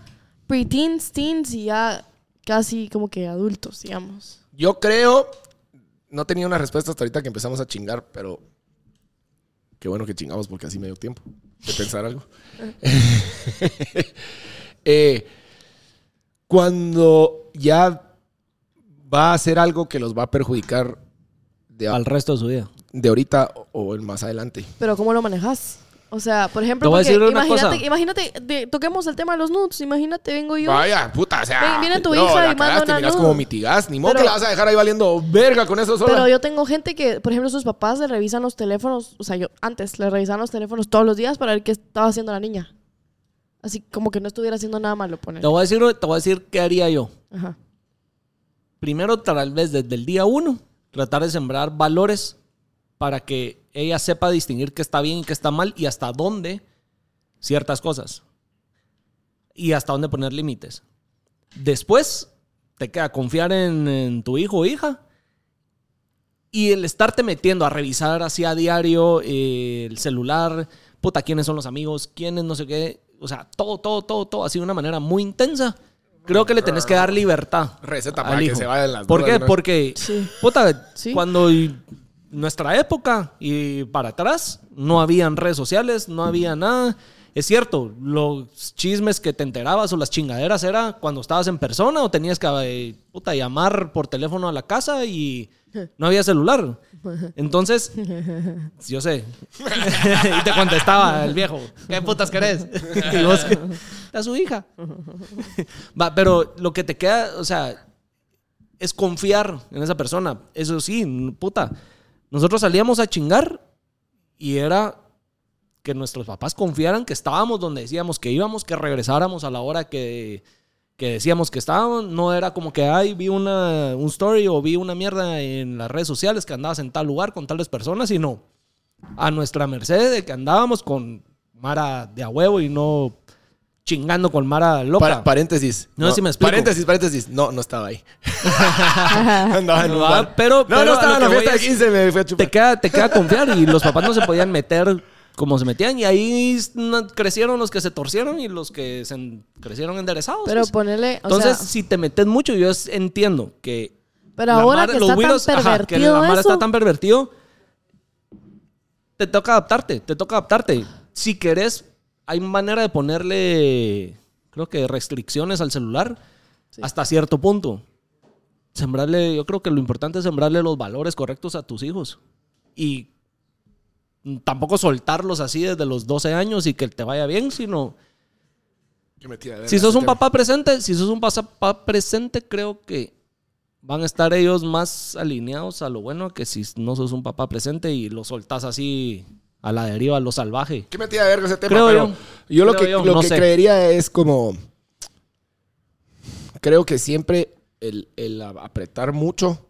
Speaker 1: preteens, teens y ya casi como que adultos, digamos.
Speaker 2: Yo creo. No tenía una respuesta hasta ahorita que empezamos a chingar, pero. Qué bueno que chingamos porque así me dio tiempo de pensar algo. Eh, cuando ya va a hacer algo que los va a perjudicar de,
Speaker 3: Al resto de su vida.
Speaker 2: de ahorita o- o en más adelante.
Speaker 1: Pero ¿cómo lo manejas? O sea, por ejemplo,
Speaker 3: Te voy a
Speaker 1: porque
Speaker 3: decir una
Speaker 1: imagínate,
Speaker 3: cosa.
Speaker 1: imagínate de- toquemos el tema de los nudes. Imagínate, vengo yo.
Speaker 2: Vaya, puta, o sea.
Speaker 1: Ven, viene tu
Speaker 2: no,
Speaker 1: hija
Speaker 2: la
Speaker 1: y manda
Speaker 2: cagaste,
Speaker 1: una
Speaker 2: mirás
Speaker 1: nude.
Speaker 2: como mitigas, ni modo
Speaker 1: Pero-
Speaker 2: que la vas a dejar ahí valiendo verga con eso sola.
Speaker 1: Pero yo tengo gente que, por ejemplo, sus papás le revisan los teléfonos, o sea, yo antes le revisaban los teléfonos todos los días para ver qué estaba haciendo la niña. Así como que no estuviera haciendo nada malo, poner.
Speaker 3: Te voy a decir, te voy a decir qué haría yo.
Speaker 1: Ajá.
Speaker 3: Primero, tal vez desde el día uno, tratar de sembrar valores para que ella sepa distinguir qué está bien y qué está mal y hasta dónde ciertas cosas. Y hasta dónde poner límites. Después, te queda confiar en, en tu hijo o hija. Y el estarte metiendo a revisar así a diario eh, el celular, puta, quiénes son los amigos, quiénes no sé qué. O sea, todo, todo, todo, todo, así de una manera muy intensa. Creo que le tenés que dar libertad.
Speaker 2: Receta
Speaker 3: al
Speaker 2: para que
Speaker 3: hijo.
Speaker 2: se vayan las
Speaker 3: ¿Por
Speaker 2: dudas,
Speaker 3: qué?
Speaker 2: ¿no?
Speaker 3: Porque,
Speaker 1: Sí.
Speaker 3: puta,
Speaker 1: Sí.
Speaker 3: cuando y- nuestra época y para atrás no habían redes sociales, no había nada. Es cierto, los chismes que te enterabas o las chingaderas era cuando estabas en persona o tenías que eh, puta, llamar por teléfono a la casa y no había celular. Entonces, yo sé. y te contestaba el viejo, ¿qué putas querés? y vos, a su hija. Va, pero lo que te queda, o sea, es confiar en esa persona. Eso sí, n- puta. Nosotros salíamos a chingar y era que nuestros papás confiaran que estábamos donde decíamos que íbamos, que regresáramos a la hora que, que decíamos que estábamos. No era como que, ay, vi una, un story o vi una mierda en las redes sociales que andabas en tal lugar con tales personas, sino a nuestra merced de que andábamos con Mara de a huevo y no chingando con Mara loca.
Speaker 2: Pa- paréntesis.
Speaker 3: No sé si me explico.
Speaker 2: Paréntesis, paréntesis. No, no estaba ahí. Andaba en un
Speaker 3: Ah,
Speaker 2: bar.
Speaker 3: pero-
Speaker 2: no,
Speaker 3: pero
Speaker 2: no
Speaker 3: a
Speaker 2: estaba en
Speaker 3: lo
Speaker 2: la
Speaker 3: que
Speaker 2: fiesta de
Speaker 3: voy es-
Speaker 2: 15, me fui a
Speaker 3: te
Speaker 2: chupar.
Speaker 3: queda, te queda confiar y los papás no se podían meter como se metían y ahí no- crecieron los que se torcieron y los que se en- crecieron enderezados.
Speaker 1: Pero
Speaker 3: pues.
Speaker 1: ponerle, o
Speaker 3: Entonces,
Speaker 1: sea,
Speaker 3: si te metes mucho, yo es- entiendo que...
Speaker 1: pero
Speaker 3: la
Speaker 1: ahora
Speaker 3: mara-
Speaker 1: que está
Speaker 3: los
Speaker 1: tan
Speaker 3: güiros, ajá, que
Speaker 1: pervertido
Speaker 3: la mara
Speaker 1: eso,
Speaker 3: está tan pervertido, te toca adaptarte, te toca adaptarte. Si querés, hay manera de ponerle, creo que restricciones al celular hasta cierto punto. Sembrarle, yo creo que lo importante es sembrarle los valores correctos a tus hijos. Y tampoco soltarlos así desde los 12 años y que te vaya bien, sino...
Speaker 2: Qué metida de verga,
Speaker 3: Si sos
Speaker 2: ese
Speaker 3: un
Speaker 2: tema.
Speaker 3: papá presente, si sos un papá presente, creo que van a estar ellos más alineados a lo bueno que si no sos un papá presente y lo soltás así a la deriva, a lo salvaje.
Speaker 2: Qué metida de verga ese tema.
Speaker 3: Creo
Speaker 2: pero
Speaker 3: yo.
Speaker 2: yo. lo
Speaker 3: Creo
Speaker 2: que,
Speaker 3: yo,
Speaker 2: lo
Speaker 3: no
Speaker 2: que
Speaker 3: sé.
Speaker 2: creería es como. Creo que siempre el, el a- apretar mucho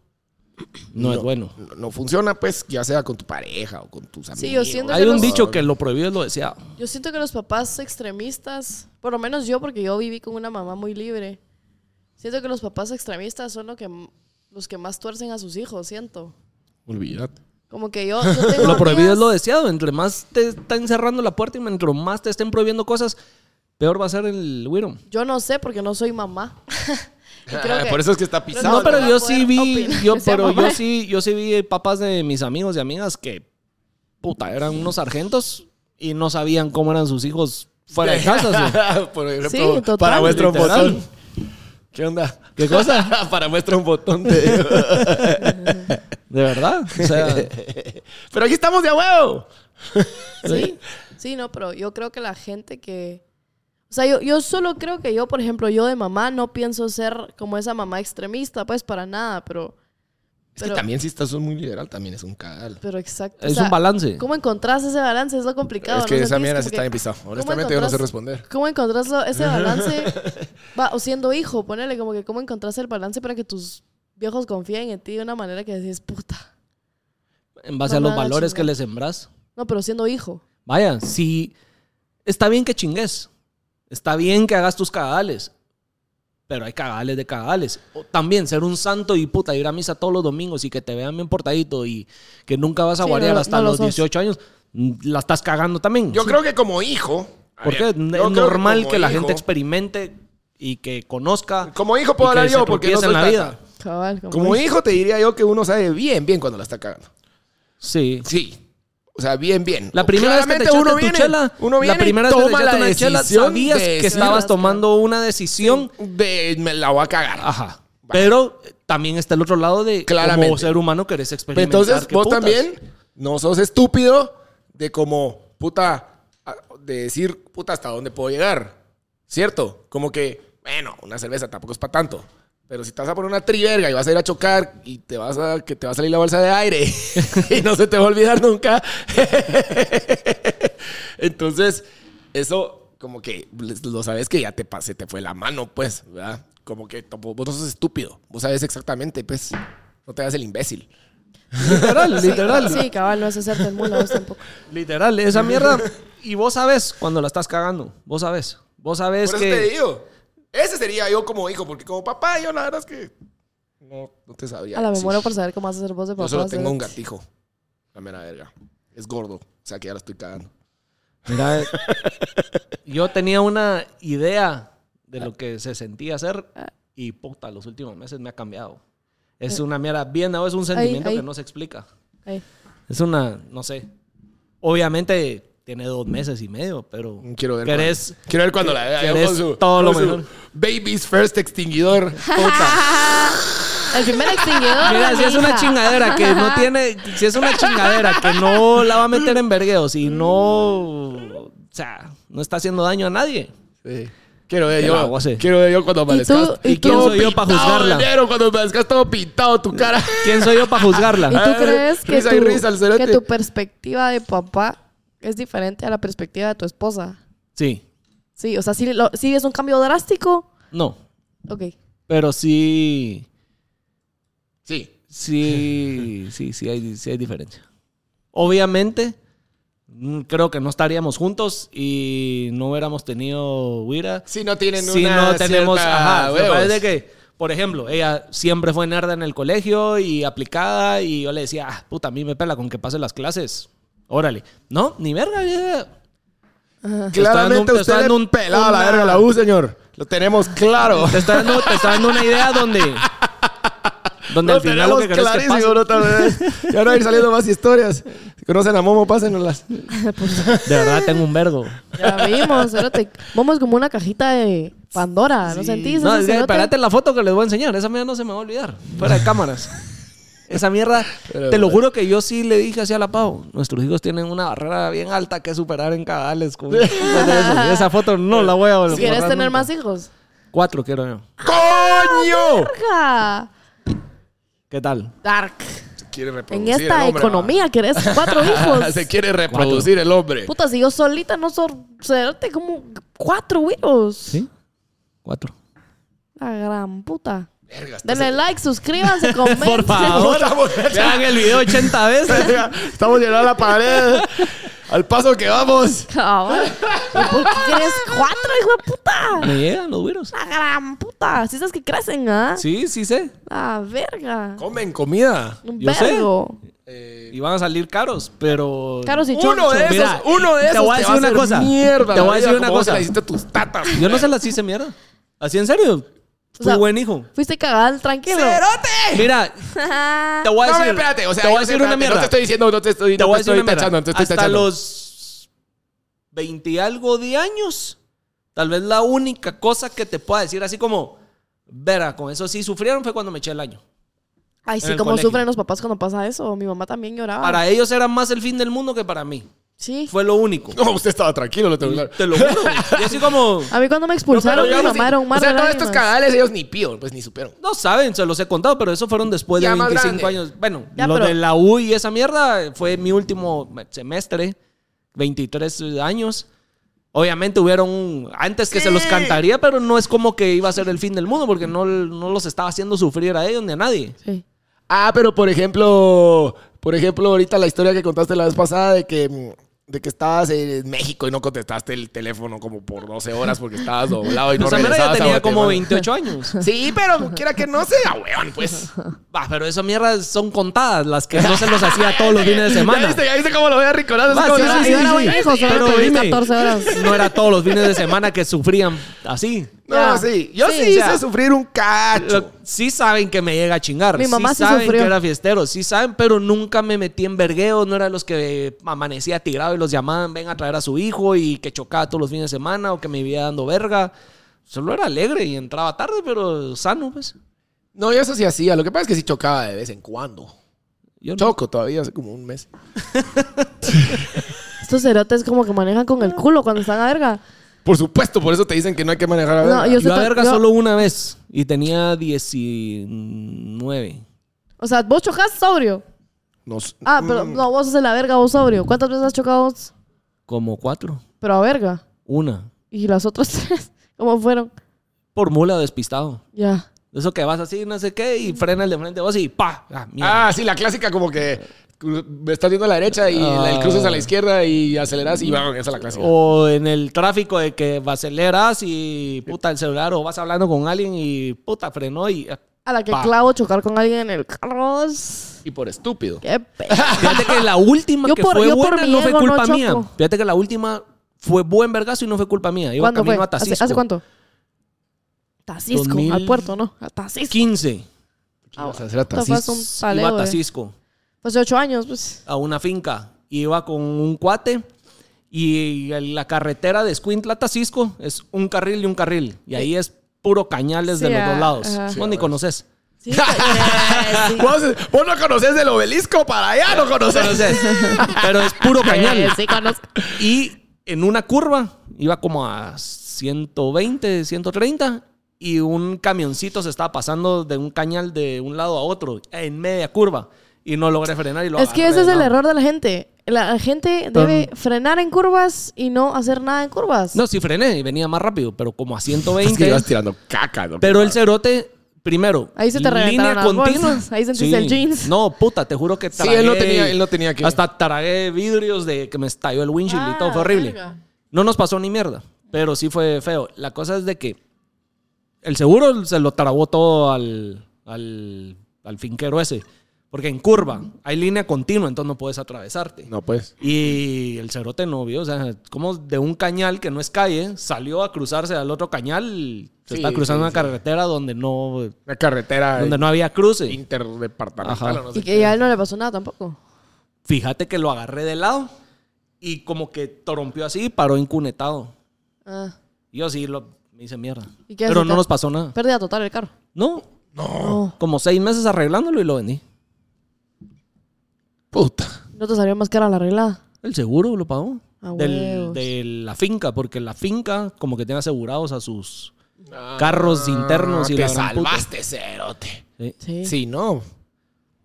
Speaker 3: No, es bueno.
Speaker 2: No, no funciona, pues, ya sea con tu pareja o con tus amigos.
Speaker 1: Sí, yo siento
Speaker 3: Hay
Speaker 1: que
Speaker 3: un
Speaker 1: los-
Speaker 3: dicho que lo prohibido es lo deseado.
Speaker 1: Yo siento que los papás extremistas, por lo menos yo, porque yo viví con una mamá muy libre, siento que los papás extremistas son lo que, m- los que más tuercen a sus hijos, siento.
Speaker 2: Olvídate.
Speaker 1: Como que yo, yo tengo
Speaker 3: Lo prohibido
Speaker 1: amigas-
Speaker 3: es lo deseado. Entre más te están cerrando la puerta y entre más te estén prohibiendo cosas, peor va a ser el Wiron.
Speaker 1: Yo no sé porque no soy mamá. Y creo que-
Speaker 2: Ah, Por eso es que está
Speaker 1: No,
Speaker 2: pisado.
Speaker 3: No, pero
Speaker 1: va a
Speaker 3: yo
Speaker 1: poder
Speaker 3: sí vi,
Speaker 1: opinar
Speaker 3: yo,
Speaker 1: que sea
Speaker 3: pero yo
Speaker 1: mamá.
Speaker 3: sí, yo sí vi papás de mis amigos y amigas que, puta, eran unos sargentos y no sabían cómo eran sus hijos fuera de casa. sí.
Speaker 2: Por ejemplo,
Speaker 1: Sí, total.
Speaker 2: para vuestro
Speaker 3: Literal.
Speaker 2: botón. ¿Qué onda?
Speaker 3: ¿Qué cosa?
Speaker 2: para vuestro botón. te digo.
Speaker 3: De verdad. O sea,
Speaker 2: pero aquí estamos de a huevo.
Speaker 1: Sí, sí, no, pero yo creo que la gente que... O sea, yo, yo solo creo que yo, por ejemplo, yo de mamá no pienso ser como esa mamá extremista, pues para nada, pero...
Speaker 2: Es que
Speaker 1: Pero-
Speaker 2: también si estás muy liberal, también es un cagal.
Speaker 1: Pero exacto. o
Speaker 3: es
Speaker 1: sea,
Speaker 3: un balance.
Speaker 1: ¿Cómo encontrás ese balance? Es lo complicado.
Speaker 2: Es que
Speaker 1: ¿no
Speaker 2: esa
Speaker 1: sentís?
Speaker 2: mierda
Speaker 1: Como
Speaker 2: sí
Speaker 1: que-
Speaker 2: está bien pisado.
Speaker 1: ¿cómo
Speaker 2: Honestamente, yo no sé
Speaker 1: encontrás-
Speaker 2: responder.
Speaker 1: ¿Cómo encontrás lo- ese balance? Va, o siendo hijo, ponele como que cómo encontrás el balance para que tus viejos confíen en ti de una manera que decís, puta.
Speaker 3: En base a los
Speaker 1: Mamá, la
Speaker 3: valores que
Speaker 1: chingada.
Speaker 3: le sembras.
Speaker 1: No, pero siendo hijo.
Speaker 3: Vaya, si está bien que chingues, está bien que hagas tus cagales, pero hay cagales de cagales. O también ser un santo y puta, ir a misa todos los domingos y que te vean bien portadito y que nunca vas a
Speaker 1: Sí,
Speaker 3: guarear
Speaker 1: no,
Speaker 3: hasta
Speaker 1: no lo
Speaker 3: los
Speaker 1: sos.
Speaker 3: 18 años, mm, la estás cagando también.
Speaker 2: Yo creo que como hijo. a
Speaker 3: Porque
Speaker 2: ver,
Speaker 3: es
Speaker 2: yo creo
Speaker 3: normal que,
Speaker 2: como
Speaker 3: la
Speaker 2: hijo-
Speaker 3: gente experimente y que conozca.
Speaker 2: Como hijo puedo
Speaker 3: y que
Speaker 2: hablar
Speaker 3: se
Speaker 2: yo porque no soy
Speaker 3: tropiece en la vida.
Speaker 2: tata.
Speaker 1: Cabal, como,
Speaker 2: Como hijo te diría yo que uno sabe bien, bien cuando la está cagando.
Speaker 3: Sí.
Speaker 2: Sí. O sea, bien, bien.
Speaker 3: La primera vez que te
Speaker 2: Claramente uno
Speaker 3: echaste tu
Speaker 2: viene-
Speaker 3: chela,
Speaker 2: uno viene
Speaker 3: la primera
Speaker 2: y
Speaker 3: vez que te
Speaker 2: toma
Speaker 3: echaste
Speaker 2: la
Speaker 3: una chela,
Speaker 2: decisión
Speaker 3: sabías
Speaker 2: de
Speaker 3: que
Speaker 2: ser-
Speaker 3: estabas tomando una decisión
Speaker 2: de me la voy a cagar.
Speaker 3: Ajá. Pero eh, también está el otro lado de
Speaker 2: Claramente.
Speaker 3: como ser humano querés
Speaker 2: Pero
Speaker 3: experimentar.
Speaker 2: entonces
Speaker 3: qué
Speaker 2: vos
Speaker 3: putas.
Speaker 2: también no sos estúpido de como, puta, a- de decir, puta, hasta dónde puedo llegar. ¿Cierto? Como que, bueno, una cerveza tampoco es para tanto. Pero si te vas a poner una triverga y vas a ir a chocar y te vas a, que te va a salir la bolsa de aire y no se te va a olvidar nunca. entonces, eso como que les- lo sabes que ya te pa- se te fue la mano, pues, ¿verdad? Como que tampoco- vos no sos estúpido. Vos sabes exactamente, pues, no te hagas el imbécil.
Speaker 3: Literal, literal.
Speaker 1: Sí, cabal, no es hacerte el mulo vos tampoco.
Speaker 3: Literal, esa mierda. Y vos sabes cuando la estás cagando. Vos sabes. Vos sabes
Speaker 2: Por eso te
Speaker 3: que.
Speaker 2: digo. Ese sería yo como hijo, porque como papá, yo la verdad es que no, no te sabría.
Speaker 1: A la
Speaker 2: decir.
Speaker 1: memoria por saber cómo vas a hacer voz de ¿eh? papá.
Speaker 2: Yo solo
Speaker 1: ¿sabes?
Speaker 2: tengo un gatijo. La mera verga. Es gordo. O sea que ya la estoy cagando.
Speaker 3: Mira, eh, yo tenía una idea de lo que se sentía hacer y puta, los últimos meses me ha cambiado. Es una mierda bien, ¿no? es un sentimiento
Speaker 1: ahí.
Speaker 3: que no se explica.
Speaker 1: Ahí.
Speaker 3: Es una, no sé. Obviamente tiene dos meses y medio, pero.
Speaker 2: Quiero ver.
Speaker 3: ¿Querés-
Speaker 2: cuando- quiero ver cuando la vea. yo
Speaker 3: querés
Speaker 2: con su-
Speaker 3: todo lo
Speaker 2: con su
Speaker 3: mejor.
Speaker 2: Baby's first extinguidor.
Speaker 1: El primer extinguidor.
Speaker 3: Mira, si es una
Speaker 1: hija.
Speaker 3: chingadera que no tiene, si es una chingadera que no la va a meter en vergueos y no, o sea, no está haciendo daño a nadie.
Speaker 2: Sí. Quiero ver
Speaker 3: Que la
Speaker 2: yo.
Speaker 3: goce.
Speaker 2: Quiero ver yo cuando amanezcas.
Speaker 1: tú- y
Speaker 3: ¿Y quién
Speaker 1: tú-
Speaker 2: todo
Speaker 3: soy yo para
Speaker 2: pintado de
Speaker 3: juzgarla?
Speaker 2: negro, cuando amanezcas todo pintado tu cara.
Speaker 3: ¿Quién soy yo para
Speaker 1: ¿Y
Speaker 3: juzgarla?
Speaker 1: tú
Speaker 2: Ah,
Speaker 1: crees que
Speaker 2: risa y
Speaker 1: tu,
Speaker 2: risa, el cerote.
Speaker 1: que tu perspectiva de papá es diferente a la perspectiva de tu esposa?
Speaker 3: Sí,
Speaker 1: Sí, o sea, sí, lo- sí es un cambio drástico.
Speaker 3: no,
Speaker 1: Ok.
Speaker 3: pero sí,
Speaker 2: Sí.
Speaker 3: sí, sí, sí hay, sí hay diferencia. Obviamente, mm, creo que no estaríamos juntos y no hubiéramos tenido Wira.
Speaker 2: Si no tienen
Speaker 3: si
Speaker 2: una
Speaker 3: no tenemos
Speaker 2: cierta
Speaker 3: ajá, me
Speaker 2: huevos.
Speaker 3: parece que por ejemplo ella siempre fue nerda en el colegio y aplicada y yo le decía ah, puta a mí me pela con que pase las clases órale no ni verga ya. Te está dando un-
Speaker 2: Claramente
Speaker 3: te está
Speaker 2: usted es
Speaker 3: dando
Speaker 2: un
Speaker 3: un-
Speaker 2: pelado a la
Speaker 3: una-
Speaker 2: verga la U, señor. Lo tenemos claro.
Speaker 3: te está dando te está dando una idea donde donde al final lo que querés que pase.
Speaker 2: no Ya no ir saliendo más historias. Si conocen a Momo, pásenoslas.
Speaker 3: de verdad tengo un vergo
Speaker 1: Ya vimos, cerote. Vamos como una cajita de Pandora, ¿no sentís?
Speaker 3: no
Speaker 1: ese
Speaker 3: es que,
Speaker 1: cerote?
Speaker 3: espérate la foto que les voy a enseñar esa mierda no se me va a olvidar fuera de cámaras esa mierda,
Speaker 2: Pero
Speaker 3: te lo
Speaker 2: bueno.
Speaker 3: juro que yo sí le dije así a la Pau. Nuestros hijos tienen una barrera bien alta que superar en cadales. con- con eso. Y Esa foto no la voy a volver. a
Speaker 1: ¿Quieres
Speaker 3: borrar
Speaker 1: tener
Speaker 3: nunca.
Speaker 1: más hijos?
Speaker 3: Cuatro quiero yo.
Speaker 2: ¡Coño!
Speaker 1: ¡Ja!
Speaker 3: ¿Qué tal?
Speaker 1: Dark.
Speaker 2: Quiere
Speaker 1: En
Speaker 2: reproducir
Speaker 1: esta
Speaker 2: Oh, el hombre,
Speaker 1: economía querés cuatro
Speaker 2: va.
Speaker 1: hijos.
Speaker 2: Se quiere reproducir el hombre.
Speaker 1: Puta, si yo solita no soy cerote, como cuatro güeros.
Speaker 3: ¿Sí? Cuatro.
Speaker 1: La gran puta.
Speaker 2: Verga, estás-
Speaker 1: Denle like, suscríbanse, comenten.
Speaker 3: Por favor,
Speaker 2: Estamos-
Speaker 3: vean el video 80 veces.
Speaker 2: Estamos llenando la pared. Al paso que vamos.
Speaker 1: Cabal. ¿Y ¿Por qué quieres cuatro, hijo de puta?
Speaker 3: Me llegan los virus.
Speaker 1: La gran puta. Si sabes que crecen, ¿ah?
Speaker 3: Sí, sí sé.
Speaker 1: La verga.
Speaker 2: Comen comida.
Speaker 1: Un
Speaker 3: Yo sé.
Speaker 1: vergo.
Speaker 3: Y van a salir caros, pero...
Speaker 1: Caros y
Speaker 2: Uno de
Speaker 1: chonchos.
Speaker 2: esos,
Speaker 3: Mira,
Speaker 2: uno de
Speaker 3: te
Speaker 2: esos.
Speaker 3: voy a decir
Speaker 2: va
Speaker 3: una
Speaker 2: hacer
Speaker 3: cosa.
Speaker 2: Mierda,
Speaker 3: Te
Speaker 2: la
Speaker 3: voy a decir
Speaker 2: vida,
Speaker 3: una
Speaker 2: como vos
Speaker 3: cosa.
Speaker 2: la hiciste a tus tatas.
Speaker 3: Yo no se las hice mierda. Así en serio.
Speaker 1: O
Speaker 3: Fui
Speaker 1: sea,
Speaker 3: buen hijo.
Speaker 1: Fuiste cagal, tranquilo.
Speaker 2: ¡Cerote!
Speaker 3: Mira, te voy a
Speaker 2: No,
Speaker 3: decir...
Speaker 2: no, espérate. O sea,
Speaker 3: te voy
Speaker 2: yo sé,
Speaker 3: a decir una
Speaker 2: espérate,
Speaker 3: mierda.
Speaker 2: No te estoy diciendo, no te estoy,
Speaker 3: Te
Speaker 2: no
Speaker 3: voy
Speaker 2: te
Speaker 3: a decir
Speaker 2: estoy
Speaker 3: una mierda.
Speaker 2: tachando, no te estoy
Speaker 3: Hasta
Speaker 2: tachando.
Speaker 3: los 20 y algo de años, tal vez la única cosa que te pueda decir así como, verá, con eso sí sufrieron fue cuando me eché el año.
Speaker 1: Ay,
Speaker 3: En
Speaker 1: sí,
Speaker 3: el
Speaker 1: como
Speaker 3: colegio.
Speaker 1: sufren los papás cuando pasa eso. Mi mamá también lloraba.
Speaker 3: Para ellos era más el fin del mundo que para mí.
Speaker 1: Sí.
Speaker 3: Fue lo único.
Speaker 2: No, usted estaba tranquilo, lo tengo claro.
Speaker 3: Te lo juro. güey. Y así como,
Speaker 1: A mí cuando me
Speaker 2: No, pero
Speaker 1: expulsaron, mi
Speaker 2: digamos,
Speaker 1: mamá era un mar
Speaker 2: O sea,
Speaker 1: de
Speaker 2: todos estos
Speaker 1: lágrimas.
Speaker 2: canales ellos ni pío, pues ni supieron.
Speaker 3: no saben, se los he contado, pero eso fueron después de
Speaker 2: Ya más
Speaker 3: 25
Speaker 2: grande.
Speaker 3: años. Bueno,
Speaker 1: Ya,
Speaker 3: lo
Speaker 1: pero-
Speaker 3: de la U y esa mierda fue mi último semestre, 23 años. Obviamente hubieron antes que se los cantaría, pero no es como que iba a ser el fin del mundo porque no, no los estaba haciendo sufrir a ellos ni a nadie.
Speaker 1: Sí.
Speaker 2: Ah, pero por ejemplo, por ejemplo, ahorita la historia que contaste la vez pasada de que, mm, de que estabas en México y no contestaste el teléfono como por 12 horas porque estabas doblado y no
Speaker 3: Pues a menos ya
Speaker 2: regresabas a
Speaker 3: tenía como
Speaker 2: Guatemala.
Speaker 3: 28 años.
Speaker 2: Sí, pero quiera que no sea, weón, pues.
Speaker 3: Bah, pero esas mierdas son contadas, las que no se los hacía todos los fines de
Speaker 2: ¿Ya
Speaker 3: semana.
Speaker 2: viste, ya viste cómo lo voy a ricolar?
Speaker 3: Ah, sí, sí,
Speaker 1: Ahora-
Speaker 3: sí,
Speaker 1: ahora
Speaker 3: sí,
Speaker 1: voy,
Speaker 3: sí.
Speaker 1: hijo, solo
Speaker 3: Pero
Speaker 2: ¿eh?
Speaker 1: te di
Speaker 3: dime.
Speaker 1: 14 horas.
Speaker 3: No era todos los fines de semana que sufrían así.
Speaker 2: No,
Speaker 1: Ya.
Speaker 2: sí. Yo sí,
Speaker 1: Sí,
Speaker 2: hice
Speaker 3: o sea,
Speaker 2: sufrir un cacho.
Speaker 3: Lo- sí saben que me llega a chingar.
Speaker 1: Mi mamá
Speaker 3: sí
Speaker 1: sí
Speaker 3: saben
Speaker 1: sufrió.
Speaker 3: que era fiestero. Sí saben, pero nunca me metí en vergueos. No era de los que amanecía tirado y los llamaban, ven a traer a su hijo y que chocaba todos los fines de semana o que me vivía dando verga. Solo era alegre y entraba tarde, pero sano, pues.
Speaker 2: No, yo eso sí hacía. Lo que pasa es que sí chocaba de vez en cuando.
Speaker 3: Yo no.
Speaker 2: Choco todavía hace como un mes.
Speaker 1: Estos cerotes como que manejan con el culo cuando están a verga.
Speaker 2: Por supuesto, por eso te dicen que no hay que manejar a
Speaker 1: No,
Speaker 2: verga.
Speaker 1: yo-
Speaker 3: Yo a
Speaker 1: ta-
Speaker 3: verga
Speaker 1: yo-
Speaker 3: solo una vez y tenía 19.
Speaker 1: O sea, vos chocas sobrio.
Speaker 2: Nos-
Speaker 1: Ah, pero
Speaker 2: Mm.
Speaker 1: no, vos sos de la verga, vos sobrio. ¿Cuántas veces has chocado vos?
Speaker 3: Como cuatro.
Speaker 1: Pero a verga.
Speaker 3: Una.
Speaker 1: ¿Y las otras tres? ¿Cómo fueron?
Speaker 3: Por mula despistado.
Speaker 1: Ya.
Speaker 3: Eso que vas así, no sé qué, y frena el de frente a vos y ¡pa! Ah, mierda.
Speaker 2: Ah, sí, la clásica como que cru- estás viendo a la derecha y
Speaker 3: Ah. Oh.
Speaker 2: la- el cruces a la izquierda y aceleras y van, esa es la clásica.
Speaker 3: O en el tráfico de que aceleras y puta el celular o vas hablando con alguien y puta frenó y...
Speaker 1: A la que
Speaker 3: Pa.
Speaker 1: clavo chocar con alguien en el carro.
Speaker 2: Y por estúpido.
Speaker 1: Qué pe...
Speaker 3: Fíjate que la última
Speaker 1: Yo
Speaker 3: que
Speaker 1: por-
Speaker 3: fue
Speaker 1: yo por
Speaker 3: buena
Speaker 1: mi
Speaker 3: no fue
Speaker 1: ego no
Speaker 3: culpa mía.
Speaker 1: choco.
Speaker 3: Fíjate que la última fue buen vergazo y no fue culpa mía. Iba
Speaker 1: ¿Cuándo
Speaker 3: camino
Speaker 1: fue?
Speaker 3: a
Speaker 1: ¿Hace,
Speaker 3: Tacisco.
Speaker 1: hace cuánto? Tacisco,
Speaker 3: 2000.
Speaker 1: al puerto, ¿no? A Tacisco.
Speaker 3: 15.
Speaker 1: Ah,
Speaker 2: Ibas a hacer a
Speaker 1: esto fue hace un
Speaker 2: Tacisco.
Speaker 1: paleo,
Speaker 3: Iba a
Speaker 1: eh.
Speaker 3: Tacisco.
Speaker 1: Fue hace ocho años, pues.
Speaker 3: a una finca. Iba con un cuate y la carretera de Escuintla a Tacisco es un carril y un carril. Y ahí es puro cañales
Speaker 1: Sí,
Speaker 3: de los
Speaker 1: ah,
Speaker 3: dos lados.
Speaker 1: ajá. Sí,
Speaker 3: Vos ni
Speaker 2: a ver.
Speaker 3: conoces.
Speaker 1: Sí, que- sí.
Speaker 2: ¿Vos, vos no conocés del obelisco para allá, no conocés.
Speaker 3: Conoces. Pero es puro
Speaker 1: Eh,
Speaker 3: cañal.
Speaker 1: Sí, conozco.
Speaker 3: Y en una curva iba como a 120, 130 y un camioncito se estaba pasando de un cañal de un lado a otro en media curva y no logré frenar y lo
Speaker 1: Es que
Speaker 3: agarré
Speaker 1: ese es
Speaker 3: de
Speaker 1: el
Speaker 3: lado.
Speaker 1: error de la gente. La gente debe frenar en curvas y no hacer nada en curvas.
Speaker 3: No, sí frené y venía más rápido, pero como a 120.
Speaker 2: Es que ibas tirando caca, ¿no?
Speaker 3: Pero el cerote, primero.
Speaker 1: Ahí se te
Speaker 3: línea
Speaker 1: reventaron las
Speaker 3: continua.
Speaker 1: bolsas, ahí sentiste el jeans.
Speaker 3: No, puta, te juro que
Speaker 2: Sí, él no tenía- él no tenía que-
Speaker 3: Hasta tragué vidrios de que me estalló el windshield y
Speaker 1: Ah,
Speaker 3: todo. Fue horrible.
Speaker 1: verga.
Speaker 3: No nos pasó ni mierda, pero sí fue feo. La cosa es de que el seguro se lo trabó todo al, al, al finquero ese. Porque en curva hay línea continua, entonces no puedes atravesarte.
Speaker 2: No, pues.
Speaker 3: Y el cerote no vio, o sea, como de un cañal que no es calle, salió a cruzarse al otro cañal, se
Speaker 2: Sí,
Speaker 3: está cruzando
Speaker 2: sí,
Speaker 3: una
Speaker 2: sí.
Speaker 3: carretera donde no,
Speaker 2: Una carretera
Speaker 3: donde no había cruce.
Speaker 2: interdepartamental
Speaker 3: Ajá.
Speaker 2: o no sé
Speaker 1: Y
Speaker 2: qué.
Speaker 1: que a él no le pasó nada tampoco.
Speaker 3: Fíjate que lo agarré de lado y como que torompió así y paró incunetado.
Speaker 1: Ah,
Speaker 3: Y yo sí lo, me hice mierda.
Speaker 1: ¿Y qué
Speaker 3: Pero
Speaker 1: haces,
Speaker 3: no
Speaker 1: Tat?
Speaker 3: nos pasó nada.
Speaker 1: pérdida total el carro.
Speaker 3: No,
Speaker 1: No.
Speaker 3: como seis meses arreglándolo y lo vendí.
Speaker 2: Puta.
Speaker 1: No te salió más cara la arreglada.
Speaker 3: El seguro lo pagó.
Speaker 1: Ah,
Speaker 3: Del-
Speaker 1: huevos.
Speaker 3: de la finca, porque la finca como que tiene asegurados a sus carros internos y
Speaker 2: Ah, te
Speaker 3: la gran puta.
Speaker 2: salvaste, cerote.
Speaker 3: Sí.
Speaker 1: Sí.
Speaker 2: Sí, no.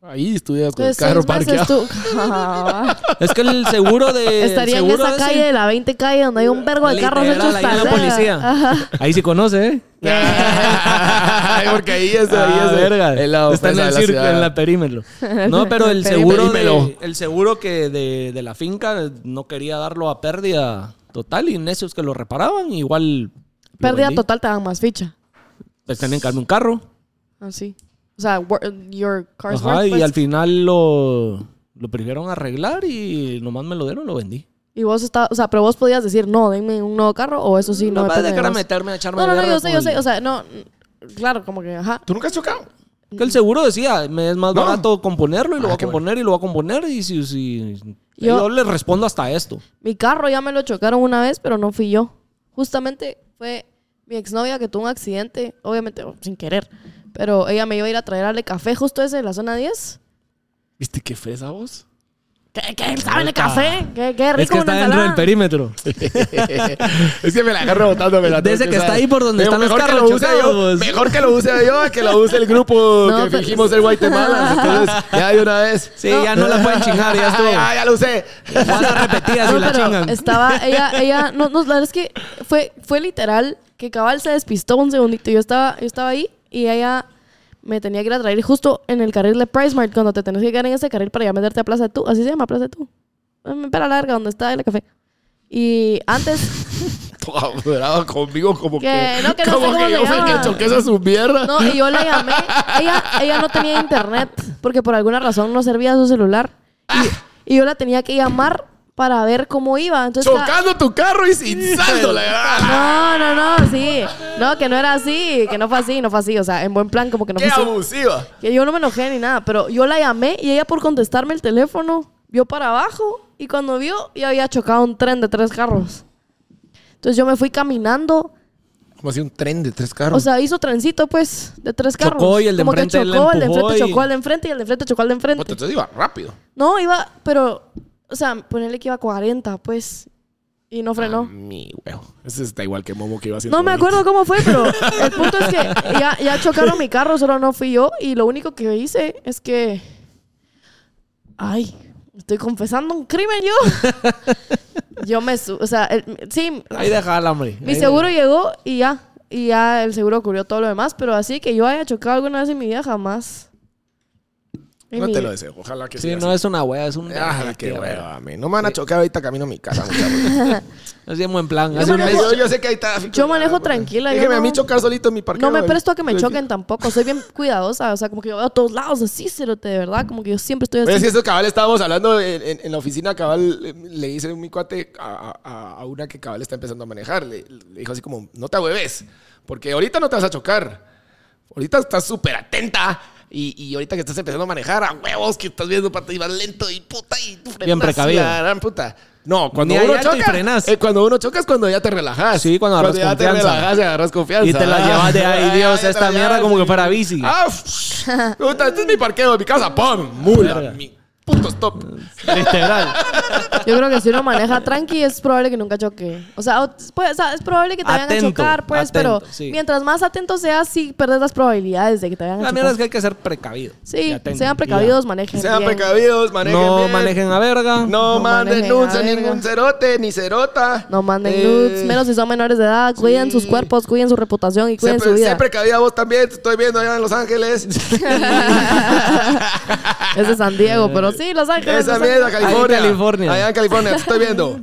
Speaker 2: Ahí estuvieras con el
Speaker 1: Entonces,
Speaker 2: carro
Speaker 1: seis meses
Speaker 2: parqueado.
Speaker 1: tú... Ah,
Speaker 3: Es que el seguro de.
Speaker 1: Estaría
Speaker 3: el
Speaker 1: en
Speaker 3: Eh, seguro
Speaker 1: esa
Speaker 3: ese-
Speaker 1: calle de la 20 calle donde hay un vergo de carros
Speaker 3: Literal,
Speaker 1: hechos
Speaker 3: ahí en la
Speaker 1: para
Speaker 3: policía.
Speaker 1: Ajá.
Speaker 3: Ahí sí conoce, ¿eh?
Speaker 2: Ay, porque ahí es, ahí
Speaker 3: Ah,
Speaker 2: es el-
Speaker 3: verga.
Speaker 2: el lado
Speaker 3: Está en
Speaker 2: fresa
Speaker 3: el
Speaker 2: de la
Speaker 3: circo,
Speaker 2: ciudad.
Speaker 3: en la perímetro. No, pero el seguro, de-
Speaker 2: Perímetro.
Speaker 3: el seguro que de, de la finca no quería darlo a pérdida total y necios que lo reparaban. Igual. lo
Speaker 1: Pérdida
Speaker 3: vendí.
Speaker 1: total te dan más ficha.
Speaker 3: Pues tenían que darme un carro.
Speaker 1: Así. O sea, wor- your car's
Speaker 3: Ajá,
Speaker 1: worth,
Speaker 3: y
Speaker 1: pues.
Speaker 3: al final lo, lo prefirieron arreglar y nomás me lo dieron, lo vendí.
Speaker 1: Y vos está, o sea, pero vos podías decir, no, denme un nuevo carro o eso sí, no,
Speaker 3: Capaz
Speaker 1: depende
Speaker 3: de
Speaker 1: de
Speaker 3: que era
Speaker 1: vos.
Speaker 3: meterme a Mm, echarme
Speaker 1: No, no, no,
Speaker 3: guerra
Speaker 1: yo sé,
Speaker 3: con
Speaker 1: yo
Speaker 3: el-
Speaker 1: sé, o sea, no, mm, claro, como que, ajá.
Speaker 2: ¿Tú nunca has chocado?
Speaker 3: Que el seguro decía, me es más
Speaker 2: No.
Speaker 3: barato componerlo y lo
Speaker 2: Ah,
Speaker 3: voy a
Speaker 2: qué
Speaker 3: componer y lo voy a componer y si, si-
Speaker 1: Yo-
Speaker 3: yo, le respondo hasta esto.
Speaker 1: Mi carro ya me lo chocaron una vez, pero no fui yo. Justamente fue mi exnovia que tuvo un accidente, obviamente oh, sin querer, pero ella me iba a ir a traer al café justo ese de la zona 10.
Speaker 2: ¿Viste qué fresa vos?
Speaker 1: ¿Qué, qué sabe el café? ¿Qué, qué rico
Speaker 3: es que
Speaker 1: una
Speaker 3: está dentro
Speaker 1: ensalada.
Speaker 3: del perímetro.
Speaker 2: es que me la agarro botando. Me la
Speaker 3: Desde
Speaker 2: tengo
Speaker 3: que está ahí por donde
Speaker 2: Pero
Speaker 3: están los
Speaker 2: mejor que
Speaker 3: carros
Speaker 2: lo use
Speaker 3: chocados,
Speaker 2: yo,
Speaker 3: vos.
Speaker 2: Mejor que lo use yo a que lo use el grupo
Speaker 1: No,
Speaker 2: que
Speaker 1: pero-
Speaker 2: fingimos ser Guatemala. Entonces, ya de una vez.
Speaker 3: Sí, ya no la pueden chingar, ya estuvo.
Speaker 2: Ah, ya lo usé.
Speaker 3: Vas a repetir así
Speaker 1: No,
Speaker 3: la
Speaker 1: pero
Speaker 3: chingan.
Speaker 1: estaba ella, ella, no, no, la verdad es que fue, fue literal que cabal se despistó un segundito. Yo estaba, yo estaba ahí y ella me tenía que ir a traer justo en el carril de Price Mart, cuando te tenés que quedar en ese carril para ya meterte a Plaza de Tú. Así se llama Plaza de Tú. En Pera Larga, donde está el café. Y antes,
Speaker 2: Todo apoderado conmigo como
Speaker 1: Que
Speaker 2: que...
Speaker 1: no, que no sé
Speaker 2: como
Speaker 1: cómo
Speaker 2: que
Speaker 1: se
Speaker 2: yo fui el
Speaker 1: llama.
Speaker 2: que choqué esa su mierda.
Speaker 1: no, y yo la llamé. Ella, ella no tenía internet porque por alguna razón no servía su celular. Y, y yo la tenía que llamar para ver cómo iba. Entonces, la-
Speaker 2: Chocando tu carro y Ah, sin saldo. la verdad.
Speaker 1: No, no, no, sí. No, que no era así, que no fue así, no fue así. O sea, en buen plan, como que no
Speaker 2: ¡Qué
Speaker 1: fue así.
Speaker 2: abusiva!
Speaker 1: Que yo no me enojé ni nada, pero yo la llamé y ella por contestarme el teléfono vio para abajo y cuando vio ya había chocado un tren de tres carros. Entonces yo me fui caminando,
Speaker 2: Como así un tren de tres
Speaker 1: o
Speaker 2: carros.
Speaker 1: sea, hizo trencito pues de tres
Speaker 3: Chocó
Speaker 1: carros.
Speaker 3: y el de
Speaker 1: Como que
Speaker 3: enfrente la
Speaker 1: chocó, el de
Speaker 3: empujó
Speaker 1: enfrente
Speaker 3: y-
Speaker 1: chocó al de enfrente y el de enfrente chocó al de enfrente.
Speaker 2: Puta, entonces iba rápido.
Speaker 1: No, iba, pero, o sea, ponerle que iba a 40 pues y no frenó.
Speaker 2: Ah, Mi huevo. Ese está igual que Momo que iba haciendo.
Speaker 1: No me acuerdo cómo fue, pero el punto es que ya, ya chocaron mi carro, solo no fui yo. Y lo único que hice es que. Ay, estoy confesando un crimen yo. Yo me. su- O sea, el- sí,
Speaker 3: Ahí déjala, hombre.
Speaker 1: mi seguro llegó y ya. Y ya el seguro cubrió todo lo demás. Pero así que yo haya chocado alguna vez en mi vida, jamás. En
Speaker 2: No
Speaker 1: mi-
Speaker 2: te lo deseo. Ojalá que
Speaker 3: Sí,
Speaker 2: sea
Speaker 3: no es una wea, es un.
Speaker 2: Ah, qué hueva, men. No me van a chocar ahorita camino a mi casa, muchachos.
Speaker 3: Así en buen plan.
Speaker 1: Yo
Speaker 3: Hace un
Speaker 1: manejo-
Speaker 3: mes-
Speaker 2: yo, yo sé que ahí está.
Speaker 1: Yo manejo tranquila, yo
Speaker 2: Déjeme a
Speaker 1: no-
Speaker 2: mí chocar solito en mi parque.
Speaker 1: No me presto a que
Speaker 2: Pues
Speaker 1: me choquen tampoco. Soy bien cuidadosa. O sea, como que yo veo a todos lados así, cerote, de verdad. Como que yo siempre estoy así.
Speaker 2: Oye, si esos cabal estábamos hablando en, en- en la oficina, cabal eh, le dice mi cuate a, a- a una que cabal está empezando a manejar. Le, le dijo así como, no te hueves, porque ahorita no te vas a chocar. Ahorita estás súper atenta. Y, y ahorita que estás empezando a manejar, a huevos que estás viendo para ti vas lento y puta y tú frenas
Speaker 3: Bien precavido.
Speaker 2: la gran puta. No, cuando
Speaker 3: Ni
Speaker 2: uno
Speaker 3: ahí alto y
Speaker 2: choca,
Speaker 3: frenas.
Speaker 2: eh, cuando uno choca es cuando ya te relajas.
Speaker 3: Sí, cuando agarras
Speaker 2: ya te
Speaker 3: confianza.
Speaker 2: relajas y agarras confianza.
Speaker 3: Y te la llevas de
Speaker 2: Ah,
Speaker 3: ahí, Dios,
Speaker 2: ya te la
Speaker 3: esta mierda
Speaker 2: llevas
Speaker 3: como que
Speaker 2: y-
Speaker 3: para bici.
Speaker 2: Ah, pff. Puta, este es mi parqueo de mi casa. ¡Pam! Mula. Mi puto stop.
Speaker 3: Literal.
Speaker 1: Yo creo que si uno maneja tranqui es probable que nunca choque. O sea, o- pues, o sea, es probable que te vayan a
Speaker 3: Atento,
Speaker 1: chocar, pues,
Speaker 3: atento,
Speaker 1: pero
Speaker 3: sí.
Speaker 1: mientras más atento seas, sí perdes las probabilidades de que te vayan a
Speaker 3: La
Speaker 1: chocar.
Speaker 3: mierda es que hay que ser precavido.
Speaker 1: Sí,
Speaker 3: Ya tengo.
Speaker 1: sean precavidos, manejen
Speaker 2: Sean
Speaker 1: bien.
Speaker 2: precavidos, manejen
Speaker 3: No
Speaker 2: bien.
Speaker 3: manejen a verga.
Speaker 2: No,
Speaker 1: No
Speaker 2: manden
Speaker 1: manejen,
Speaker 2: nudes a
Speaker 1: a ver,
Speaker 2: ningún
Speaker 1: no.
Speaker 2: cerote ni cerota.
Speaker 1: No manden
Speaker 2: Eh,
Speaker 1: nudes, menos si son menores de edad. Cuiden sus cuerpos, cuiden su reputación y
Speaker 2: Sé,
Speaker 1: cuiden su
Speaker 2: pre- sé
Speaker 1: vida.
Speaker 2: precavida vos también, te estoy viendo allá en Los Ángeles.
Speaker 1: Es de San Diego, pero sí, Los Ángeles.
Speaker 2: Esa
Speaker 1: Los
Speaker 2: mierda,
Speaker 1: Ángeles.
Speaker 2: California.
Speaker 3: Ahí en California.
Speaker 2: Allá en California, te estoy viendo.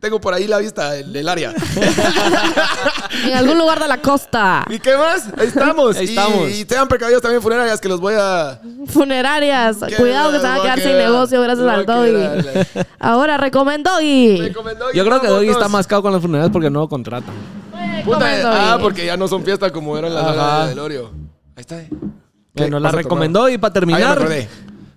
Speaker 2: Tengo por ahí la vista del, del área.
Speaker 1: En algún lugar de la costa.
Speaker 2: ¿Y qué más? Ahí estamos.
Speaker 3: Ahí
Speaker 2: Y-
Speaker 3: estamos.
Speaker 2: Y, sean precavidos también funerarias que los voy a...
Speaker 1: Funerarias.
Speaker 2: Qué
Speaker 1: Cuidado que se van a
Speaker 2: va
Speaker 1: quedar sin
Speaker 2: quedar,
Speaker 1: negocio gracias
Speaker 2: va
Speaker 1: al
Speaker 2: a quedar,
Speaker 1: Doggy. Ahora recomendó y...
Speaker 2: Recomendó
Speaker 3: Yo creo que Doggy está
Speaker 2: vámonos.
Speaker 3: mascado con las funerarias porque no lo contratan.
Speaker 2: Puta, eh,
Speaker 1: Recomendó
Speaker 2: ah,
Speaker 1: y-
Speaker 2: porque ya no son fiestas como eran las
Speaker 3: Ajá.
Speaker 2: horas de velorio. Ahí está. eh. ¿Qué?
Speaker 3: Bueno, la
Speaker 2: Vas a tomar.
Speaker 3: recomendó y
Speaker 2: Ah, ya
Speaker 3: para
Speaker 2: me
Speaker 3: terminar,
Speaker 2: acordé.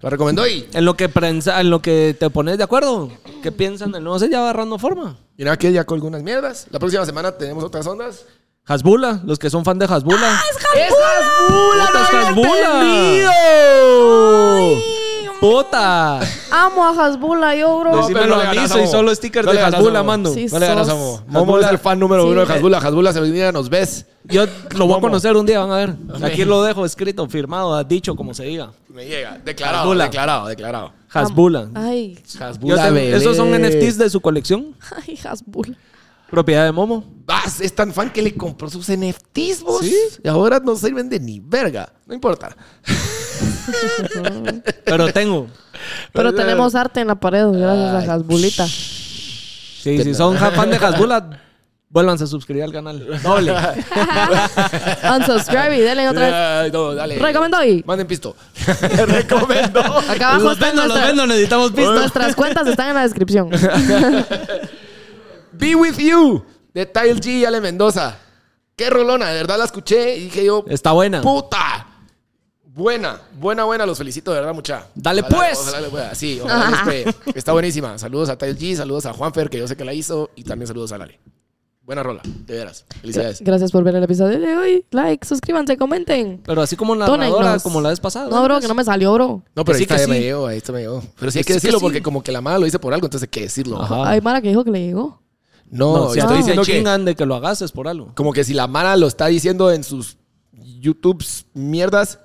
Speaker 2: La recomendó y
Speaker 3: en lo, que prensa- en lo que te pones de acuerdo, ¿qué piensan del nuevo set? Ya va agarrando forma.
Speaker 2: mira que ya colgó unas mierdas. La próxima semana tenemos otras ondas.
Speaker 3: Hasbula, los que son fan de Hasbula.
Speaker 1: Ah,
Speaker 2: ¡Esas bulas!
Speaker 3: ¡Puta,
Speaker 2: ¡No
Speaker 3: estás
Speaker 2: había
Speaker 3: bula!
Speaker 2: entendido!
Speaker 3: ¡Puta!
Speaker 1: Amo a Hasbula, yo, bro.
Speaker 2: No, pero
Speaker 3: Decímelo
Speaker 2: no le
Speaker 3: a mí,
Speaker 2: ganas,
Speaker 3: soy
Speaker 2: Amo.
Speaker 3: solo sticker
Speaker 2: No
Speaker 3: de
Speaker 2: le ganas,
Speaker 3: Hasbula,
Speaker 2: Amo.
Speaker 3: mando.
Speaker 1: Sí,
Speaker 2: No le ganas a
Speaker 1: sos-
Speaker 2: Momo. Momo es el fan número
Speaker 1: Sí.
Speaker 2: uno de Hasbula. Hasbula se venía, nos ves.
Speaker 3: Yo lo voy
Speaker 2: Momo.
Speaker 3: a conocer un día, van a ver. Aquí lo dejo escrito, firmado, dicho, como se diga.
Speaker 2: Me llega. Declarado,
Speaker 3: Hasbula.
Speaker 2: declarado, declarado.
Speaker 3: Hasbula.
Speaker 1: Ay,
Speaker 3: Yo
Speaker 2: Hasbula,
Speaker 3: tengo-
Speaker 2: bebé.
Speaker 3: ¿Esos son NFTs de su colección?
Speaker 1: ay, Hasbula.
Speaker 3: Propiedad de Momo.
Speaker 2: Vas, es tan fan que le compró sus NFTs, vos.
Speaker 3: Sí.
Speaker 2: Y ahora no sirven de ni verga. No importa.
Speaker 3: Pero tengo.
Speaker 1: Pero tenemos arte en la pared, gracias
Speaker 2: Ay,
Speaker 1: a Hasbulita.
Speaker 3: Sí, si son ja- fan de Hasbula, vuélvanse a suscribir al canal. Doble.
Speaker 1: Unsubscribe y denle otra vez.
Speaker 2: Ay, no, dale.
Speaker 1: Recomendó y-
Speaker 2: Manden pisto. Recomendó.
Speaker 1: Acá abajo
Speaker 3: los
Speaker 1: están
Speaker 3: vendo, los
Speaker 1: nuestras-
Speaker 3: vendo, necesitamos pistas.
Speaker 1: nuestras cuentas, están en la descripción.
Speaker 2: Be With You de Tile G y Ale Mendoza. Qué rolona, de verdad la escuché y dije yo,
Speaker 3: Está buena.
Speaker 2: puta. Buena, buena, buena, los felicito, de verdad, mucha.
Speaker 3: Dale,
Speaker 2: Ojalá-
Speaker 3: pues.
Speaker 2: ojalá le pueda, Sí, ojalá les pegue. está buenísima. Saludos a Tile G, saludos a Juanfer, que yo sé que la hizo, y también saludos a Lale. Buena rola, de veras. Felicidades.
Speaker 3: Eh,
Speaker 1: Gracias por ver el episodio de hoy. Like, suscríbanse, comenten.
Speaker 3: Pero así como narradora,
Speaker 1: Tónenos.
Speaker 3: como la vez pasada.
Speaker 1: No, bro, que no me salió, bro.
Speaker 2: No, pero
Speaker 3: Que sí,
Speaker 2: ahí está,
Speaker 3: que
Speaker 2: ya me
Speaker 3: sí.
Speaker 2: llegó, ahí está me llegó. Pero sí hay que
Speaker 3: Que sí, que
Speaker 2: decirlo,
Speaker 3: sí.
Speaker 2: porque como que la mala lo dice por algo, entonces hay que decirlo.
Speaker 3: Ajá.
Speaker 1: Hay Mara que dijo que le llegó.
Speaker 2: No,
Speaker 3: No, si a
Speaker 2: estoy
Speaker 3: ti te
Speaker 1: Ah,
Speaker 2: diciendo que
Speaker 3: chingan de que lo hagas es por algo.
Speaker 2: como que si la mala lo está diciendo en sus YouTubes mierdas,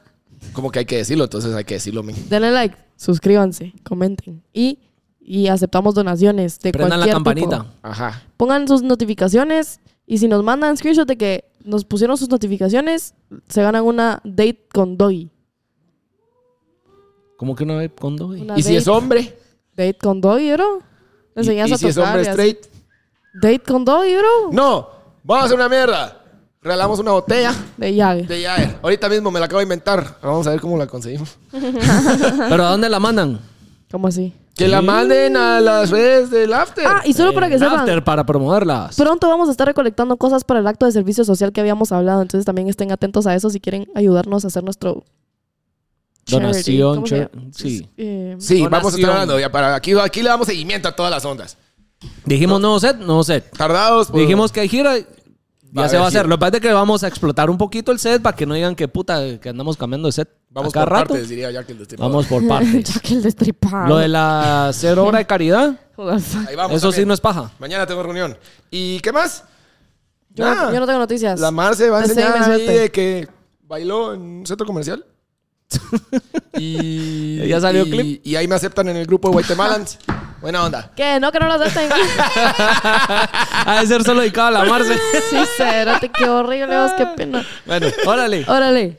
Speaker 2: como que hay que decirlo, entonces hay que decirlo, men.
Speaker 1: Denle like, suscríbanse, comenten. Y, y aceptamos donaciones de
Speaker 3: Prendan la
Speaker 1: cualquier
Speaker 3: campanita.
Speaker 1: tipo.
Speaker 2: Ajá.
Speaker 1: Pongan sus notificaciones y si nos mandan screenshot de que nos pusieron sus notificaciones, se ganan una date con Doggy.
Speaker 3: Como que una vez con dos.
Speaker 1: Una
Speaker 2: Y si
Speaker 1: date-
Speaker 2: es hombre,
Speaker 1: Date con Doggy, bro. Le
Speaker 2: y,
Speaker 1: enseñas
Speaker 2: y
Speaker 1: a
Speaker 2: si es
Speaker 1: tocar
Speaker 2: hombre
Speaker 1: y así.
Speaker 2: straight,
Speaker 1: Date con Doggy, bro.
Speaker 2: no, vamos a hacer una mierda. Regalamos una botella
Speaker 1: De Jagger.
Speaker 2: de Jagger. Ahorita mismo me la acabo de inventar. Vamos a ver cómo la conseguimos.
Speaker 3: Pero ¿a dónde la mandan?
Speaker 1: ¿Cómo así?
Speaker 2: Que la manden a las redes del After.
Speaker 1: Ah, y solo para
Speaker 2: Eh,
Speaker 1: que
Speaker 3: El
Speaker 1: sepan.
Speaker 3: after Eh, para promoverlas.
Speaker 1: Pronto vamos a estar recolectando cosas para el acto de servicio social que habíamos hablado, entonces también estén atentos a eso si quieren ayudarnos a hacer nuestro charity.
Speaker 3: Donación,
Speaker 1: ¿Cómo se
Speaker 3: char-
Speaker 1: llama?
Speaker 3: sí.
Speaker 1: Eh,
Speaker 2: sí, vamos a
Speaker 3: donación.
Speaker 2: estar hablando. Ya para, aquí, aquí le damos seguimiento a todas las ondas.
Speaker 3: Dijimos nuevo set, nuevo set.
Speaker 2: Tardados. pues, por-
Speaker 3: Dijimos que hay gira.
Speaker 2: Va
Speaker 3: Ya
Speaker 2: a
Speaker 3: se va a
Speaker 2: haber
Speaker 3: hacer.
Speaker 2: gira.
Speaker 3: Lo que pasa es que vamos a explotar un poquito el set para que no digan que puta que andamos cambiando de set.
Speaker 2: Vamos
Speaker 3: a cada
Speaker 2: por
Speaker 3: rato.
Speaker 2: partes, diría Jack el Destripador.
Speaker 3: Vamos por partes.
Speaker 1: Jack el destripado.
Speaker 3: Lo de la cero hora de caridad,
Speaker 2: Ahí vamos.
Speaker 3: eso sí
Speaker 2: también.
Speaker 3: no es paja.
Speaker 2: Mañana tengo reunión. ¿Y qué más?
Speaker 1: yo,
Speaker 2: Nada.
Speaker 1: yo no tengo noticias.
Speaker 2: La Marce va a
Speaker 1: Deseo
Speaker 2: enseñar
Speaker 1: mi
Speaker 2: ahí
Speaker 1: suerte.
Speaker 2: de que bailó en un centro comercial. y
Speaker 3: Ya salió
Speaker 2: y-
Speaker 3: clip.
Speaker 2: Y ahí me aceptan en el grupo de Guatemalans. Buena onda.
Speaker 1: ¿Qué? No, que no las acepten.
Speaker 3: Ha de ser solo dedicado a la Marce.
Speaker 1: sí, cerote, qué horrible, vos, qué pena.
Speaker 3: Bueno, órale.
Speaker 1: Órale.